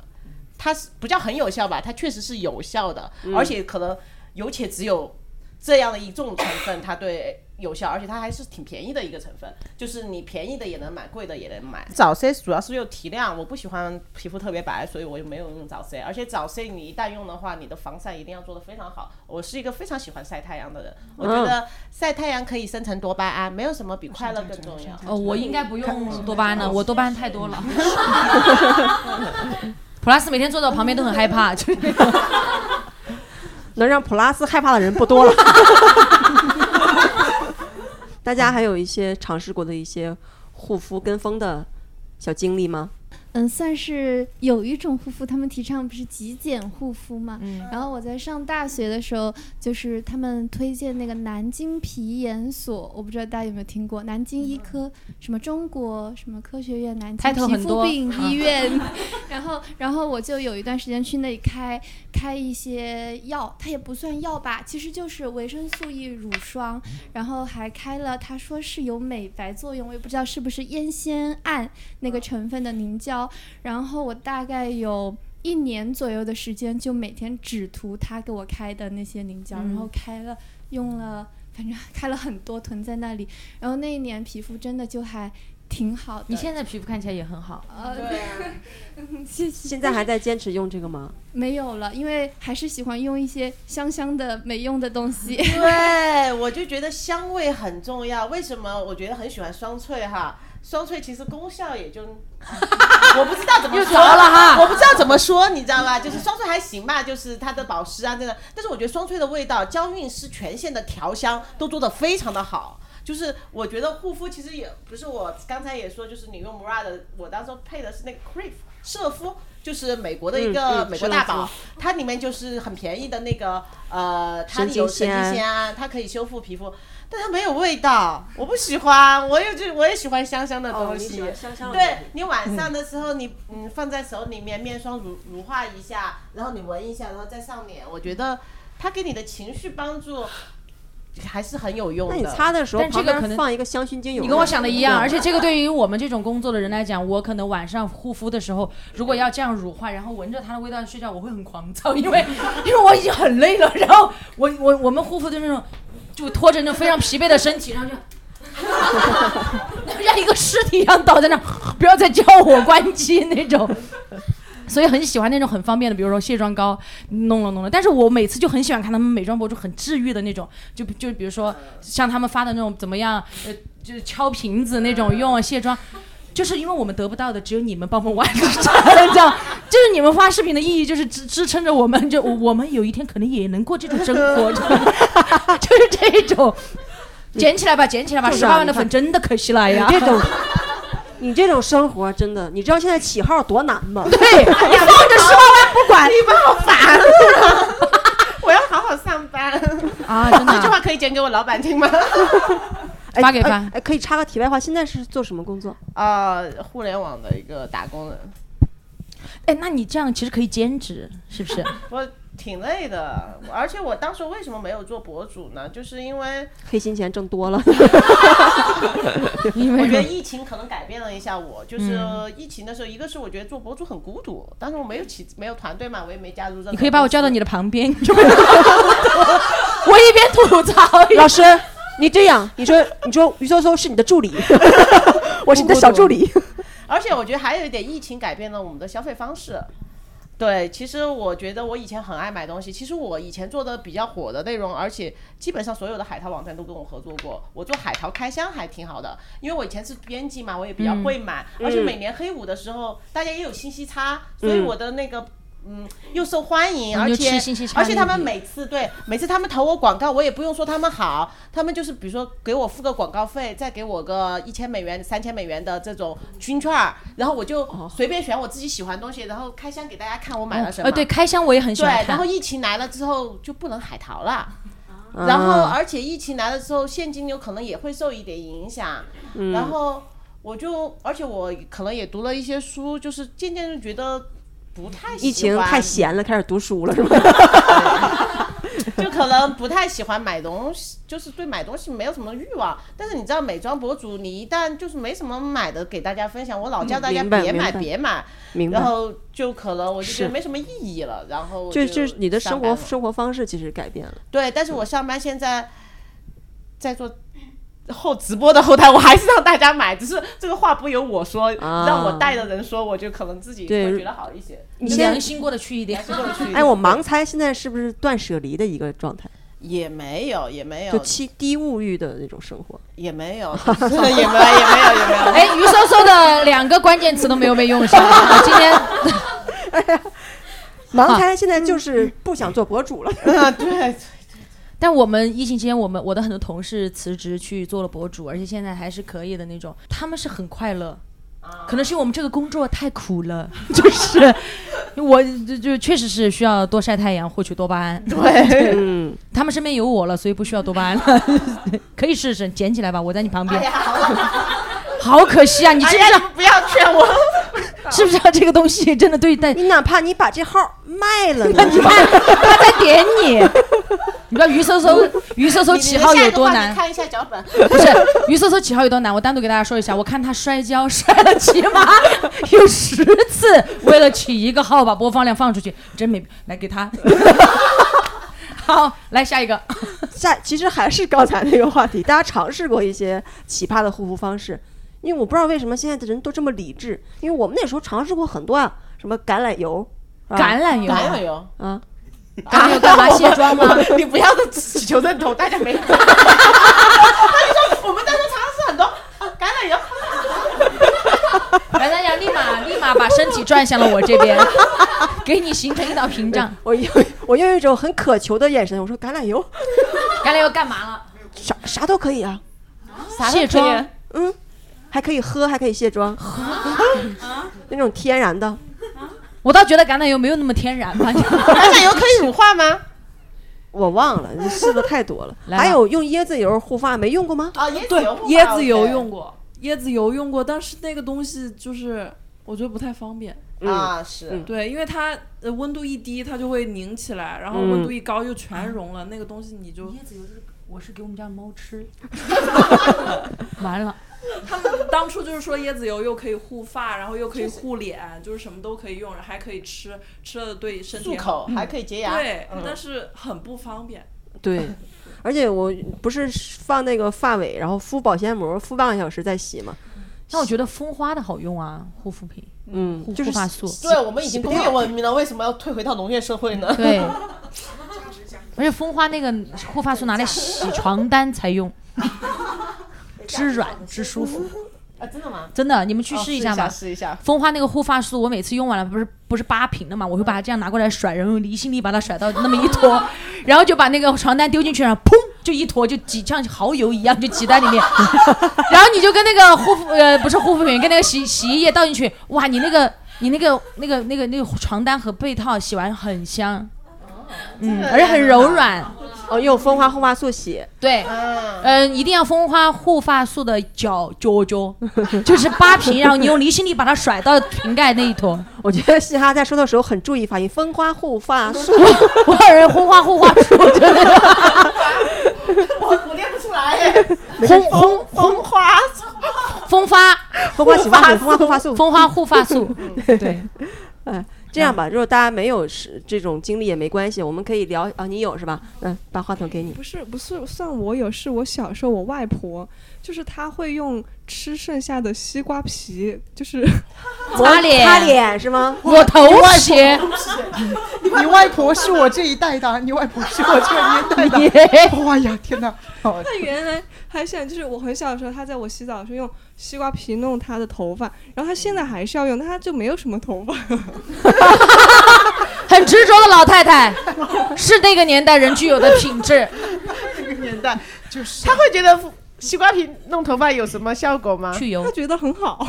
[SPEAKER 1] 它是不叫很有效吧？它确实是有效的，而且可能有且只有这样的一种成分，它对有效，而且它还是挺便宜的一个成分，就是你便宜的也能买，贵的也能买。早 C 主要是用提亮，我不喜欢皮肤特别白，所以我就没有用早 C。而且早 C 你一旦用的话，你的防晒一定要做得非常好。我是一个非常喜欢晒太阳的人，我觉得晒太阳可以生成多巴胺，没有什么比快乐更重要。
[SPEAKER 3] 哦，我应该不用多巴胺了，我多巴胺太多 了。普拉斯每天坐在我旁边都很害怕，就是那种
[SPEAKER 4] 能让普拉斯害怕的人不多了。 大家还有一些尝试过的一些护肤跟风的小经历吗？
[SPEAKER 11] 嗯，算是有一种护肤，他们提倡不是极简护肤嘛。
[SPEAKER 3] 嗯
[SPEAKER 11] 然后我在上大学的时候，就是他们推荐那个南京皮研所，我不知道大家有没有听过，南京医科、什么中国什么科学院南京
[SPEAKER 3] title
[SPEAKER 11] 皮
[SPEAKER 3] 很
[SPEAKER 11] 肤
[SPEAKER 3] 多
[SPEAKER 11] 病
[SPEAKER 3] 啊
[SPEAKER 11] 医 院， 然后然后我就有一段时间去那里开开一些药，它也不算药吧，其实就是维生素 E 乳霜，然后还开了，他说是有美白作用，我也不知道是不是烟酰胺那个成分的凝胶。然后我大概有一年左右的
[SPEAKER 3] 嗯
[SPEAKER 11] 时间，就每天只涂他给我开的那些凝胶，然后开了用了反正开了很多囤在那里。然后那一年皮肤真的就还挺好的。
[SPEAKER 3] 你现在皮肤看起来也很好。
[SPEAKER 11] 呃，对、谢谢。
[SPEAKER 4] 现在还在坚持用这个吗？
[SPEAKER 11] 没有了，因为还是喜欢用一些香香的没用的东西。
[SPEAKER 1] 对，我就觉得香味很重要。为什么我觉得很喜欢双萃哈？双萃其实功效也就，我不知道怎么
[SPEAKER 4] 又
[SPEAKER 1] 说
[SPEAKER 4] 着了哈
[SPEAKER 1] 我不知道怎么说，你知道吧？就是双萃还行吧，就是它的保湿啊这个，但是我觉得双萃的味道，娇韵诗全线的调香都做得非常的好。就是我觉得护肤其实也不是我刚才也说，就是你用 Mura 的，我当时配的是那个 Crave 舍肤，就是美国的一
[SPEAKER 4] 嗯
[SPEAKER 1] 个
[SPEAKER 4] 嗯
[SPEAKER 1] 美国大
[SPEAKER 4] 舍
[SPEAKER 1] 宝
[SPEAKER 4] 肤，
[SPEAKER 1] 它里面就是很便宜的那个呃，它
[SPEAKER 4] 神经
[SPEAKER 1] 有神
[SPEAKER 4] 酰
[SPEAKER 1] 经
[SPEAKER 4] 胺
[SPEAKER 1] 酰胺，它可以修复皮肤，但它没有味道，我不喜欢。我也就我也喜欢香香的
[SPEAKER 4] 哦
[SPEAKER 1] 东
[SPEAKER 4] 你
[SPEAKER 1] 西，
[SPEAKER 4] 喜欢香香的东
[SPEAKER 1] 对
[SPEAKER 4] 西
[SPEAKER 1] 你晚上的时候你嗯放在手里面，面霜乳乳化一下，然后你闻一下，然后再上脸，我觉得它给你的情绪帮助还是很有用
[SPEAKER 4] 那
[SPEAKER 1] 的。
[SPEAKER 4] 你擦的时候
[SPEAKER 3] 但这
[SPEAKER 4] 旁
[SPEAKER 3] 个
[SPEAKER 4] 边
[SPEAKER 3] 可能
[SPEAKER 4] 放一个香薰精油，
[SPEAKER 3] 你跟我想的一样，而
[SPEAKER 4] 且
[SPEAKER 3] 且这个对于我们这种工作的人来讲，我可能晚上护肤的时候，如果要这样乳化，然后闻着它的味道睡觉，我会很狂躁，因为因为我已经很累了，然后我我我们护肤的那种，就拖着那种非常疲惫的身体，然后就。 像一个尸体一样倒在那儿，不要再叫我关机那种。所以很喜欢那种很方便的，比如说卸妆膏，弄了弄了。但是我每次就很喜欢看他们美妆博主很治愈的那种，就就比如说像他们发的那种怎么样，呃，就是敲瓶子那种用啊卸妆，就是因为我们得不到的，只有你们帮我们完成，这样就是你们发视频的意义就是支支撑着我们，就我我们有一天可能也能过这种生活， 就是这种。捡起来吧，捡起来吧，
[SPEAKER 4] 就是
[SPEAKER 3] 十
[SPEAKER 4] 啊
[SPEAKER 3] 八万
[SPEAKER 4] 你
[SPEAKER 3] 的
[SPEAKER 4] 看
[SPEAKER 3] 粉真的可惜了哎
[SPEAKER 4] 你
[SPEAKER 3] 呀！
[SPEAKER 4] 这种，你这种生活真的，你知道现在起号多难吗？
[SPEAKER 3] 对，你放着十八万不管，
[SPEAKER 1] 你们好烦啊！ 我要好好上班
[SPEAKER 3] 啊真的啊
[SPEAKER 1] 这句话可以剪给我老板听吗？
[SPEAKER 4] 哎
[SPEAKER 3] 发给
[SPEAKER 4] 哎
[SPEAKER 3] 发
[SPEAKER 4] 哎，可以插个题外话，现在是做什么工作？
[SPEAKER 1] 啊，互联网的一个打工人，
[SPEAKER 3] 哎，那你这样其实可以兼职，是不是？
[SPEAKER 1] 我挺累的，而且我当时为什么没有做博主呢？就是因为
[SPEAKER 4] 黑心钱挣多 了，
[SPEAKER 3] 因
[SPEAKER 1] 我觉得
[SPEAKER 3] 为嗯
[SPEAKER 1] 疫情可能改变了一下我，就是疫情的时候，一个是我觉得做博主很孤独，当时我没有起没有团队嘛，我也没加入任何公司。
[SPEAKER 3] 你可以把我叫到你的旁边，你就 我一边吐槽，
[SPEAKER 4] 老师。你这 样，你说，你说于搜搜是你的助 理，我是你的小助理。
[SPEAKER 1] 而且我觉得还有一点，疫情改变了我们的消费方式。对，其实我觉得我以前很爱买东西。其实我以前做的比较火的内容，而且基本上所有的海淘网站都跟我合作过。我做海淘开箱还挺好的，因为我以前是编辑嘛，我也比
[SPEAKER 3] 嗯
[SPEAKER 1] 较会买。而且每年黑五的时候，大家也有信息差，所以我的那个嗯又受欢迎，
[SPEAKER 3] 我们
[SPEAKER 1] 而
[SPEAKER 3] 就
[SPEAKER 1] 且
[SPEAKER 3] 嗯吃信息差
[SPEAKER 1] 而且他们
[SPEAKER 3] 那笔
[SPEAKER 1] 每次对每次他们投我广告，我也不用说他们好，他们就是比如说给我付个广告费，再给我个一千美元、三千美元的这种军券儿，然后我就
[SPEAKER 3] 哦
[SPEAKER 1] 随便选我自己喜欢的东西，然后开箱给大家看我买了什么。
[SPEAKER 3] 呃，对，开箱我也很喜
[SPEAKER 1] 对
[SPEAKER 3] 欢，看
[SPEAKER 1] 然后。疫情来了之后就不能海淘了。然后，
[SPEAKER 4] 啊
[SPEAKER 1] 而且疫情来了之后，现金流可能也会受一点影响。
[SPEAKER 3] 嗯
[SPEAKER 1] 然后，我就，而且我可能也读了一些书，就是渐渐就觉得不太喜欢
[SPEAKER 4] 疫情太闲了，开始读书了是 吧？
[SPEAKER 1] 就可能不太喜欢买东西，就是对买东西没有什么欲望。但是你知道，美妆博主你一旦就是没什么买的给大家分享，我老叫大家
[SPEAKER 4] 嗯明白
[SPEAKER 1] 别买
[SPEAKER 4] 明白
[SPEAKER 1] 别买，
[SPEAKER 4] 明白
[SPEAKER 1] 然。后就可能我就觉得
[SPEAKER 4] 是
[SPEAKER 1] 没什么意义了。然后
[SPEAKER 4] 就
[SPEAKER 1] 就
[SPEAKER 4] 就是你的
[SPEAKER 1] 上
[SPEAKER 4] 生
[SPEAKER 1] 班
[SPEAKER 4] 活
[SPEAKER 1] 了
[SPEAKER 4] 生活方式其实改变了。
[SPEAKER 1] 对，但是我上班现在在做。后直播的后台，我还是让大家买，只是这个话不由我说，
[SPEAKER 4] 啊
[SPEAKER 1] 让我带的人说，我就可能自己
[SPEAKER 4] 对
[SPEAKER 1] 会觉得好一些。
[SPEAKER 4] 你
[SPEAKER 3] 你
[SPEAKER 4] 现
[SPEAKER 3] 良
[SPEAKER 4] 在
[SPEAKER 3] 心过得去一点，
[SPEAKER 4] 哎，我盲猜现在是不是断舍离的一个状态，
[SPEAKER 1] 也没有，也没
[SPEAKER 4] 就
[SPEAKER 1] 有，
[SPEAKER 4] 低低物欲的那种生活？
[SPEAKER 1] 也没有， 就是也没有，也没有，也没有。
[SPEAKER 3] 哎，于搜搜的两个关键词都没有被用 上，我今天
[SPEAKER 4] 盲猜现在
[SPEAKER 3] 嗯
[SPEAKER 4] 就是不想做博 主了。
[SPEAKER 1] 嗯，对，
[SPEAKER 3] 但我们疫情期间，我们我的很多同事辞职去做了博主，而且现在还是可以的那种，他们是很快乐。
[SPEAKER 1] 啊
[SPEAKER 3] 可能是因为我们这个工作太 苦了，就是我就就确实是需要多晒太阳获取多巴胺。
[SPEAKER 1] 对，
[SPEAKER 4] 嗯，
[SPEAKER 3] 他们身边有我了，所以不需要多巴胺了， 可以试试捡起来吧，我在你旁边。
[SPEAKER 1] 哎
[SPEAKER 3] 好可惜啊！你知不知道、
[SPEAKER 1] 不要劝 我。
[SPEAKER 3] 知 不知道这个东西真的对待
[SPEAKER 4] 你哪怕你把这号卖了，你
[SPEAKER 3] 你看他在点 你，你知道于搜搜于搜搜起号有多难？
[SPEAKER 1] 看一下脚本，
[SPEAKER 3] 不是于搜搜起号有多难？我单独给大家说一下，我看他摔跤摔了起 码有十次，为了起一个号把播放量放出去，真没来给他。 好，来下一个。
[SPEAKER 4] 下其实还是刚才那个话题，大家尝试过一些奇葩的护肤方式，因为我不知道为什么现在的人都这么理智，因为我们那时候尝试过很多啊，什么橄榄油，是吧
[SPEAKER 1] 橄榄油橄榄油
[SPEAKER 4] 啊，
[SPEAKER 1] 橄榄油干嘛卸妆 吗你不要
[SPEAKER 4] 只求认同，大家 没。
[SPEAKER 1] 我们当时尝试很多啊，橄榄油。
[SPEAKER 3] 来，大家立马立马把身体转向了我这边，给你形成一道屏障。
[SPEAKER 4] 我用我用一种很渴求的眼神，我说橄榄油，
[SPEAKER 3] 橄榄油干嘛了？
[SPEAKER 4] 啥啥都可以啊，
[SPEAKER 3] 啥都可以卸妆，
[SPEAKER 4] 嗯，还可以喝，还可以卸妆，
[SPEAKER 1] 啊
[SPEAKER 4] 那种天然的。
[SPEAKER 3] 我倒觉得橄榄油没有那么天然 吧。
[SPEAKER 4] 橄
[SPEAKER 1] 榄油可以乳化吗？
[SPEAKER 4] 我忘了，你试的太多了。
[SPEAKER 3] 来吧
[SPEAKER 4] 还有用椰子油护发，没用过吗？
[SPEAKER 1] 啊，
[SPEAKER 7] 对，椰子油用过，椰子油用过，但是那个东西就是我觉得不太方便
[SPEAKER 1] 嗯啊是嗯
[SPEAKER 7] 对，因为它呃温度一低，它就会凝起来，然后
[SPEAKER 4] 嗯
[SPEAKER 7] 温度一高又全融了，那个东西你就椰
[SPEAKER 3] 子油就是我是给我们家猫 吃，完了。
[SPEAKER 7] 他们当初就是说椰子油又可以护发，然后又可以护脸，就是什么都可以用，还可以吃，吃了对身体
[SPEAKER 1] 漱口
[SPEAKER 7] 好
[SPEAKER 1] 还可以洁牙
[SPEAKER 7] 对
[SPEAKER 1] 嗯，
[SPEAKER 7] 但是很不方便。
[SPEAKER 4] 对，而且我不是放那个发尾，然后敷保鲜膜，敷半个小时再洗嘛。
[SPEAKER 3] 那我觉得蜂花的好用啊，护肤品，
[SPEAKER 4] 嗯
[SPEAKER 3] 护
[SPEAKER 4] 就是
[SPEAKER 3] 护发素。
[SPEAKER 1] 对，我们已经工业文明了，为什么要退回到农业社会呢？
[SPEAKER 3] 对，而且蜂花那个护发素拿来洗床单才用，之软之 舒服。
[SPEAKER 1] 啊，真的吗？
[SPEAKER 3] 真的，你们去
[SPEAKER 1] 哦
[SPEAKER 3] 试
[SPEAKER 1] 试一
[SPEAKER 3] 下吧。
[SPEAKER 1] 下试一下
[SPEAKER 3] 蜂花那个护发素，我每次用完了，不是不是八瓶的嘛，我会把它这样拿过来甩，然后用离心力把它甩到那么一坨，然后就把那个床单丢进去，然后砰就一坨就挤像蚝油一样就挤在里面， 然后你就跟那个护肤呃不是护肤品，跟那个洗洗衣液倒进去，哇，你那个你那个那个那个那个床单和被套洗完很香，嗯， 而且很柔软。
[SPEAKER 4] 哦，用蜂花护发素洗，
[SPEAKER 3] 对，嗯，一定要蜂花护发素的角角角，哦 就是八瓶，然后你用离心力把它甩到瓶盖那一坨。
[SPEAKER 4] 我觉得嘻哈在说的时候很注意发音，蜂花护发素，
[SPEAKER 3] 我有人蜂花护发素，真的。
[SPEAKER 1] 我我练不出来。
[SPEAKER 3] 红红
[SPEAKER 1] 红花，
[SPEAKER 3] 蜂花，
[SPEAKER 4] 蜂花洗发水，蜂嗯花护发素，
[SPEAKER 3] 蜂花护 发素，对。
[SPEAKER 4] 哎，这样吧，如果大家没有是这种经历也没关系，我们可以聊啊，你有是吧？嗯，把话筒给你
[SPEAKER 5] 不。是不是算我有，是我小时候我外婆，就是她会用吃剩下的西瓜皮，就是
[SPEAKER 4] 擦脸擦脸是吗
[SPEAKER 3] 我头皮，
[SPEAKER 2] 你外婆是我这一代的，你外婆是我这一代的。哇呀，天哪！哦
[SPEAKER 5] 她原来还想，就是我很小的时候，她在我洗澡的时候用西瓜皮弄她的头发，然后她现在还是要用，但她就没有什么头发。
[SPEAKER 3] 很执着的老太太，是那个年代人具有的品质。
[SPEAKER 1] 这个年代就是他会觉得西瓜皮弄头发有什么效果吗？
[SPEAKER 3] 去油
[SPEAKER 5] 她觉得很好，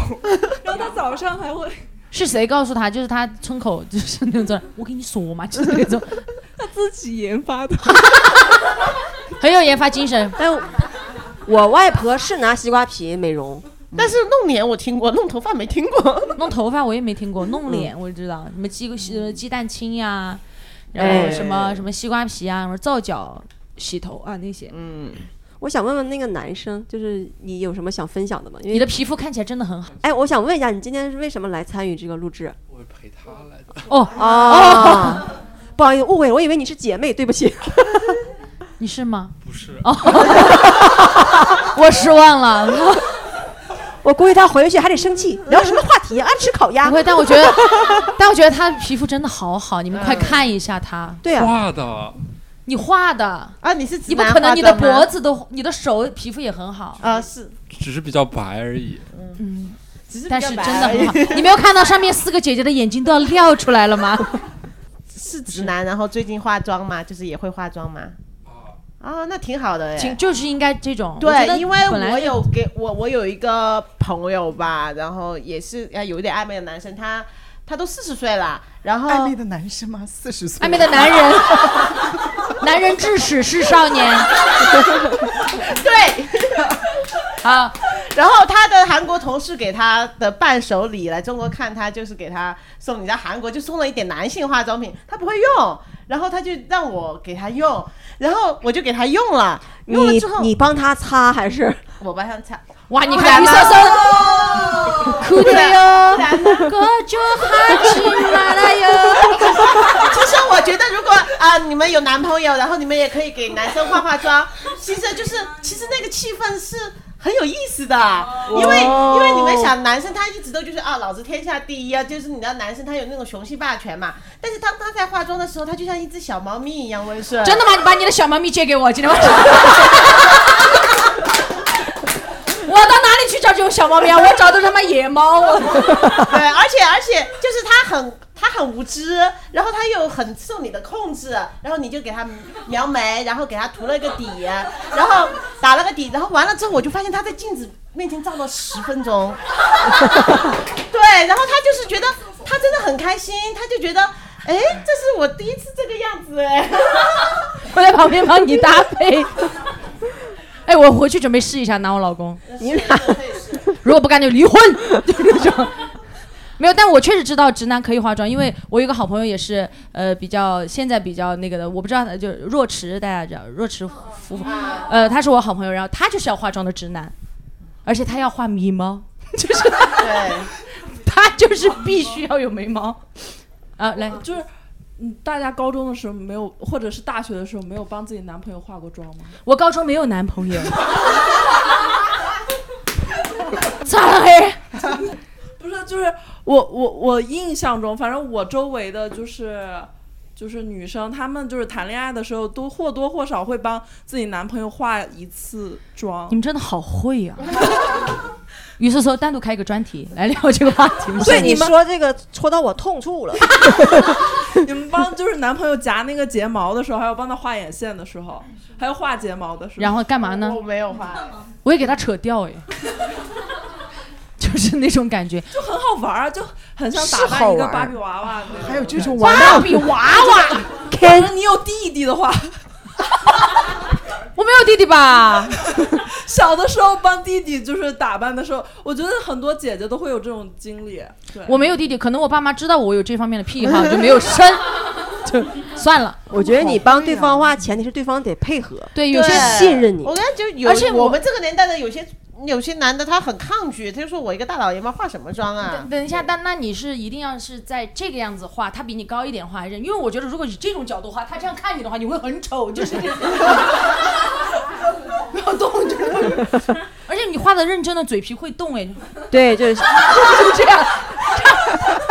[SPEAKER 5] 然后她早上还会，
[SPEAKER 3] 是谁告诉他？就是他村口就是那种，我跟你说嘛， 就是那种，
[SPEAKER 4] 嗯
[SPEAKER 5] 她自己研发的。
[SPEAKER 3] 很有研发精神。
[SPEAKER 4] 但哎我外婆是拿西瓜皮美容，嗯
[SPEAKER 1] 但是弄脸我听过，弄头发没听过。
[SPEAKER 3] 弄头发我也没听过，弄脸我知道，什么鸡呃鸡蛋清呀、然后什么、
[SPEAKER 4] 哎
[SPEAKER 3] 什么西瓜皮啊，什么皂角洗头啊那些。嗯，
[SPEAKER 4] 我想问问那个男生，就是你有什么想分享的吗？因为
[SPEAKER 3] 你的皮肤看起来真的很好。
[SPEAKER 4] 哎，我想问一下，你今天是为什么来参与这个录制？
[SPEAKER 12] 我陪他来的。
[SPEAKER 3] 哦
[SPEAKER 4] 哦，不好意思，误会了，我以为你是姐妹，对不起。
[SPEAKER 3] 你 是吗？
[SPEAKER 12] 不是
[SPEAKER 3] 哦， 我失望了。
[SPEAKER 4] 我估计他回去还得生气，聊什么话题？啊，吃烤鸭。
[SPEAKER 3] 不会，但我觉得，但我觉得他的皮肤真的好好，你们快看一下他。
[SPEAKER 4] 嗯对啊
[SPEAKER 12] 画的，
[SPEAKER 3] 你画的
[SPEAKER 1] 啊，你是
[SPEAKER 3] 你不可能，你的脖子都，你的手皮肤也很好
[SPEAKER 1] 啊，是，
[SPEAKER 12] 只是比较白而已。
[SPEAKER 3] 嗯，
[SPEAKER 1] 是
[SPEAKER 3] 但
[SPEAKER 1] 比较
[SPEAKER 3] 是
[SPEAKER 1] 白
[SPEAKER 3] 真的
[SPEAKER 1] 而
[SPEAKER 3] 很
[SPEAKER 1] 已
[SPEAKER 3] 好。你没有看到上面四个姐姐的眼睛都要亮出来了吗？
[SPEAKER 1] 是直男，然后最近化妆吗？就是也会化妆吗？啊，那挺好的哎。
[SPEAKER 3] 挺就是应该这种。哦我觉得
[SPEAKER 1] 对，因为
[SPEAKER 3] 本来
[SPEAKER 1] 我
[SPEAKER 3] 就
[SPEAKER 1] 有给我我有一个朋友吧，然后也是哎有一点暧昧的男生，他他都四十岁了，然后暧昧
[SPEAKER 2] 的男生吗？四十岁
[SPEAKER 3] 暧昧的 男人， 男人至始是少年。
[SPEAKER 1] 对，
[SPEAKER 3] 啊，
[SPEAKER 1] 然后他的韩国同事给他的伴手礼来中国看他，就是给他送，你在韩国就送了一点男性化妆品，他不会用，然后他就让我给他用，然后我就给他用了，用了
[SPEAKER 4] 你
[SPEAKER 1] 之后
[SPEAKER 4] 你帮他擦还是？
[SPEAKER 1] 我帮他擦，
[SPEAKER 3] 哇，你
[SPEAKER 1] 不然
[SPEAKER 3] 看于
[SPEAKER 1] 呢
[SPEAKER 3] 森森，哭的哟
[SPEAKER 1] 不然 其实我觉得，如果啊、你们有男朋友，然后你们也可以给男生化化妆。 其实就是，其实那个气氛是很有意思的，
[SPEAKER 3] 哦
[SPEAKER 1] 因为因为你们想，男生他一直都就是啊，老子天下第一啊，就是你知道，男生他有那种雄性霸权嘛。但是当他在化妆的时候，他就像一只小猫咪一样温顺。
[SPEAKER 3] 真的吗？你把你的小猫咪借给我，今天晚上。我到哪里去找这种小猫咪啊？我找的他妈野猫。
[SPEAKER 1] 对，而且而且就是他很他很无知，然后他又很受你的控制，然后你就给他描眉，然后给他涂了一个底，然后打了个底，然后完了之后我就发现他在镜子面前照了十分 钟，对，然后他就是觉得他真的很开心，他就觉得。哎，这是我第一次这个样子哎，
[SPEAKER 3] 我在旁边帮你搭 配。哎，我回去准备试一下，拿我老公。你俩如果不干就离婚， 就是那种。没有，但我确实知道直男可以化妆，因为我有一个好朋友也是，呃，比较现在比较那个的，我不知道他就是若池，大家知道若池夫妇，呃，他是我好朋友，然后他就是要化妆的直男，而且他要画眉毛， 就是
[SPEAKER 1] 对，
[SPEAKER 3] 他就是必须要有眉毛。啊，来，
[SPEAKER 7] 就是。嗯，大家高中的时候没有，或者是大学的时候没有帮自己男朋友化过妆吗？
[SPEAKER 3] 我高中没有 男朋友， 擦黑。
[SPEAKER 7] 不是，就是我我我印象中，反正我周围的就是就是女生，她们就是谈恋爱的时候都或多或少会帮自己男朋友化一次妆
[SPEAKER 3] 你。们真的好会呀、于是说，单独开一个专题来聊这个话题。
[SPEAKER 7] 对你
[SPEAKER 4] 你
[SPEAKER 7] 们
[SPEAKER 4] 说这个戳到我痛处了。
[SPEAKER 7] 你们帮就是男朋友夹那个睫毛的时候，还有帮他画眼线的时候，还有画睫毛的时候，
[SPEAKER 3] 然后干嘛呢？
[SPEAKER 1] 我没有画，
[SPEAKER 3] 我也给他扯掉哎， 就是那种感觉。
[SPEAKER 7] 就很好玩儿，就很像
[SPEAKER 3] 是
[SPEAKER 7] 打扮
[SPEAKER 3] 好
[SPEAKER 7] 一个
[SPEAKER 3] 玩儿
[SPEAKER 7] 芭比娃娃那种。还有
[SPEAKER 2] 这种玩
[SPEAKER 3] 芭比娃娃，
[SPEAKER 7] 可能你有弟弟的话，
[SPEAKER 3] 我没有弟弟吧？
[SPEAKER 7] 小的时候帮弟弟就是打扮的时候，我觉得很多姐姐都会有这种经历。 对，
[SPEAKER 3] 我没有弟弟，可能我爸妈知道我有这方面的癖好，就没有 生，就算了。
[SPEAKER 4] 我觉得你帮对方画，前提是对方得配合，
[SPEAKER 3] 对有些
[SPEAKER 4] 是信任你
[SPEAKER 1] 我。感觉就有，
[SPEAKER 3] 而且我
[SPEAKER 1] 我们这个年代的有些有些男的他很抗拒，他就说我一个大老爷们儿化什么妆啊？
[SPEAKER 3] 等一下，但那你是一定要是在这个样子画，他比你高一点画，还是因为我觉得如果以这种角度画，他这样看你的话，你会很丑， 就是这样。不要动，就是。 而且你画的认真的，嘴皮会动哎，
[SPEAKER 4] 对，就是
[SPEAKER 3] 就这样，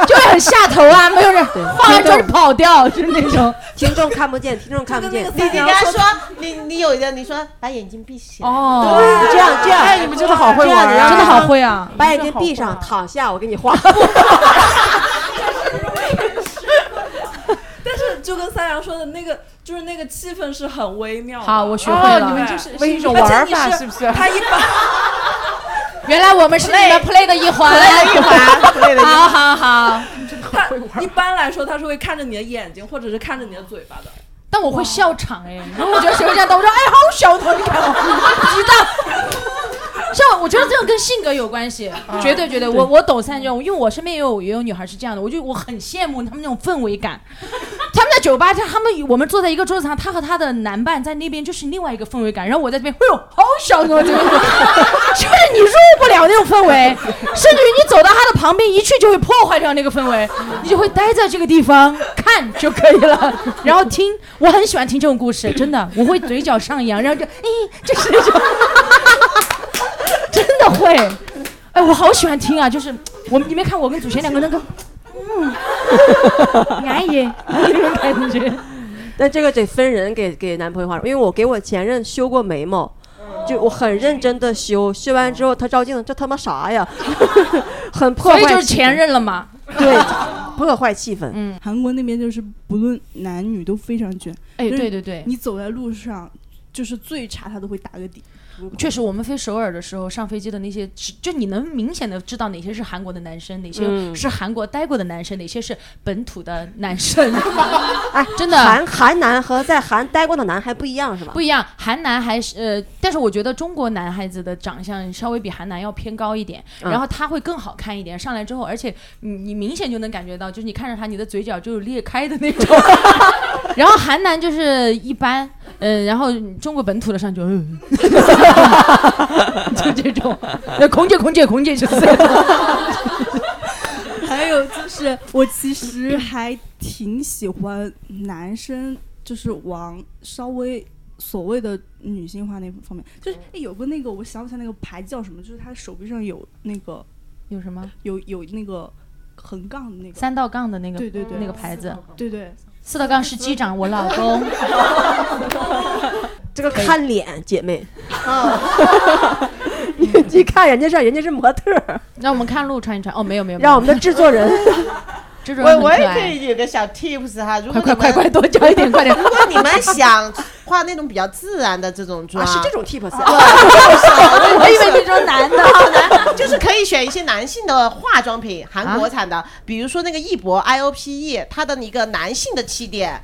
[SPEAKER 3] 就会很下头啊，没有人画完就是跑掉，就是那种。
[SPEAKER 4] 听众看不见，听众看不见。
[SPEAKER 1] 你你跟他说，你你有一个，你说把眼睛闭起来。
[SPEAKER 3] 哦，
[SPEAKER 4] 这样这样，哎，你们真的好会玩啊
[SPEAKER 3] 真的好会啊！
[SPEAKER 4] 把眼睛闭上，躺下，我给你 画。
[SPEAKER 7] 但是就跟三阳说的那个，就是那个气氛是很微妙的。哦
[SPEAKER 3] 好，我学会了。
[SPEAKER 7] 你们就是
[SPEAKER 2] 为一种玩法是不是？
[SPEAKER 7] 他一把
[SPEAKER 3] 原来我们是你们 play 的一环，一 环，好好好。
[SPEAKER 7] 他一般来说他是会看着你的眼睛，或者是看着你的嘴巴的。
[SPEAKER 3] 但我会笑场哎，然后我觉得谁会这样当？我说哎，好小头，你看我，知道。像我觉得这种跟性格有 关系，
[SPEAKER 6] 啊
[SPEAKER 3] 绝对绝对，我我懂三这种，因为我身边也有也有女孩是这样的，我就我很羡慕她们那种氛围感。 她们在酒吧，她她们我们坐在一个桌子上，她和她的男伴在那边就是另外一个氛围感，然后我在这边，哎呦，好小头，这个就是你入不了那种氛围，甚至于你走到她的旁边一去就会破坏掉那个氛围，你就会待在这个地方看就可以了，然后听，我很喜欢听这种故事，真的，我会嘴角上扬，然后就，哎，这是那种。 真的会。哎，我好喜欢听啊！就是我，你没看我跟祖贤两个那个，嗯，
[SPEAKER 4] 哎
[SPEAKER 3] 安逸那种感觉。
[SPEAKER 4] 但这个得分人给给男朋友化妆，因为我给我前任修过眉毛，就我很认真的修，修完之后他照镜子，这他妈啥呀？ 很破
[SPEAKER 3] 所
[SPEAKER 4] 坏气氛，
[SPEAKER 3] 以就是前任了嘛。嗯
[SPEAKER 4] 对，破坏气氛。
[SPEAKER 9] 韩国那边就是不论男女都非常卷，
[SPEAKER 3] 哎，
[SPEAKER 9] 就是
[SPEAKER 3] 对对对，
[SPEAKER 9] 你走在路上，就是最差他都会打个底。
[SPEAKER 3] 确实，我们飞首尔的时候，上飞机的那些，就你能明显的知道哪些是韩国的男生，哪些
[SPEAKER 4] 嗯
[SPEAKER 3] 是韩国待过的男生，哪些是本土的男 生。
[SPEAKER 4] 哎，
[SPEAKER 3] 真的
[SPEAKER 4] 韩韩男和在韩待过的男还不一样是吧
[SPEAKER 3] 不？一样，韩男还是呃，但是我觉得中国男孩子的长相稍微比韩男要偏高一点，
[SPEAKER 4] 嗯
[SPEAKER 3] 然后他会更好看一点。上来之后，而且你你明显就能感觉到，就是你看着他，你的嘴角就是裂开的那种。然后韩男就是一般，嗯、然后中国本土的上去， 嗯、呃
[SPEAKER 4] 哎
[SPEAKER 3] 就这种，那空姐空姐空姐就是。
[SPEAKER 9] 就是我其实还挺喜欢男生，就是往稍微所谓的女性化那方面，就是
[SPEAKER 3] 嗯
[SPEAKER 9] 哎有个那个我想不起来那个牌叫什么，就是他手臂上有那个
[SPEAKER 3] 有什么
[SPEAKER 9] 有有那个横杠的那个
[SPEAKER 3] 三道杠的那个
[SPEAKER 9] 对对对
[SPEAKER 3] 那个牌子，
[SPEAKER 9] 对对
[SPEAKER 3] 四道杠是机长，我老公。
[SPEAKER 4] 这个看脸，姐妹， 你看人家这，人家是模特儿，
[SPEAKER 3] 哦让我们看路穿一穿。哦，没有没有，
[SPEAKER 4] 让我们的制作人
[SPEAKER 3] 制作人
[SPEAKER 1] 我
[SPEAKER 3] 很
[SPEAKER 1] 我也
[SPEAKER 3] 爱
[SPEAKER 1] 可以有个小 tips 哈，如果
[SPEAKER 3] 快
[SPEAKER 1] 你们
[SPEAKER 3] 快快快多讲一点快点
[SPEAKER 1] 如果你们想画那种比较自然的这种妆，
[SPEAKER 4] 啊是这种 tips 啊
[SPEAKER 1] 对
[SPEAKER 4] 我以为你说男的
[SPEAKER 1] 男就是可以选一些男性的化妆品，韩国产
[SPEAKER 3] 啊
[SPEAKER 1] 的，比如说那个艺博 IOPE，它的一个男性的气垫。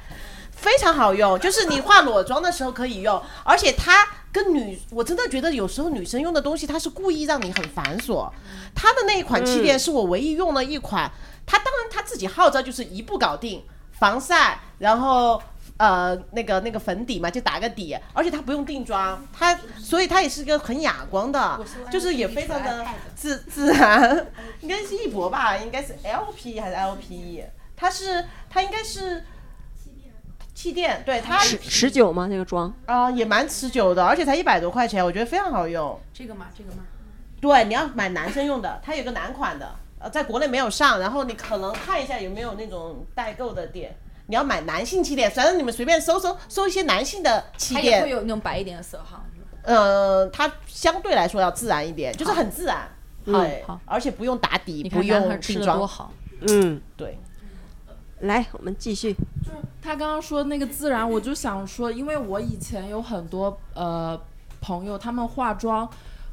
[SPEAKER 1] 非常好用，就是你化裸妆的时候可以用，而且它跟女，我真的觉得有时候女生用的东西，它是故意让你很繁琐。它的那一款气垫
[SPEAKER 4] 嗯
[SPEAKER 1] 是我唯一用的一款，它当然它自己号召就是一步搞定，防晒，然后呃那个那个粉底嘛，就打个底，而且它不用定妆，它所以它也是个很哑光的，就是也非常的自自然，应该是艺博吧，应该是 LP 还是 LPE，它是它应该是。气垫，对它
[SPEAKER 4] 持持久吗？这个妆
[SPEAKER 1] 啊、也蛮持久的，而且才一百多块钱，我觉得非常好用。
[SPEAKER 3] 这个嘛，这个嘛。
[SPEAKER 1] 对，你要买男生用的，它有个男款的，呃，在国内没有上，然后你可能看一下有没有那种代购的店。你要买男性气垫，反正你们随便搜搜搜一些男性的气
[SPEAKER 3] 它也会
[SPEAKER 1] 垫，
[SPEAKER 3] 有那种白一点的色号。
[SPEAKER 1] 呃，它相对来说要自然一点，就是很自然，
[SPEAKER 4] 好
[SPEAKER 1] 对，而且不用打底，
[SPEAKER 3] 你
[SPEAKER 1] 不
[SPEAKER 3] 看男孩
[SPEAKER 1] 用
[SPEAKER 3] 吃
[SPEAKER 1] 定
[SPEAKER 3] 的
[SPEAKER 1] 妆，
[SPEAKER 3] 多好。
[SPEAKER 4] 嗯，
[SPEAKER 1] 对。
[SPEAKER 4] 来，我们继续。
[SPEAKER 7] 他刚刚说那个自然，我就想说，因为我以前有很多呃朋友，他们化妆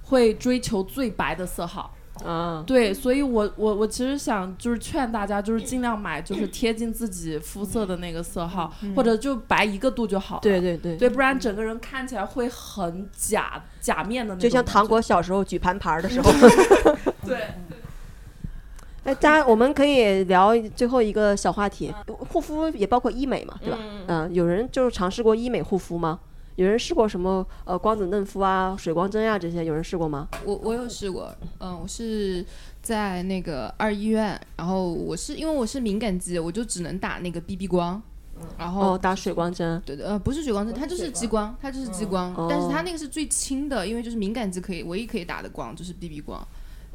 [SPEAKER 7] 会追求最白的色号。
[SPEAKER 4] 啊，
[SPEAKER 7] 对，所以我我我其实想就是劝大家，就是尽量买就是贴近自己肤色的那个色号，
[SPEAKER 3] 嗯
[SPEAKER 7] 或者就白一个度就好了。
[SPEAKER 4] 对对对
[SPEAKER 7] 对，不然整个人看起来会很假假面的那种。
[SPEAKER 4] 就像糖果小时候举盘盘儿 的时候。
[SPEAKER 7] 对。
[SPEAKER 4] 哎，大家我们可以聊最后一个小话题，护肤也包括医美嘛，对吧？嗯、有人就是尝试过医美护肤吗？有人试过什么呃光子嫩肤啊、水光针啊这些，有人试过吗？
[SPEAKER 10] 我我有试过，嗯，我是在那个二医院，然后我是因为我是敏感肌，我就只能打那个 BB 光，然后
[SPEAKER 4] 哦，打水光针。
[SPEAKER 10] 对对，呃，不是水光针，它就是激光，它就是激光，
[SPEAKER 4] 嗯
[SPEAKER 10] 但是它
[SPEAKER 4] 哦
[SPEAKER 10] 那个是最轻的，因为就是敏感肌可以唯一可以打的光就是 BB 光，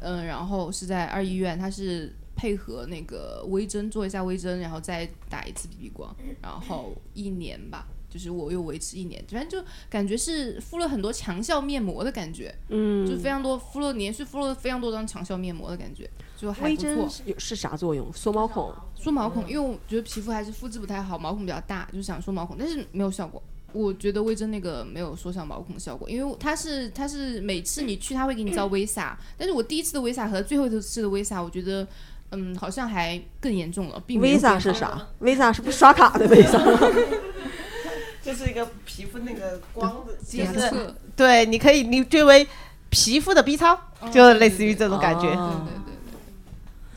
[SPEAKER 10] 嗯，然后是在二医院，它是配合那个微针做一下微针，然后再打一次 BB 光，然后一年吧，就是我又维持一年，反正就感觉是敷了很多强效面膜的感觉，
[SPEAKER 4] 嗯
[SPEAKER 10] 就非常多敷了连续敷了非常多张强效面膜的感觉，就还
[SPEAKER 4] 微
[SPEAKER 10] 不错
[SPEAKER 4] 针。是有是啥作用？缩毛孔。
[SPEAKER 10] 缩毛孔，因为我觉得皮肤还是肤质不太好，毛孔比较大，就想缩毛孔，但是没有效果。我觉得微针那个没有缩小毛孔的效果，因为它是它是每次你去它会给你照微撒，但是我第一次的微撒和最后一次的微撒，我觉得嗯好像还更严重了，并没有变
[SPEAKER 4] Visa
[SPEAKER 10] 好
[SPEAKER 4] 是啥？Visa 是不是刷卡的 Visa？
[SPEAKER 1] 就是一个皮肤那个光的，
[SPEAKER 10] 接
[SPEAKER 1] 就是
[SPEAKER 10] 触
[SPEAKER 1] 对，你可以你作为皮肤的 B 超，就类似于这种感觉。
[SPEAKER 4] 哦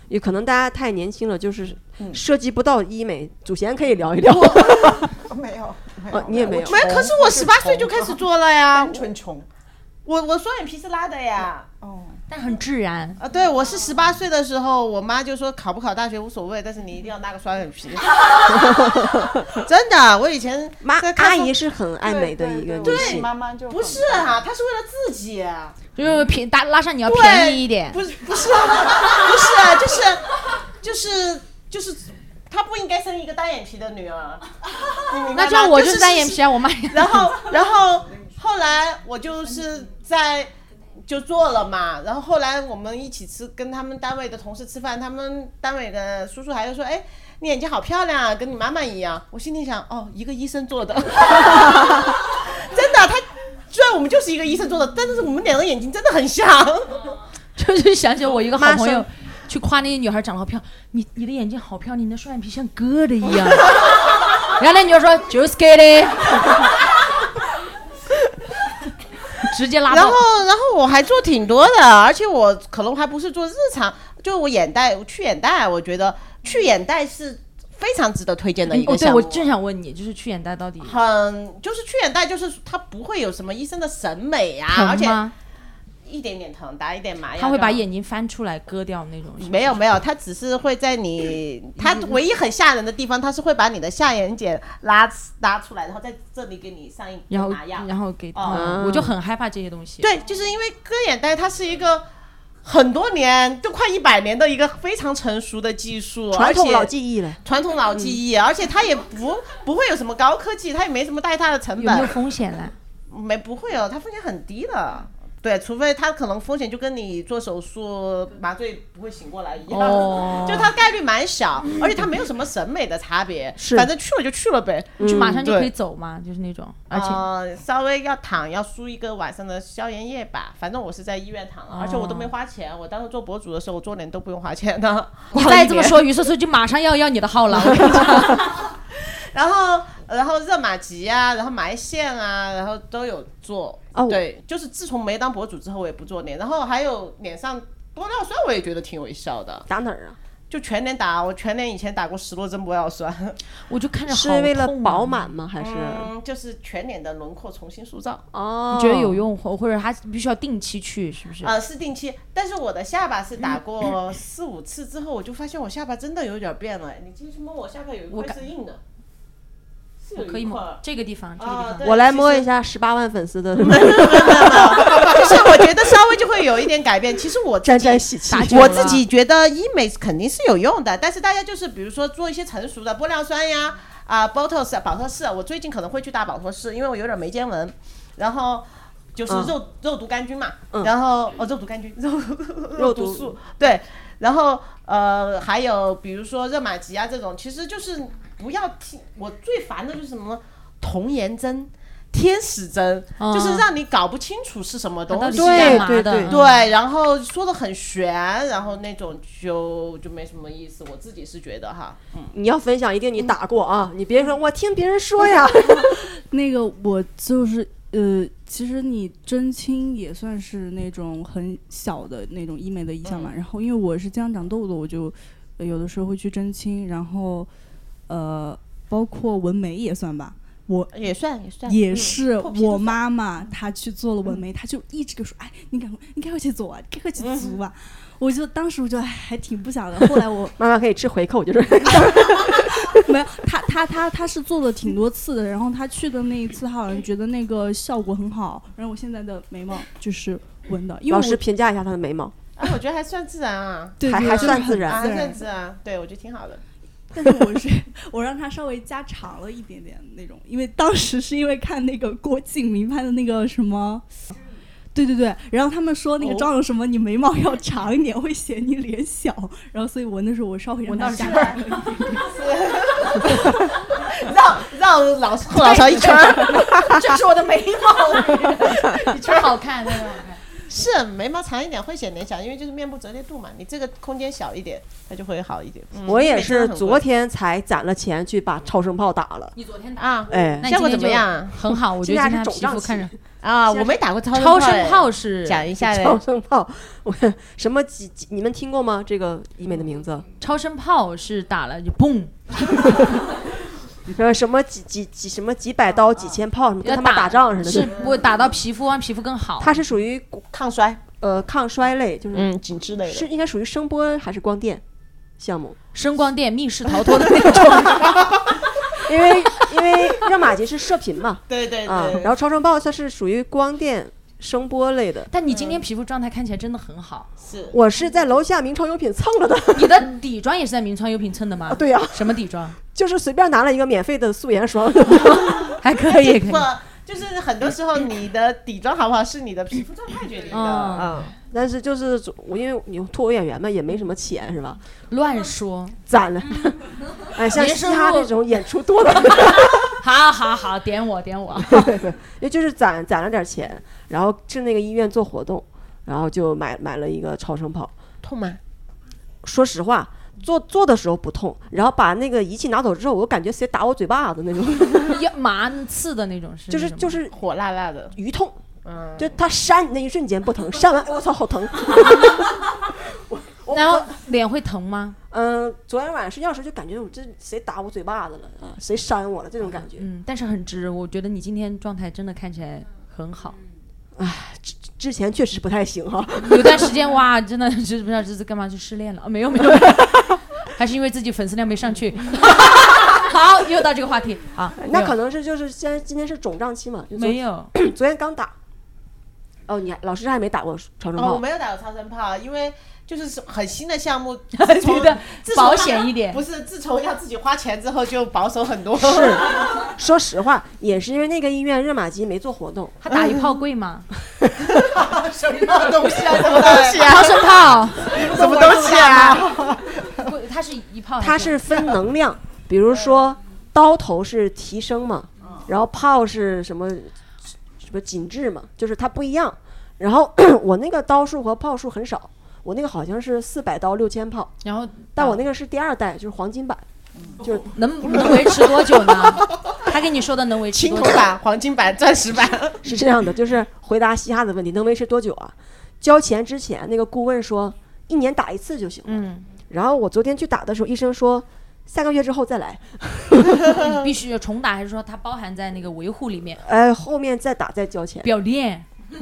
[SPEAKER 4] 也可能大家太年轻了，就是
[SPEAKER 1] 嗯
[SPEAKER 4] 涉及不到医美。祖贤可以聊一聊。
[SPEAKER 2] 没有，
[SPEAKER 4] 哦，你也没有。
[SPEAKER 1] 没有，可是我十八岁就开始做了呀，单
[SPEAKER 2] 纯穷。
[SPEAKER 1] 我我双眼皮是拉的呀，
[SPEAKER 3] 但很自然。
[SPEAKER 1] 啊，对，我是十八岁的时候，我妈就说考不考大学无所谓，但是你一定要拉个双眼皮。啊真的，我以前
[SPEAKER 4] 妈
[SPEAKER 1] 在看
[SPEAKER 4] 阿
[SPEAKER 1] 书
[SPEAKER 4] 姨是很爱美的一个女
[SPEAKER 1] 对
[SPEAKER 4] 性。
[SPEAKER 1] 妈
[SPEAKER 2] 妈就
[SPEAKER 1] 不是哈、她是为了自己，
[SPEAKER 3] 就是便搭拉上你要
[SPEAKER 1] 对
[SPEAKER 3] 便宜一点
[SPEAKER 1] 不。是不是不是，就是就是就是，她不应该生一个单眼皮的女 儿，你明白
[SPEAKER 3] 那
[SPEAKER 1] 吗
[SPEAKER 3] 这样我
[SPEAKER 1] 就是
[SPEAKER 3] 单眼皮啊，我妈也。
[SPEAKER 1] 然后，然后后来我就是在就做了嘛。然后后来我们一起吃，跟他们单位的同事吃饭，他们单位的叔叔还就说：“哎，你眼睛好漂亮啊，跟你妈妈一样。”我心里想：“哦，一个医生做的， 真的，他虽然我们就是一个医生做的，但是我们两个眼睛真的很像。
[SPEAKER 3] 就是想起我一个好
[SPEAKER 1] 妈
[SPEAKER 3] 朋友
[SPEAKER 1] 生，
[SPEAKER 3] 去夸那些女孩长得好漂亮，你你的眼睛好漂亮，你的双眼皮像割的一样。 然后那女孩说就是 割的，直接拉
[SPEAKER 1] 然
[SPEAKER 3] 爆
[SPEAKER 1] 后，然后我还做挺多的，而且我可能还不是做日常，就我眼袋，我去眼袋，我觉得去眼袋是非常值得推荐的一
[SPEAKER 3] 哦，
[SPEAKER 1] 个
[SPEAKER 3] 对，
[SPEAKER 1] 项目。
[SPEAKER 3] 我正想问你，就是去眼袋到底
[SPEAKER 1] 很就是去眼袋，就是它不会有什么医生的审美啊，而
[SPEAKER 3] 疼
[SPEAKER 1] 且哎
[SPEAKER 3] 吗？
[SPEAKER 1] 一点点疼，打一点麻药。
[SPEAKER 3] 他会把
[SPEAKER 1] 让
[SPEAKER 3] 眼睛翻出来割掉那种。是不是
[SPEAKER 1] 没有没有，他只是会在你，他唯一很吓人的地方，他是会把你的下眼睑拉拉出来，然后在这里给你上一
[SPEAKER 3] 然后
[SPEAKER 1] 麻药，
[SPEAKER 3] 然后给他，
[SPEAKER 1] 哦
[SPEAKER 3] 我就很害怕这些东西。
[SPEAKER 1] 对，就是因为割眼袋它是一个很多年，就快一百年的一个非常成熟的技术，
[SPEAKER 4] 传统老
[SPEAKER 1] 忆，
[SPEAKER 4] 技艺了。
[SPEAKER 1] 传统老技艺，而且它也不不会有什么高科技，它也没什么太大的成
[SPEAKER 3] 有没有
[SPEAKER 1] 本，
[SPEAKER 3] 风险呢？
[SPEAKER 1] 没不会哦，它风险很低的。对，除非它可能风险就跟你做手术麻醉不会醒过来一样，
[SPEAKER 3] 哦
[SPEAKER 1] 就它概率蛮小，而且它没有什么审美的差别，
[SPEAKER 4] 是
[SPEAKER 1] 反正去了就去了呗，嗯
[SPEAKER 3] 就马上就
[SPEAKER 1] 对
[SPEAKER 3] 可以走嘛，就是那种，而且
[SPEAKER 1] 呃，稍微要躺，要输一个晚上的消炎液吧。反正我是在医院躺了，而且我都没花钱。我当时做博主的时候，我做脸都不用花钱啊的。
[SPEAKER 3] 你再这么说，于是说就马上要要你的号了。我跟你讲
[SPEAKER 1] 然后，呃然后热玛吉啊，然后埋线啊，然后都有做。
[SPEAKER 4] 哦
[SPEAKER 1] 对，就是自从没当博主之后，我也不做脸。然后还有脸上玻尿酸，我也觉得挺有效的。
[SPEAKER 4] 打哪儿啊？
[SPEAKER 1] 就全脸打，我全脸以前打过十多针玻尿酸，
[SPEAKER 3] 我就看着
[SPEAKER 4] 是
[SPEAKER 3] 好
[SPEAKER 4] 为了
[SPEAKER 3] 痛啊
[SPEAKER 4] 饱满吗？还是
[SPEAKER 1] 嗯，就是嗯全脸的轮廓重新塑造。
[SPEAKER 4] 哦？
[SPEAKER 3] 你觉得有？用，或或者他必须要定期去，是不是？
[SPEAKER 1] 呃，是定期，但是我的下巴是打过四五次之后，我就发现我下巴真的有点变了。你进去摸我下巴有一
[SPEAKER 3] 我
[SPEAKER 1] 块
[SPEAKER 3] 感
[SPEAKER 1] 是硬的，是
[SPEAKER 3] 我
[SPEAKER 1] 有
[SPEAKER 3] 可
[SPEAKER 1] 一
[SPEAKER 3] 以
[SPEAKER 1] 块
[SPEAKER 3] 吗
[SPEAKER 1] 儿？。
[SPEAKER 3] 这个地方，这个地
[SPEAKER 1] 啊
[SPEAKER 3] 方。
[SPEAKER 1] 对
[SPEAKER 4] 我来摸
[SPEAKER 1] 其实
[SPEAKER 4] 一下十八万粉丝的
[SPEAKER 1] 就是我觉得稍微就会有一点改变。其实我自己
[SPEAKER 4] 沾沾喜气。
[SPEAKER 1] 我自己觉得医美肯定是有用的，但是大家就是比如说做一些成熟的玻尿酸呀，啊、Botox 啊保特氏，我最近可能会去打保特氏，因为我有点眉间纹，然后。就是
[SPEAKER 4] 嗯
[SPEAKER 1] 肉、肉毒杆菌嘛，
[SPEAKER 4] 嗯
[SPEAKER 1] 然后哦肉毒杆菌 肉
[SPEAKER 4] 肉
[SPEAKER 1] 肉
[SPEAKER 4] 毒
[SPEAKER 1] 毒素对，然后呃还有比如说热玛吉啊这种，其实就是不要听我最烦的就是什么童颜针、 天使针，就是
[SPEAKER 3] 嗯
[SPEAKER 1] 让你搞不清楚是什么
[SPEAKER 3] 它到
[SPEAKER 1] 东
[SPEAKER 3] 底
[SPEAKER 1] 西，
[SPEAKER 3] 是
[SPEAKER 4] 对
[SPEAKER 3] 干嘛
[SPEAKER 4] 对
[SPEAKER 3] 的？
[SPEAKER 4] 对
[SPEAKER 3] 嗯
[SPEAKER 1] 对，然后说的很悬，然后那种就就没什么意思。我自己是觉得哈，嗯
[SPEAKER 4] 你要分享，一定你打过啊！你别说我听别人说呀。
[SPEAKER 9] 那个我就是呃，其实你针清也算是那种很小的那种医美的一项嘛。
[SPEAKER 1] 嗯
[SPEAKER 9] 然后因为我是经常长痘痘，我就呃有的时候会去针清，然后呃，包括纹眉也算吧。我
[SPEAKER 1] 也算也算嗯
[SPEAKER 9] 也是
[SPEAKER 1] 破皮嗯都
[SPEAKER 9] 我
[SPEAKER 1] 算
[SPEAKER 9] 妈妈，她去做了纹眉，她就一直跟我说：“哎，你赶快，你赶快去做啊，你赶快去做
[SPEAKER 1] 嗯
[SPEAKER 9] 啊！”我就当时我就哎还挺不想的。后来我
[SPEAKER 4] 妈妈可以吃回扣，就是
[SPEAKER 9] 没有，他他他他是做了挺多次的，然后他去的那一次，他好像觉得那个效果很好，然后我现在的眉毛就是纹哦的，因为
[SPEAKER 4] 老
[SPEAKER 9] 我
[SPEAKER 4] 师评价一下她的眉毛，
[SPEAKER 1] 啊，我觉得还算自 然啊，
[SPEAKER 9] 对
[SPEAKER 4] 还
[SPEAKER 9] 对
[SPEAKER 4] 还
[SPEAKER 9] 就是
[SPEAKER 4] 算
[SPEAKER 9] 很
[SPEAKER 4] 自
[SPEAKER 1] 啊，
[SPEAKER 4] 然
[SPEAKER 1] 还算自然，对我觉得挺好的。
[SPEAKER 9] 但是我是 我让他稍微加长了一点点那种，因为当时是因为看那个郭敬明拍的那个什么。对对对，然后他们说那个
[SPEAKER 1] 哦
[SPEAKER 9] 妆容什么，你眉毛要长一点，会显你脸小。然后所以纹的时候，我稍微让
[SPEAKER 3] 纹
[SPEAKER 9] 它
[SPEAKER 3] 到
[SPEAKER 9] 下
[SPEAKER 3] 这
[SPEAKER 9] 来。
[SPEAKER 1] 绕绕老后脑勺一圈 儿，
[SPEAKER 3] 这是我的眉 毛，真好看，真的好看。
[SPEAKER 1] 是眉毛长一点会显脸小，因为就是面部折叠度嘛，你这个空间小一点，它就会好一点。嗯
[SPEAKER 4] 我
[SPEAKER 1] 医
[SPEAKER 4] 也
[SPEAKER 1] 美真的
[SPEAKER 4] 是
[SPEAKER 1] 很
[SPEAKER 4] 昨
[SPEAKER 1] 贵
[SPEAKER 4] 天才攒了钱去把超声炮打了。
[SPEAKER 3] 你昨天打，
[SPEAKER 1] 啊，
[SPEAKER 4] 哎，
[SPEAKER 3] 那你
[SPEAKER 1] 效果
[SPEAKER 3] 今天
[SPEAKER 1] 怎么
[SPEAKER 3] 就
[SPEAKER 1] 样啊
[SPEAKER 3] 很好，我觉
[SPEAKER 4] 今
[SPEAKER 3] 得
[SPEAKER 4] 天还
[SPEAKER 3] 今天
[SPEAKER 4] 是
[SPEAKER 3] 皮肤
[SPEAKER 4] 肿胀
[SPEAKER 3] 看着
[SPEAKER 1] 啊？我没打过超
[SPEAKER 3] 超
[SPEAKER 1] 声
[SPEAKER 3] 声
[SPEAKER 1] 炮
[SPEAKER 3] 炮
[SPEAKER 1] 哎，
[SPEAKER 3] 是
[SPEAKER 1] 讲一下嘞。
[SPEAKER 4] 超声炮，我什么几几？你们听过吗？这个医美的名字？
[SPEAKER 3] 超声炮是打了就砰，
[SPEAKER 4] 呃，什么几几几什么几百刀、几千炮，什么跟
[SPEAKER 3] 要
[SPEAKER 4] 他们打仗似的。
[SPEAKER 3] 是不打到皮肤，让皮肤更好。
[SPEAKER 4] 它是属于
[SPEAKER 1] 抗衰，
[SPEAKER 4] 呃抗衰类，就是
[SPEAKER 1] 嗯，紧致类
[SPEAKER 4] 是应该属于声波还是光电项目？
[SPEAKER 3] 声光电密室逃脱的那种，
[SPEAKER 4] 因为因为热玛吉是射频嘛，
[SPEAKER 1] 对对
[SPEAKER 4] 啊，
[SPEAKER 1] 对
[SPEAKER 4] 然。后超声炮它是属于光电声波类的。
[SPEAKER 3] 但你今天皮肤状态看起来真的很好，
[SPEAKER 1] 是
[SPEAKER 4] 我是在楼下名创优品蹭了的
[SPEAKER 3] 你的底妆也是在名创优品蹭的吗？
[SPEAKER 4] 啊，对呀、
[SPEAKER 3] 什么底妆？
[SPEAKER 4] 就是随便拿了一个免费的素颜霜，
[SPEAKER 3] 还 可以，可以
[SPEAKER 1] 不，就是很多时候你的底妆好不好是你的皮肤状态决定的。
[SPEAKER 3] 嗯，
[SPEAKER 4] 啊，但是就是我因为你脱口演员嘛，也没什么钱是吧？
[SPEAKER 3] 乱说，
[SPEAKER 4] 攒了，哎，像
[SPEAKER 3] 年
[SPEAKER 4] 嘻
[SPEAKER 3] 收入
[SPEAKER 4] 哈这种演出多了，
[SPEAKER 3] 好好好，点我点 我，
[SPEAKER 4] 也就是攒攒了点钱，然后去那个医院做活动，然后就买买了一个超声炮。
[SPEAKER 1] 痛吗？
[SPEAKER 4] 说实话，做做的时候不痛，然后把那个仪器拿走之后，我感觉谁打我嘴巴子那 种，
[SPEAKER 3] 要麻刺的那种是，。
[SPEAKER 4] 就是就是是
[SPEAKER 1] 火辣辣的，
[SPEAKER 4] 鱼痛，
[SPEAKER 1] 嗯，
[SPEAKER 4] 就他扇你那一瞬间不疼，扇 完哎我操好疼。
[SPEAKER 3] 然后脸会疼吗？
[SPEAKER 4] 嗯，昨天晚上睡觉的时候就感觉我这谁打我嘴巴子了啊，谁
[SPEAKER 3] 嗯
[SPEAKER 4] 扇我了这种感觉。
[SPEAKER 3] 哎嗯，但是很值，我觉得你今天状态真的看起来很好。
[SPEAKER 4] 唉，之之前确实不太行哈、
[SPEAKER 3] 有段时间哇，真的就是不知道这是干嘛去失恋了，啊没有没 有，还是因为自己粉丝量没上去。 好，又到这个话题啊，
[SPEAKER 4] 呃那
[SPEAKER 3] 没有
[SPEAKER 4] 可能是就是现在今天是肿胀期嘛？就昨
[SPEAKER 3] 没有，
[SPEAKER 4] 昨天刚打。哦，你还老师还没打过长城炮？
[SPEAKER 1] 哦，我没有打过超声炮，因为就是很新的项 目，
[SPEAKER 4] 觉得
[SPEAKER 1] 自从
[SPEAKER 4] 保险一点
[SPEAKER 1] 不是，自从要自己花钱之后就保守很多。
[SPEAKER 4] 是，说实话，也是因为那个医院热玛吉没做活动，
[SPEAKER 3] 他 打一炮贵吗？
[SPEAKER 1] 什么东西啊？什么东西啊？，
[SPEAKER 3] 长生炮
[SPEAKER 1] 什么东西啊？
[SPEAKER 3] 不，它是一炮还，
[SPEAKER 4] 它是分能量， 比如说刀头是提升嘛，
[SPEAKER 3] 嗯
[SPEAKER 4] 然后炮是什么什么紧致嘛，就是它不一样。然后 我那个刀数和炮数很少，我那个好像是四百刀六千炮，
[SPEAKER 3] 然后哦
[SPEAKER 4] 但我那个是第二代，就是黄金版，就是
[SPEAKER 3] 能能维持多久呢？ 他跟你说的能维持
[SPEAKER 1] 青
[SPEAKER 3] 多
[SPEAKER 1] 铜
[SPEAKER 3] 久？
[SPEAKER 1] 版、黄金版、钻石版，
[SPEAKER 4] 是这样的，就是回答嘻哈的问题，能维持多久啊？交钱之前，那个顾问说一年打一次就行了。
[SPEAKER 3] 嗯，
[SPEAKER 4] 然后我昨天去打的时候，医生说三个月之后再来，
[SPEAKER 3] 你必须要重打，还是说它包含在那个维护里面？
[SPEAKER 4] 哎，后面再打再交钱。
[SPEAKER 3] 表练，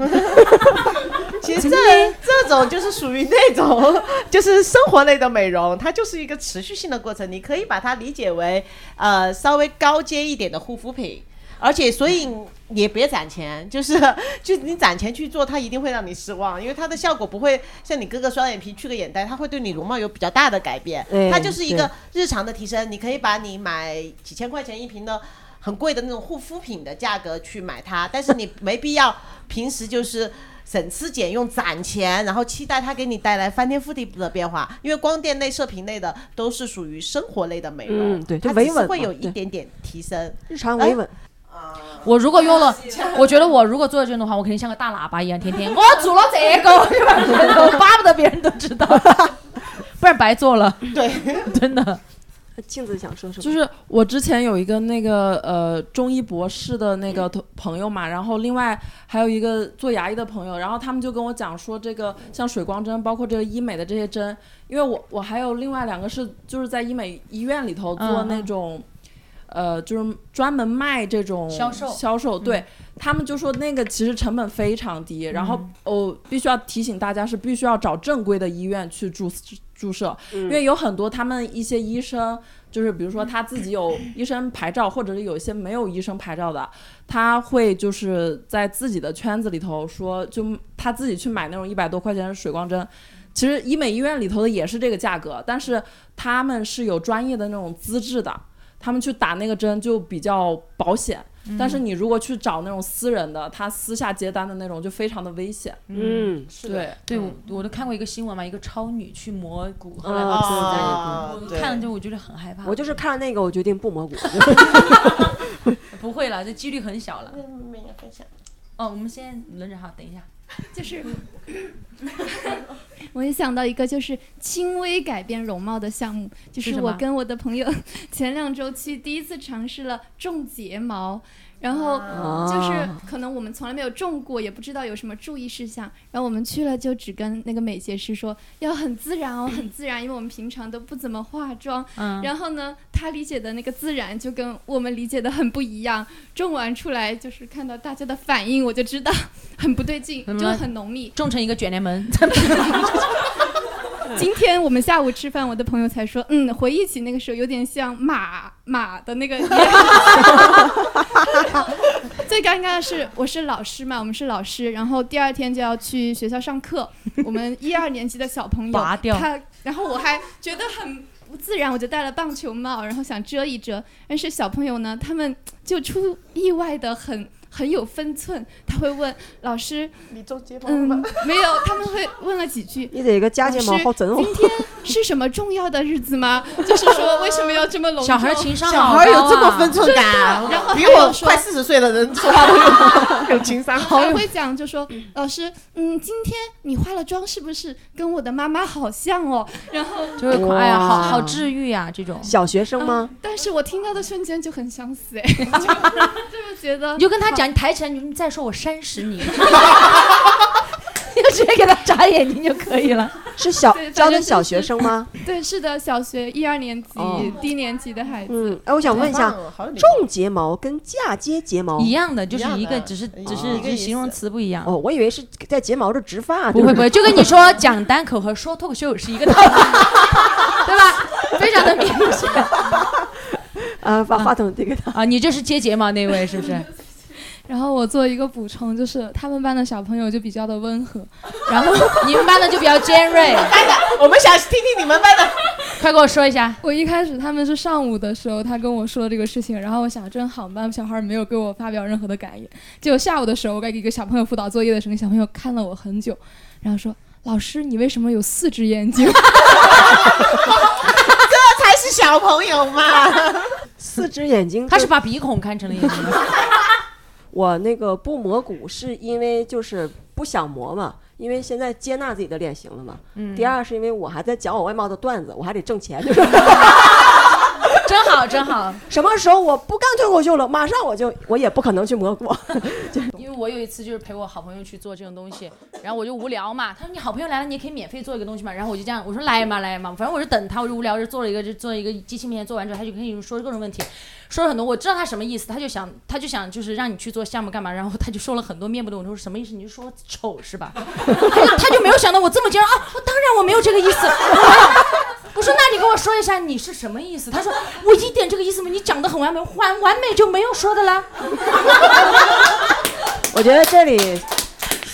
[SPEAKER 1] 其实这这种就是属于那种，就是生活类的美容，它就是一个持续性的过程。你可以把它理解为，呃，稍微高阶一点的护肤品，而且所以也别攒钱，就是就你攒钱去做，它一定会让你失望，因为它的效果不会像你割个双眼皮、去个眼袋，它会对你容貌有比较大的改变
[SPEAKER 4] 哎。
[SPEAKER 1] 它就是一
[SPEAKER 4] 对
[SPEAKER 1] 个日常的提升，你可以把你买几千块钱一瓶的很贵的那种护肤品的价格去买它，但是你没必要平时就是省吃俭用攒钱，然后期待它给你带来翻天覆地的变化。因为光电类、射频类的都是属于生活类的美容，
[SPEAKER 4] 嗯对就
[SPEAKER 1] 它只
[SPEAKER 4] 维稳
[SPEAKER 1] 是会
[SPEAKER 4] 嘛
[SPEAKER 1] 有一
[SPEAKER 4] 对
[SPEAKER 1] 点点提升。
[SPEAKER 4] 日常维稳，
[SPEAKER 3] 哎我如果用了，我觉得我如果做这种的话，我肯定像个大喇叭一样，天天我煮了这个，对吧？ 我巴不得别人都知道，不然白做 了。对，真的。
[SPEAKER 4] 镜子想说什么？
[SPEAKER 7] 就是我之前有一个那个呃中医博士的那
[SPEAKER 3] 嗯
[SPEAKER 7] 个同朋友嘛，然后另外还有一个做牙医的朋友，然后他们就跟我讲说，这个像水光针，包括这个医美的这些针，因为我我还有另外两个是就是在医美医院里头做
[SPEAKER 3] 嗯
[SPEAKER 7] 那种。呃，就是专门卖这种
[SPEAKER 3] 销售嗯
[SPEAKER 7] 销售对、他们就说那个其实成本非常低，然后哦，必须要提醒大家是必须要找正规的医院去注注射，因为有很多他们一些医生，就是比如说他自己有 医生牌照，或者是有一些没有医生牌照的，他会就是在自己的圈子里头说，就他自己去买那种一百多块钱的水光针。其实医美医院里头的也是这个价格，但是他们是有专业的那种资质的，他们去打那个针就比较保险。
[SPEAKER 3] 嗯
[SPEAKER 7] 但是你如果去找那种私人的，他私下接单的那种，就非常的危险。
[SPEAKER 4] 嗯，
[SPEAKER 7] 是对，
[SPEAKER 3] 对，我我都看过一个新闻嘛，一个超女去磨骨，后来
[SPEAKER 4] 啊
[SPEAKER 1] 啊
[SPEAKER 3] 哦我
[SPEAKER 1] 对
[SPEAKER 3] 看了之后我觉得很害怕。
[SPEAKER 4] 我就是看了那个，我决定不 蘑菇。
[SPEAKER 3] 不会了，这几率很小了。
[SPEAKER 1] 嗯没有分享。
[SPEAKER 3] 哦，我们先轮着哈，等一下。
[SPEAKER 11] 就是，我也想到一个，就是轻微改变容貌的项目，就是是
[SPEAKER 3] 什
[SPEAKER 11] 我
[SPEAKER 3] 么
[SPEAKER 11] 跟我的朋友 前两周去第一次尝试了种睫毛，然后就是
[SPEAKER 4] 啊
[SPEAKER 11] 可能我们从来没有种过，也不知道有什么注意事项，然后我们去了就只跟那个美睫师说要很自然 哦，很自然，因为我们平常都不怎么化妆，
[SPEAKER 3] 嗯，
[SPEAKER 11] 然后呢，他理解的那个自然就跟我们理解的很不一样。种完出来就是看到大家的反应，我就知道很不对劲，
[SPEAKER 3] 怎么
[SPEAKER 11] 就
[SPEAKER 3] 了
[SPEAKER 11] 很浓密。
[SPEAKER 3] 种成一个卷帘门，
[SPEAKER 11] 今天我们下午吃饭，我的朋友才说，嗯，回忆起那个时候有点像马马 的 呃那个。最尴尬的是，我是老师嘛，我们是老师，然后第二天就要去学校上 课，我们一二年级的小朋友，
[SPEAKER 3] 拔掉
[SPEAKER 11] 他，然后我还觉得很不自然，我就戴了棒球帽，然后想遮一遮。但是小朋友呢，他们就出意外的很很有分寸，他会问老师，
[SPEAKER 1] 你种睫毛
[SPEAKER 11] 嗯
[SPEAKER 1] 吗？，
[SPEAKER 11] 没有，他们会问了几句。
[SPEAKER 4] 你得一个加睫毛好整哦
[SPEAKER 11] 老师。今天是什么重要的日 子吗？就是说为什么要这么隆重？
[SPEAKER 3] 小孩情商
[SPEAKER 1] 小
[SPEAKER 3] 好
[SPEAKER 1] 孩
[SPEAKER 3] 高
[SPEAKER 1] 有这么
[SPEAKER 3] 啊
[SPEAKER 1] 分寸感啊，
[SPEAKER 11] 然后
[SPEAKER 1] 比
[SPEAKER 11] 还有
[SPEAKER 1] 我
[SPEAKER 11] 说
[SPEAKER 1] 快四十岁的人说话 都有有情商。
[SPEAKER 11] 还会讲，就说老师，嗯，今天你化了妆是不是跟我的妈妈好像哦？然后，
[SPEAKER 3] 就是夸哎呀，
[SPEAKER 4] 哇
[SPEAKER 3] 好好治愈啊，这种。嗯
[SPEAKER 4] 小学生 吗？
[SPEAKER 11] 但是我听到的瞬间就很想 死哎，就就是觉得
[SPEAKER 3] 你就跟他讲，你抬起来，你就再说我扇死你。你
[SPEAKER 6] 直接给他眨眼睛就可以了。
[SPEAKER 4] 是小
[SPEAKER 11] 对反
[SPEAKER 4] 教的
[SPEAKER 11] 正就
[SPEAKER 4] 小
[SPEAKER 11] 是
[SPEAKER 4] 学生吗？
[SPEAKER 11] 对，是的，小学一二年级、
[SPEAKER 4] 哦
[SPEAKER 11] 低年级的孩子。
[SPEAKER 4] 嗯，哎，我想问一下
[SPEAKER 11] 好棒哦好有，礼貌
[SPEAKER 4] 重睫毛跟嫁接睫毛
[SPEAKER 3] 一样的，就是一个，只是只
[SPEAKER 4] 一
[SPEAKER 3] 是
[SPEAKER 4] 个
[SPEAKER 3] 就
[SPEAKER 4] 意
[SPEAKER 3] 是形容词不一样。
[SPEAKER 4] 哦，我以为是在睫毛这植发。
[SPEAKER 3] 不会不会，就跟你说讲单口和说脱口秀是一个 道理，对吧？非常的明显。
[SPEAKER 4] 呃，把话筒递给他
[SPEAKER 3] 啊，你这是接睫毛那位是不 是？
[SPEAKER 13] 然后我做一个补充，就是他们班的小朋友就比较的温 和，然后
[SPEAKER 3] 你们班的就比较尖锐。
[SPEAKER 13] 班的，
[SPEAKER 1] 我们想听听你们班的，
[SPEAKER 3] 快给我说一下。
[SPEAKER 13] 我一开始他们是上午的时候，他跟我说这个事情，然后我想真好，我们班小孩没有给我发表任何的感言。结果下午的时候，我给一个小朋友辅导作业的时候，那小朋友看了我很久，然后说：“老师，你为什么有四只眼睛？”
[SPEAKER 1] 这才是小朋友嘛。
[SPEAKER 4] 四只眼 睛，
[SPEAKER 3] 他是把鼻孔看成了眼睛。
[SPEAKER 4] 我那个不磨骨是因为就是不想磨嘛，因为现在接纳自己的脸型了嘛。
[SPEAKER 3] 嗯
[SPEAKER 4] 第二是因为我还在讲我外貌的段子，我还得挣钱，就是
[SPEAKER 3] 真好真好。
[SPEAKER 4] 什么时候我不干脱口秀了，马上我就我也不可能去磨骨。
[SPEAKER 3] 因为我有一次就是陪我好朋友去做这种东西，然后我就无聊嘛，他说你好朋友来了，你也可以免费做一个东西嘛，然后我就这样我说来嘛来嘛，反正我是等他，我就无聊就做了一个就做了一个机器面前做完之后，他就跟你说各种问题，说了很多，我知道他什么意思，他就想他就想就是让你去做项目干嘛，然后他就说了很多面部的，我说什么意思？你就说我丑是吧？ 他就他就没有想到我这么尖啊，我当然我没有这个意思。 我说：“那你跟我说一下你是什么意思？”他说：“我一点这个意思没有，你讲的很完美，完完美就没有说的啦。”
[SPEAKER 4] 我觉得这里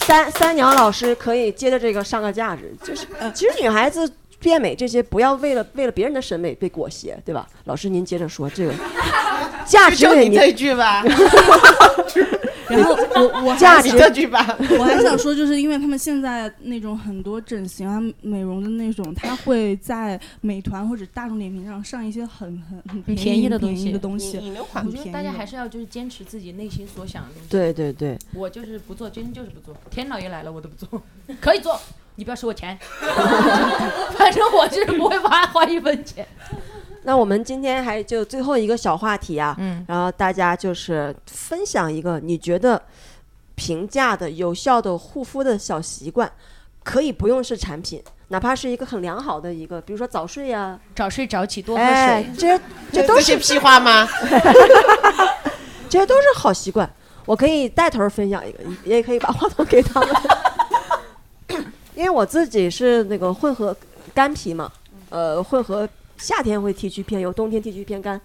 [SPEAKER 4] 三三娘老师可以接着这个上个价值，就是
[SPEAKER 3] 嗯
[SPEAKER 4] 其实女孩子变美这些，不要为了为了别人的审美被裹挟，对吧？老师您接着说这个价 值
[SPEAKER 1] 就
[SPEAKER 4] 给
[SPEAKER 1] 你这句吧。
[SPEAKER 9] 然后我我还
[SPEAKER 4] 价
[SPEAKER 9] 想
[SPEAKER 4] 值这句吧
[SPEAKER 9] 我还 想说，就是因为他们现在那种很多整形啊、美容的那种，它会在美团或者大众点评上上一些很很很
[SPEAKER 3] 很
[SPEAKER 9] 便
[SPEAKER 3] 便宜的东
[SPEAKER 9] 很便宜
[SPEAKER 3] 西，
[SPEAKER 9] 的东西。
[SPEAKER 3] 我觉得大家还
[SPEAKER 9] 是
[SPEAKER 3] 是要就是坚持自己内心所想的东西。
[SPEAKER 4] 对对对，
[SPEAKER 3] 我就是不做，真就是不做。天老爷来了，我都不做。 可以做，你不要收我钱， 反正我就是不会花花一分钱。
[SPEAKER 4] 那我们今天还就最后一个小话题啊，
[SPEAKER 3] 嗯
[SPEAKER 4] 然后大家就是分享一个你觉得平价的、有效的护肤的小习惯，可以不用是产品，哪怕是一个很良好的一个，比如说早睡呀、
[SPEAKER 3] 早睡早起多喝水，
[SPEAKER 4] 哎，这这都
[SPEAKER 1] 这
[SPEAKER 4] 是
[SPEAKER 1] 些屁话吗？
[SPEAKER 4] 这些都是好习惯，我可以带头分享一个，也可以把话筒给他们。 因为我自己是那个混合干皮嘛，呃，混合夏天会 T 区偏油，冬天 T 区偏干。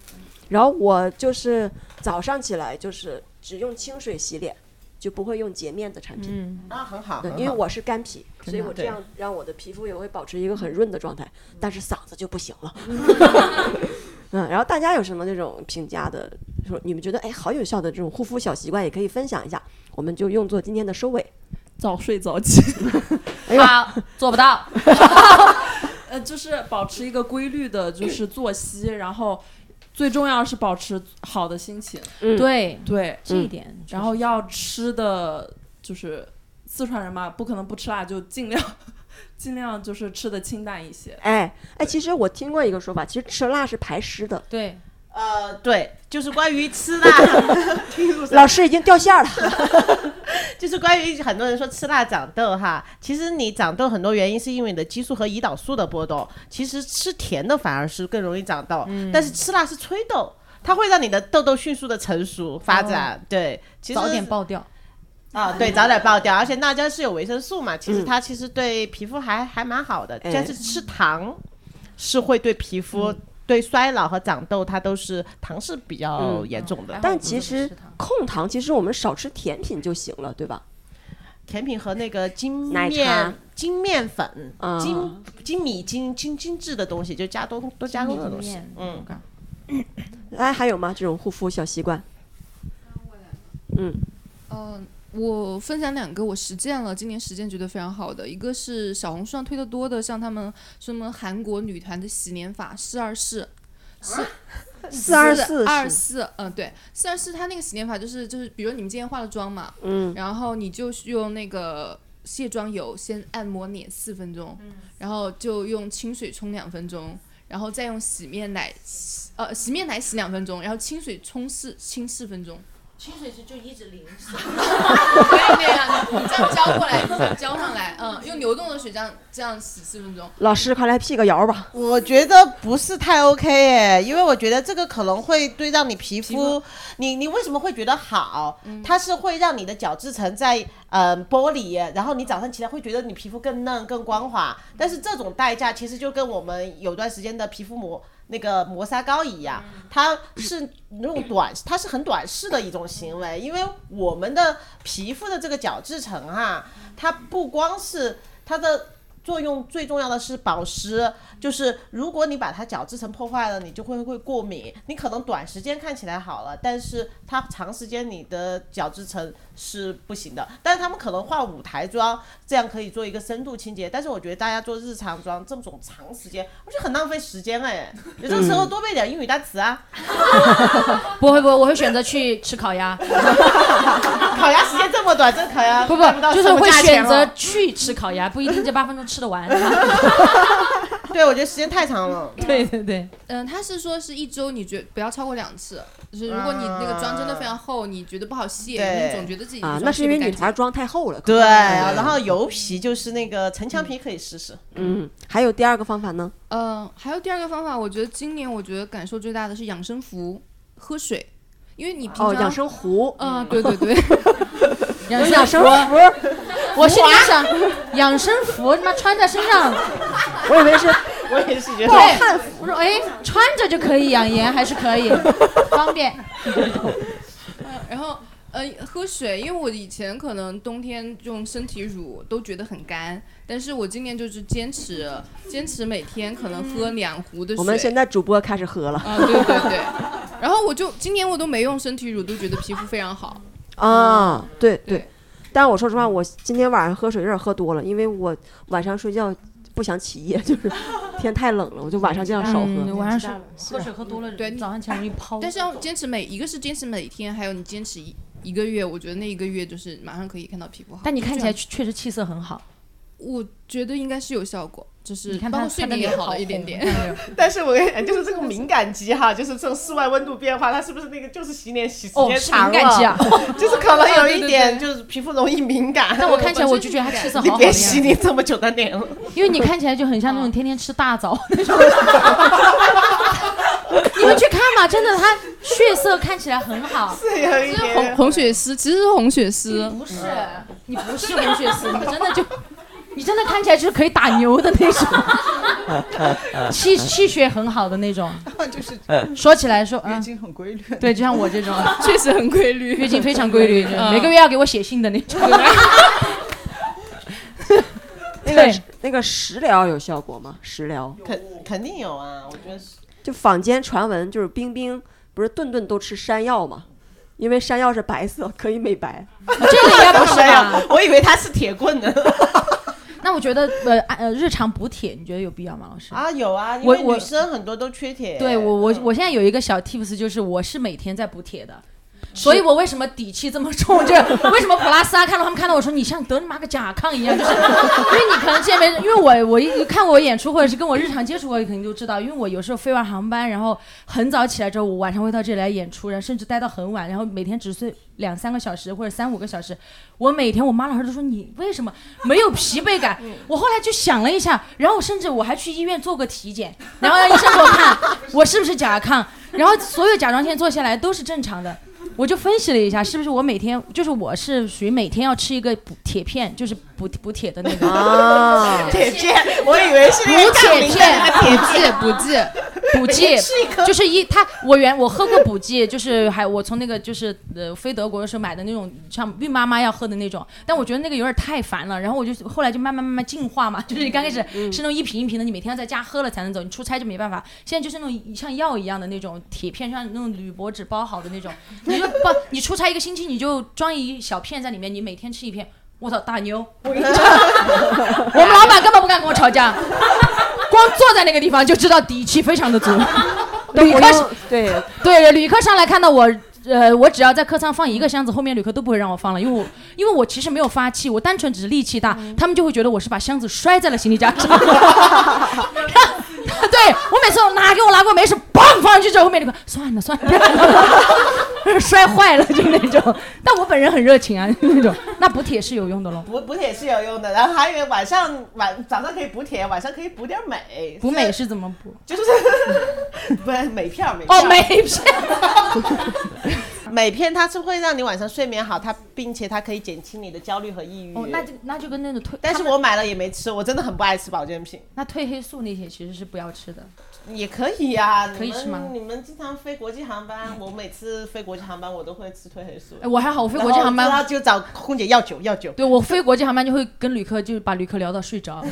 [SPEAKER 4] 然后我就是早上起来就是只用清水洗脸，就不会用洁面的产品。
[SPEAKER 1] 嗯啊很好
[SPEAKER 4] 对
[SPEAKER 1] 很
[SPEAKER 4] 因为
[SPEAKER 1] 好
[SPEAKER 4] 我是干皮，
[SPEAKER 1] 真
[SPEAKER 4] 所以
[SPEAKER 1] 好
[SPEAKER 4] 我这
[SPEAKER 1] 对
[SPEAKER 4] 样让我的皮肤也会保持一个
[SPEAKER 1] 嗯
[SPEAKER 4] 很润的状态，但是嗓子就不行了。嗯，然后大家有什么那种评价的，说你们觉得哎好有效的这种护肤小习惯，也可以分享一下，我们就用作今天的收尾。
[SPEAKER 9] 早睡早起。
[SPEAKER 4] 哎呦，
[SPEAKER 3] 好做不到。
[SPEAKER 7] 呃，就是保持一个规律的，就是作息，然后最重要是保持好的心情。
[SPEAKER 3] 嗯对
[SPEAKER 7] 对，嗯
[SPEAKER 3] 这一点确
[SPEAKER 7] 然后要吃的，就是四川人嘛，不可能不吃辣，就尽量 尽量就是吃的清淡一 些。
[SPEAKER 4] 哎哎，其实我听过一个说法，其实吃辣是排湿的。
[SPEAKER 3] 对，
[SPEAKER 1] 呃，对，就是关于吃辣，听说
[SPEAKER 4] 老师已经掉线儿了。
[SPEAKER 1] 就是关于很多人说吃辣长痘哈，其实你长痘很多原因是因为你的激素和胰岛素的波动，其实吃甜的反而是更容易长痘，
[SPEAKER 3] 嗯
[SPEAKER 1] 但是吃辣是催痘，它会让你的痘痘迅速的成熟发展，
[SPEAKER 3] 哦
[SPEAKER 1] 对，其实
[SPEAKER 3] 早点爆掉。
[SPEAKER 4] 嗯
[SPEAKER 1] 啊，对，早点爆掉，而且辣椒是有维生素嘛，其实它其实对皮肤还还蛮好的，
[SPEAKER 4] 哎嗯
[SPEAKER 1] 但是吃糖是会对皮肤、对衰老和长痘，它都是糖是比较
[SPEAKER 4] 嗯
[SPEAKER 1] 严重的。
[SPEAKER 4] 但其实控糖，其实我们少吃甜品就行了，对吧？
[SPEAKER 1] 甜品和那个精
[SPEAKER 4] 奶茶
[SPEAKER 1] 面、精面粉、
[SPEAKER 4] 啊
[SPEAKER 1] 精精米精、精精致的东西，就加多多加工的东西。嗯，
[SPEAKER 4] 哎，还有吗？这种护肤小习惯？嗯，
[SPEAKER 14] 嗯，我分享两个我实践了，今年实践觉得非常好的，一个是小红书上推的多的，像他们什么韩国女团的洗脸法四二四，四
[SPEAKER 4] 424
[SPEAKER 14] 二
[SPEAKER 4] 是
[SPEAKER 14] 四，嗯对，四二四它那个洗脸法就是就是，比如你们今天化了妆嘛，
[SPEAKER 4] 嗯
[SPEAKER 14] 然后你就用那个卸妆油先按摩脸四分钟，然后就用清水冲两分钟。然后再用洗面奶洗，呃，洗面奶洗两分钟，然后清水冲四清四分钟。
[SPEAKER 3] 清水是就一直淋 湿。
[SPEAKER 10] 可以那样，你这样浇过来，浇上来，嗯，用流动的水这样这样洗四分钟。
[SPEAKER 4] 老师，快来辟个谣吧。
[SPEAKER 1] 我觉得不是太 OK 哎，因为我觉得这个可能会对让你皮肤，嗯你你为什么会觉得好？它是会让你的角质层在嗯、呃剥离，然后你早上起来会觉得你皮肤更嫩、更光滑。但是这种代价其实就跟我们有段时间的皮肤膜那个磨砂膏一样，它是那种短，它是很短视的一种行为，因为我们的皮肤的这个角质层啊，它不光是它的。作用最重要的是保湿，就是如果你把它角质层破坏了，你就会会过敏。你可能短时间看起来好了，但是它长时间你的角质层是不行的。但是他们可能化舞台妆，这样可以做一个深度清洁。但是我觉得大家做日常妆这种长时间， 我觉得很浪费时间哎。有这个时候多背点英语单词啊，
[SPEAKER 3] 不会不会，我会选择去吃烤鸭。
[SPEAKER 1] 烤鸭时间这么短，这烤鸭
[SPEAKER 3] 不不
[SPEAKER 1] 卖到
[SPEAKER 3] 就是
[SPEAKER 1] 什么
[SPEAKER 3] 会
[SPEAKER 1] 价钱
[SPEAKER 3] 选择
[SPEAKER 1] 哦
[SPEAKER 3] 去 吃烤鸭，不一定这八分钟吃得 完。
[SPEAKER 1] 对，我觉得时间太长了。
[SPEAKER 3] 对对对，
[SPEAKER 10] 嗯，他是说是一周，你觉不要超过两次。就是如果你那个妆真的非常厚，你觉得不好卸，
[SPEAKER 1] 对
[SPEAKER 10] 你总觉得自己
[SPEAKER 4] 啊
[SPEAKER 10] 妆，
[SPEAKER 4] 那是因为
[SPEAKER 10] 卸不干
[SPEAKER 4] 女
[SPEAKER 10] 净
[SPEAKER 4] 孩妆太厚了。
[SPEAKER 1] 对，然后油皮就是那个城墙皮可以试试。
[SPEAKER 4] 嗯，还有第二个方法呢？
[SPEAKER 10] 嗯，还有第二个方法，我觉得今年我觉得感受最大的是养生服，喝水，因为你平常
[SPEAKER 4] 哦，养生壶。
[SPEAKER 10] 啊，对对对，
[SPEAKER 3] 养
[SPEAKER 4] 养生
[SPEAKER 3] 生
[SPEAKER 4] 服
[SPEAKER 3] 服，我心里想，养生服他妈穿在身上，
[SPEAKER 4] 我以为是
[SPEAKER 1] 我也是觉
[SPEAKER 3] 对
[SPEAKER 1] 得，
[SPEAKER 3] 我说哎，穿着就可以养颜，还 是可以，方便。
[SPEAKER 10] 然后呃，喝水，因为我以前可能冬天用身体乳都觉得很干，但是我今年就是坚持坚持每天可能喝两壶的水。
[SPEAKER 4] 我们现在主播开始喝了。
[SPEAKER 10] 啊，对对对，然后我就今年我都没用身体乳，都觉得皮肤非常好。
[SPEAKER 4] 啊，对对。但我说实话，我今天晚上喝水有点喝多了，因为我晚上睡觉不想起夜， 就是天太冷了，我就晚上尽量少喝。
[SPEAKER 3] 嗯晚上
[SPEAKER 10] 是
[SPEAKER 3] 喝水喝多了，对，早上起来容易泡。
[SPEAKER 10] 哎但是要坚持每一个是坚持每天，还有你坚持一一个月，我觉得那一个月就是马上可以看到皮肤好。
[SPEAKER 3] 但你看起
[SPEAKER 10] 这
[SPEAKER 3] 来
[SPEAKER 10] 样
[SPEAKER 3] 确确实气色很好。
[SPEAKER 10] 我觉得应该是有效果，就是
[SPEAKER 3] 你看
[SPEAKER 10] 包
[SPEAKER 3] 他
[SPEAKER 10] 括睡
[SPEAKER 3] 他的
[SPEAKER 10] 眠也
[SPEAKER 3] 脸
[SPEAKER 10] 好
[SPEAKER 3] 好
[SPEAKER 10] 了一点
[SPEAKER 3] 红
[SPEAKER 10] 点
[SPEAKER 3] 看到没有。
[SPEAKER 1] 但是我跟你讲，就是这个敏感肌哈，就是这种室外温度变化，它是不是那个就是洗脸洗时
[SPEAKER 3] 哦
[SPEAKER 1] 间
[SPEAKER 3] 是
[SPEAKER 1] 长了，
[SPEAKER 3] 敏感 肌啊
[SPEAKER 1] 就是可能有
[SPEAKER 3] 啊对
[SPEAKER 1] 一
[SPEAKER 3] 对
[SPEAKER 1] 点
[SPEAKER 3] 对
[SPEAKER 1] 就是皮肤容易敏感。
[SPEAKER 3] 但我看起来我就觉得他气色好好
[SPEAKER 1] 你
[SPEAKER 3] 的
[SPEAKER 1] 别
[SPEAKER 3] 呀
[SPEAKER 1] 洗你这么久的脸了，
[SPEAKER 3] 因为你看起来就很像那种
[SPEAKER 2] 啊
[SPEAKER 3] 天天吃大枣 那种。你们去看吧，真的，他血色看起来很好，
[SPEAKER 1] 是有一点
[SPEAKER 10] 红红血丝其实是红血丝，，
[SPEAKER 3] 不是，你不是红血丝，你真的就，你真的看起来就是可以打牛的 那种，气气血很好的那种。
[SPEAKER 2] 就是
[SPEAKER 3] 说起来说，
[SPEAKER 2] 月
[SPEAKER 3] 嗯，
[SPEAKER 2] 经很规律。
[SPEAKER 3] 对，就像我这种
[SPEAKER 10] 确实很规律，
[SPEAKER 3] 月经非常规律，
[SPEAKER 10] 嗯
[SPEAKER 3] 每个月要给我写信的那种。
[SPEAKER 4] 那个
[SPEAKER 3] 对
[SPEAKER 4] 那个食疗有效果吗？食疗
[SPEAKER 1] 肯肯定有啊，我觉得是。
[SPEAKER 4] 就坊间传闻，就是冰冰不是顿顿都吃山药吗？因为山药是白色，可以美白。
[SPEAKER 3] 啊这个应该不是吧？
[SPEAKER 1] 我以为它是铁棍呢。
[SPEAKER 3] 那我觉得呃呃，日常补铁，你觉得有必要吗，老师？
[SPEAKER 1] 啊，有啊，因
[SPEAKER 3] 我
[SPEAKER 1] 为
[SPEAKER 3] 我
[SPEAKER 1] 女生很多都缺铁。
[SPEAKER 3] 对我我我现在有一个小 tips，就是我是每天在补铁的。所以我为什么底气这么重？就是为什么 普拉斯啊看到他们看到我说你像得你妈个甲亢一样，就是因为你可能见面，因为我我一看我演出或者是跟我日常接触过，你肯定就知道，因为我有时候飞完航班，然后很早起来之后，我晚上会到这里来演出，然后甚至待到很晚，然后每天只睡两三个小时或者三五个小时。我每天我妈老师都说你为什么没有疲惫感？我后来就想了一下，然后甚至我还去医院做过体检，然后让医生给我看我是不是甲亢，然后所有甲状腺做下来都是正常的。我就分析了一下，是不是我每天就是我是属于每天要吃一个补铁片，就是补补铁的那个
[SPEAKER 4] 啊
[SPEAKER 1] 铁片，我以为是那个
[SPEAKER 3] 补
[SPEAKER 1] 杠
[SPEAKER 3] 铁
[SPEAKER 1] 铃的那个铁
[SPEAKER 3] 片，
[SPEAKER 1] 片。
[SPEAKER 10] 补剂
[SPEAKER 3] 补剂
[SPEAKER 1] 每天吃一颗
[SPEAKER 3] 就是一它我原我喝过补剂，就是还我从那个就是呃飞德国的时候买的那种像孕妈妈要喝的那种，但我觉得那个有点太烦了，然后我就后来就慢慢慢慢进化嘛，就是刚开始
[SPEAKER 1] 嗯
[SPEAKER 3] 是那种一瓶一瓶的，你每天要在家喝了才能走，你出差就没办法。现在就是那种像药一样的那种铁片，像那种铝箔纸包好的那种，你就不你出差一个星期你就装一小片在里面，你每天吃一片。我操，大牛！ 我跟你讲我们老板根本不敢跟我吵架，光坐在那个地方就知道底气非常的足。
[SPEAKER 4] 对
[SPEAKER 3] 旅
[SPEAKER 4] 我
[SPEAKER 3] 客
[SPEAKER 4] 用
[SPEAKER 3] 是
[SPEAKER 4] 对
[SPEAKER 3] 对旅客上来看到我，呃，我只要在客舱放一个箱子，后面旅客都不会让我放了，因为我因为我其实没有发气，我单纯只是力气大，
[SPEAKER 4] 嗯
[SPEAKER 3] 他们就会觉得我是把箱子摔在了行李架上。 对我每次拿给我拿过没事，砰放上去之后，后面旅客算了算了， 摔坏了就那种。但我本人很热情啊，那种。那补铁是有用的喽。
[SPEAKER 1] 补补铁是有用的，然后还有晚上晚早上可以补铁，晚上可以补点镁。
[SPEAKER 3] 补镁是怎么补？
[SPEAKER 1] 就是不是镁片儿，镁
[SPEAKER 3] 哦，
[SPEAKER 1] 镁
[SPEAKER 3] 没骗。
[SPEAKER 1] 镁片它是会让你晚上睡眠好，它并且它可以减轻你的焦虑和抑郁。
[SPEAKER 3] 哦，那就那就跟那种褪，
[SPEAKER 1] 但是
[SPEAKER 3] 他们
[SPEAKER 1] 我买了也没吃，我真的很不爱吃保健品。
[SPEAKER 3] 那哎褪黑素那些其实是不要吃的。
[SPEAKER 1] 也可以呀、
[SPEAKER 3] 可以
[SPEAKER 1] 你们
[SPEAKER 3] 吃吗
[SPEAKER 1] 你们经常飞国际航班，我每次飞国际航班我都会吃褪黑素。
[SPEAKER 3] 哎我还好我飞国际航班
[SPEAKER 1] 然后就找空姐要酒要酒。
[SPEAKER 3] 对我飞国际航班就会跟旅客就把旅客聊到睡着。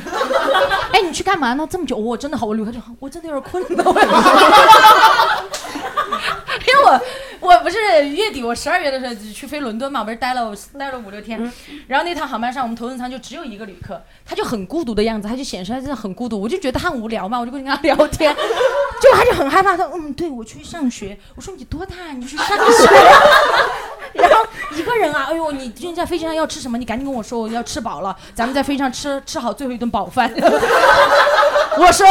[SPEAKER 3] 哎，你去干嘛呢？这么久，我、真的好，我旅客就我真的有点困了。我 因为我我不是月底，我十二月的时候去飞伦敦嘛，不是待了我待了五六天，
[SPEAKER 1] 嗯
[SPEAKER 3] 然后那趟航班上我们头等舱就只有一个旅客，他就很孤独的样子，他就显示他真的很孤独，我就觉得他很无聊嘛，我就跟他聊天， 就他就很害怕，他说嗯，对我去上学，我说你多大？你去上学？ 然后一个人啊，哎呦，你最近在飞机上要吃什么？你赶紧跟我说，我要吃饱了，咱们在飞机上吃吃好最后一顿饱饭。 我说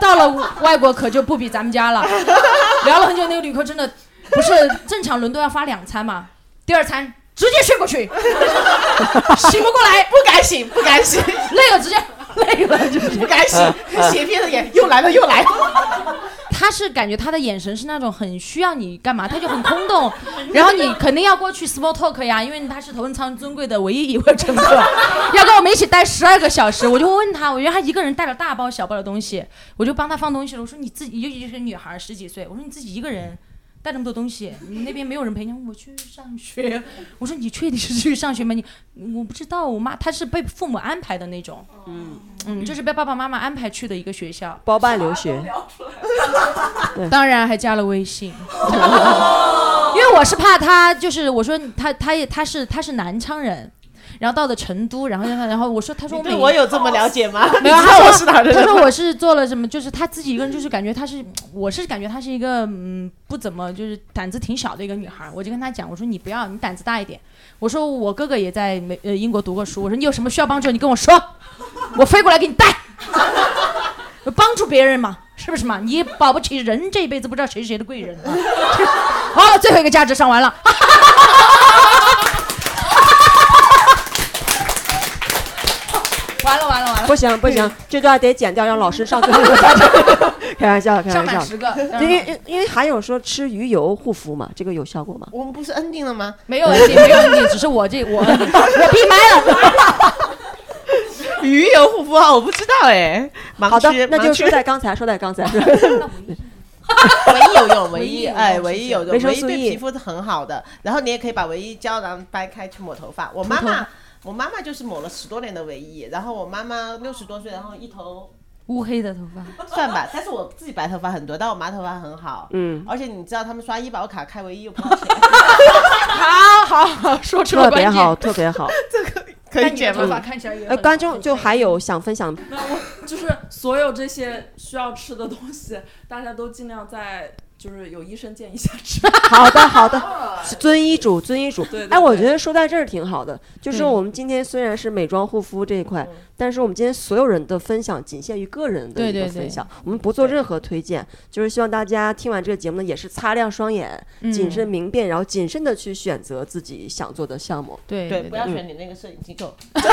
[SPEAKER 3] 到了外国可就不比咱们家了。聊了很久，那个旅客真的不是正常伦敦要发两餐嘛，第二餐直接睡过去，醒不过来，
[SPEAKER 1] 不敢醒，不敢 醒，
[SPEAKER 3] 累了直接累了就是
[SPEAKER 1] 不敢 醒斜瞥着眼又来了又来了。
[SPEAKER 3] 他是感觉他的眼神是那种很需要你干嘛，他 就很空洞，然后你肯定要过去 small talk 呀，因为他是头等舱尊贵的唯一一位乘客， 要跟我们一起待十二个小时，我就会问他，我觉得他一个人带了大包小包的东西，我就帮他放东西了，我说你自己，尤其是女孩十几岁，我说你自己一个人。带那么多东西，你那边没有人陪你。我去上学，我说你确定是去上学吗？你我不知道，我妈她是被父母安排的那种，
[SPEAKER 4] 嗯
[SPEAKER 3] 嗯，就是被爸爸妈妈安排去的一个学校，
[SPEAKER 4] 包办留学。对
[SPEAKER 3] 当然还加了微信，
[SPEAKER 1] 哦
[SPEAKER 3] 因为我是怕他，就是我说他他也他是他是南昌人。然后到的成都，然后然后我说，他说我
[SPEAKER 1] 你
[SPEAKER 3] 每哦
[SPEAKER 1] 对我有这么了解 吗
[SPEAKER 3] 没有，
[SPEAKER 1] 你知道
[SPEAKER 3] 他说
[SPEAKER 1] 我是哪儿的人
[SPEAKER 3] 他说
[SPEAKER 1] 吗
[SPEAKER 3] 我是做了什么，就是他自己一个人，就是感觉他是，我是感觉他是一个嗯不怎么就是胆子挺小的一个女孩儿。我就跟他讲，我说你不要，你胆子大一点。我说我哥哥也在美呃英国读过书，我说你有什么需要帮助，你跟我说，我飞过来给你带。帮助别人嘛，是不是嘛？你保不齐人这一辈子不知道谁是谁的贵人啊。 好了，最后一个价值上完了。完了完了完嗯了！
[SPEAKER 4] 不行不行，这段得剪掉，让老师上 最后一个价值。开玩笑，开
[SPEAKER 3] 上
[SPEAKER 4] 玩
[SPEAKER 3] 满
[SPEAKER 4] 笑。
[SPEAKER 3] 十个当然
[SPEAKER 4] 因为因为还有说吃鱼油护肤嘛，这个有效果吗？
[SPEAKER 1] 我们不是 ending 了吗？
[SPEAKER 3] 哎没有 ending，没有 ending，只是我这我我闭麦了。
[SPEAKER 1] 鱼油护肤啊，我不知道哎。
[SPEAKER 4] 好的
[SPEAKER 1] 盲区，
[SPEAKER 4] 那就
[SPEAKER 1] 盲区
[SPEAKER 4] 说在刚才，说在刚才。
[SPEAKER 1] 唯一有用，唯
[SPEAKER 4] 唯一
[SPEAKER 1] 一
[SPEAKER 4] 有用是
[SPEAKER 1] 哎，
[SPEAKER 4] 不是
[SPEAKER 1] 唯一有用，
[SPEAKER 4] 维生
[SPEAKER 1] 唯一
[SPEAKER 4] 素 E
[SPEAKER 1] 对皮肤是很好的。然后你也可以把唯一胶囊掰开去抹头发。我妈
[SPEAKER 4] 涂头
[SPEAKER 1] 妈
[SPEAKER 4] 发，
[SPEAKER 1] 我妈妈就是抹了十多年的唯一，然后我妈妈六十多岁，然后一头
[SPEAKER 3] 乌黑的头发，
[SPEAKER 1] 算吧，但是我自己白头发很多，但我妈头发很好。
[SPEAKER 4] 嗯
[SPEAKER 1] 而且你知道他们刷医保卡开唯一又不花钱，
[SPEAKER 3] 好 好好，说
[SPEAKER 4] 特别好，特别好。
[SPEAKER 1] 可以剪
[SPEAKER 7] 头
[SPEAKER 1] 吗？
[SPEAKER 7] 发看起来也
[SPEAKER 4] 呃，
[SPEAKER 7] 很
[SPEAKER 4] 观众就还有想分享，
[SPEAKER 7] 那我就是所有这些需要吃的东西，大家都尽量在就是有医生建议下吃。
[SPEAKER 4] 好的，好的，
[SPEAKER 3] 哦
[SPEAKER 4] 遵医嘱，遵医嘱
[SPEAKER 7] 对。对
[SPEAKER 4] 哎，我觉得说在这儿挺好的，就是说
[SPEAKER 7] 嗯
[SPEAKER 4] 我们今天虽然是美妆护肤这一块，但是我们今天所有人的分享仅限于个人的
[SPEAKER 3] 嗯对
[SPEAKER 4] 一个
[SPEAKER 3] 对对
[SPEAKER 4] 分享，我们不做任何推荐，就是希望大家听完这个节目呢，也是擦亮双眼，
[SPEAKER 3] 嗯
[SPEAKER 4] 谨慎明辨，然后谨慎的去选择自己想做的项目。
[SPEAKER 3] 对
[SPEAKER 1] 对，不要
[SPEAKER 4] 嗯
[SPEAKER 1] 选你那个摄影机构。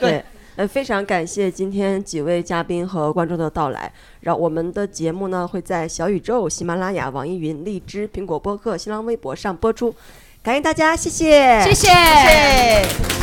[SPEAKER 4] 对，呃，非常感谢今天几位嘉宾和观众的到来。然后我们的节目呢会在小宇宙、喜马拉雅、网易云、荔枝、苹果播客、新浪微博上播出。感谢大家，谢谢，
[SPEAKER 3] 谢谢。谢谢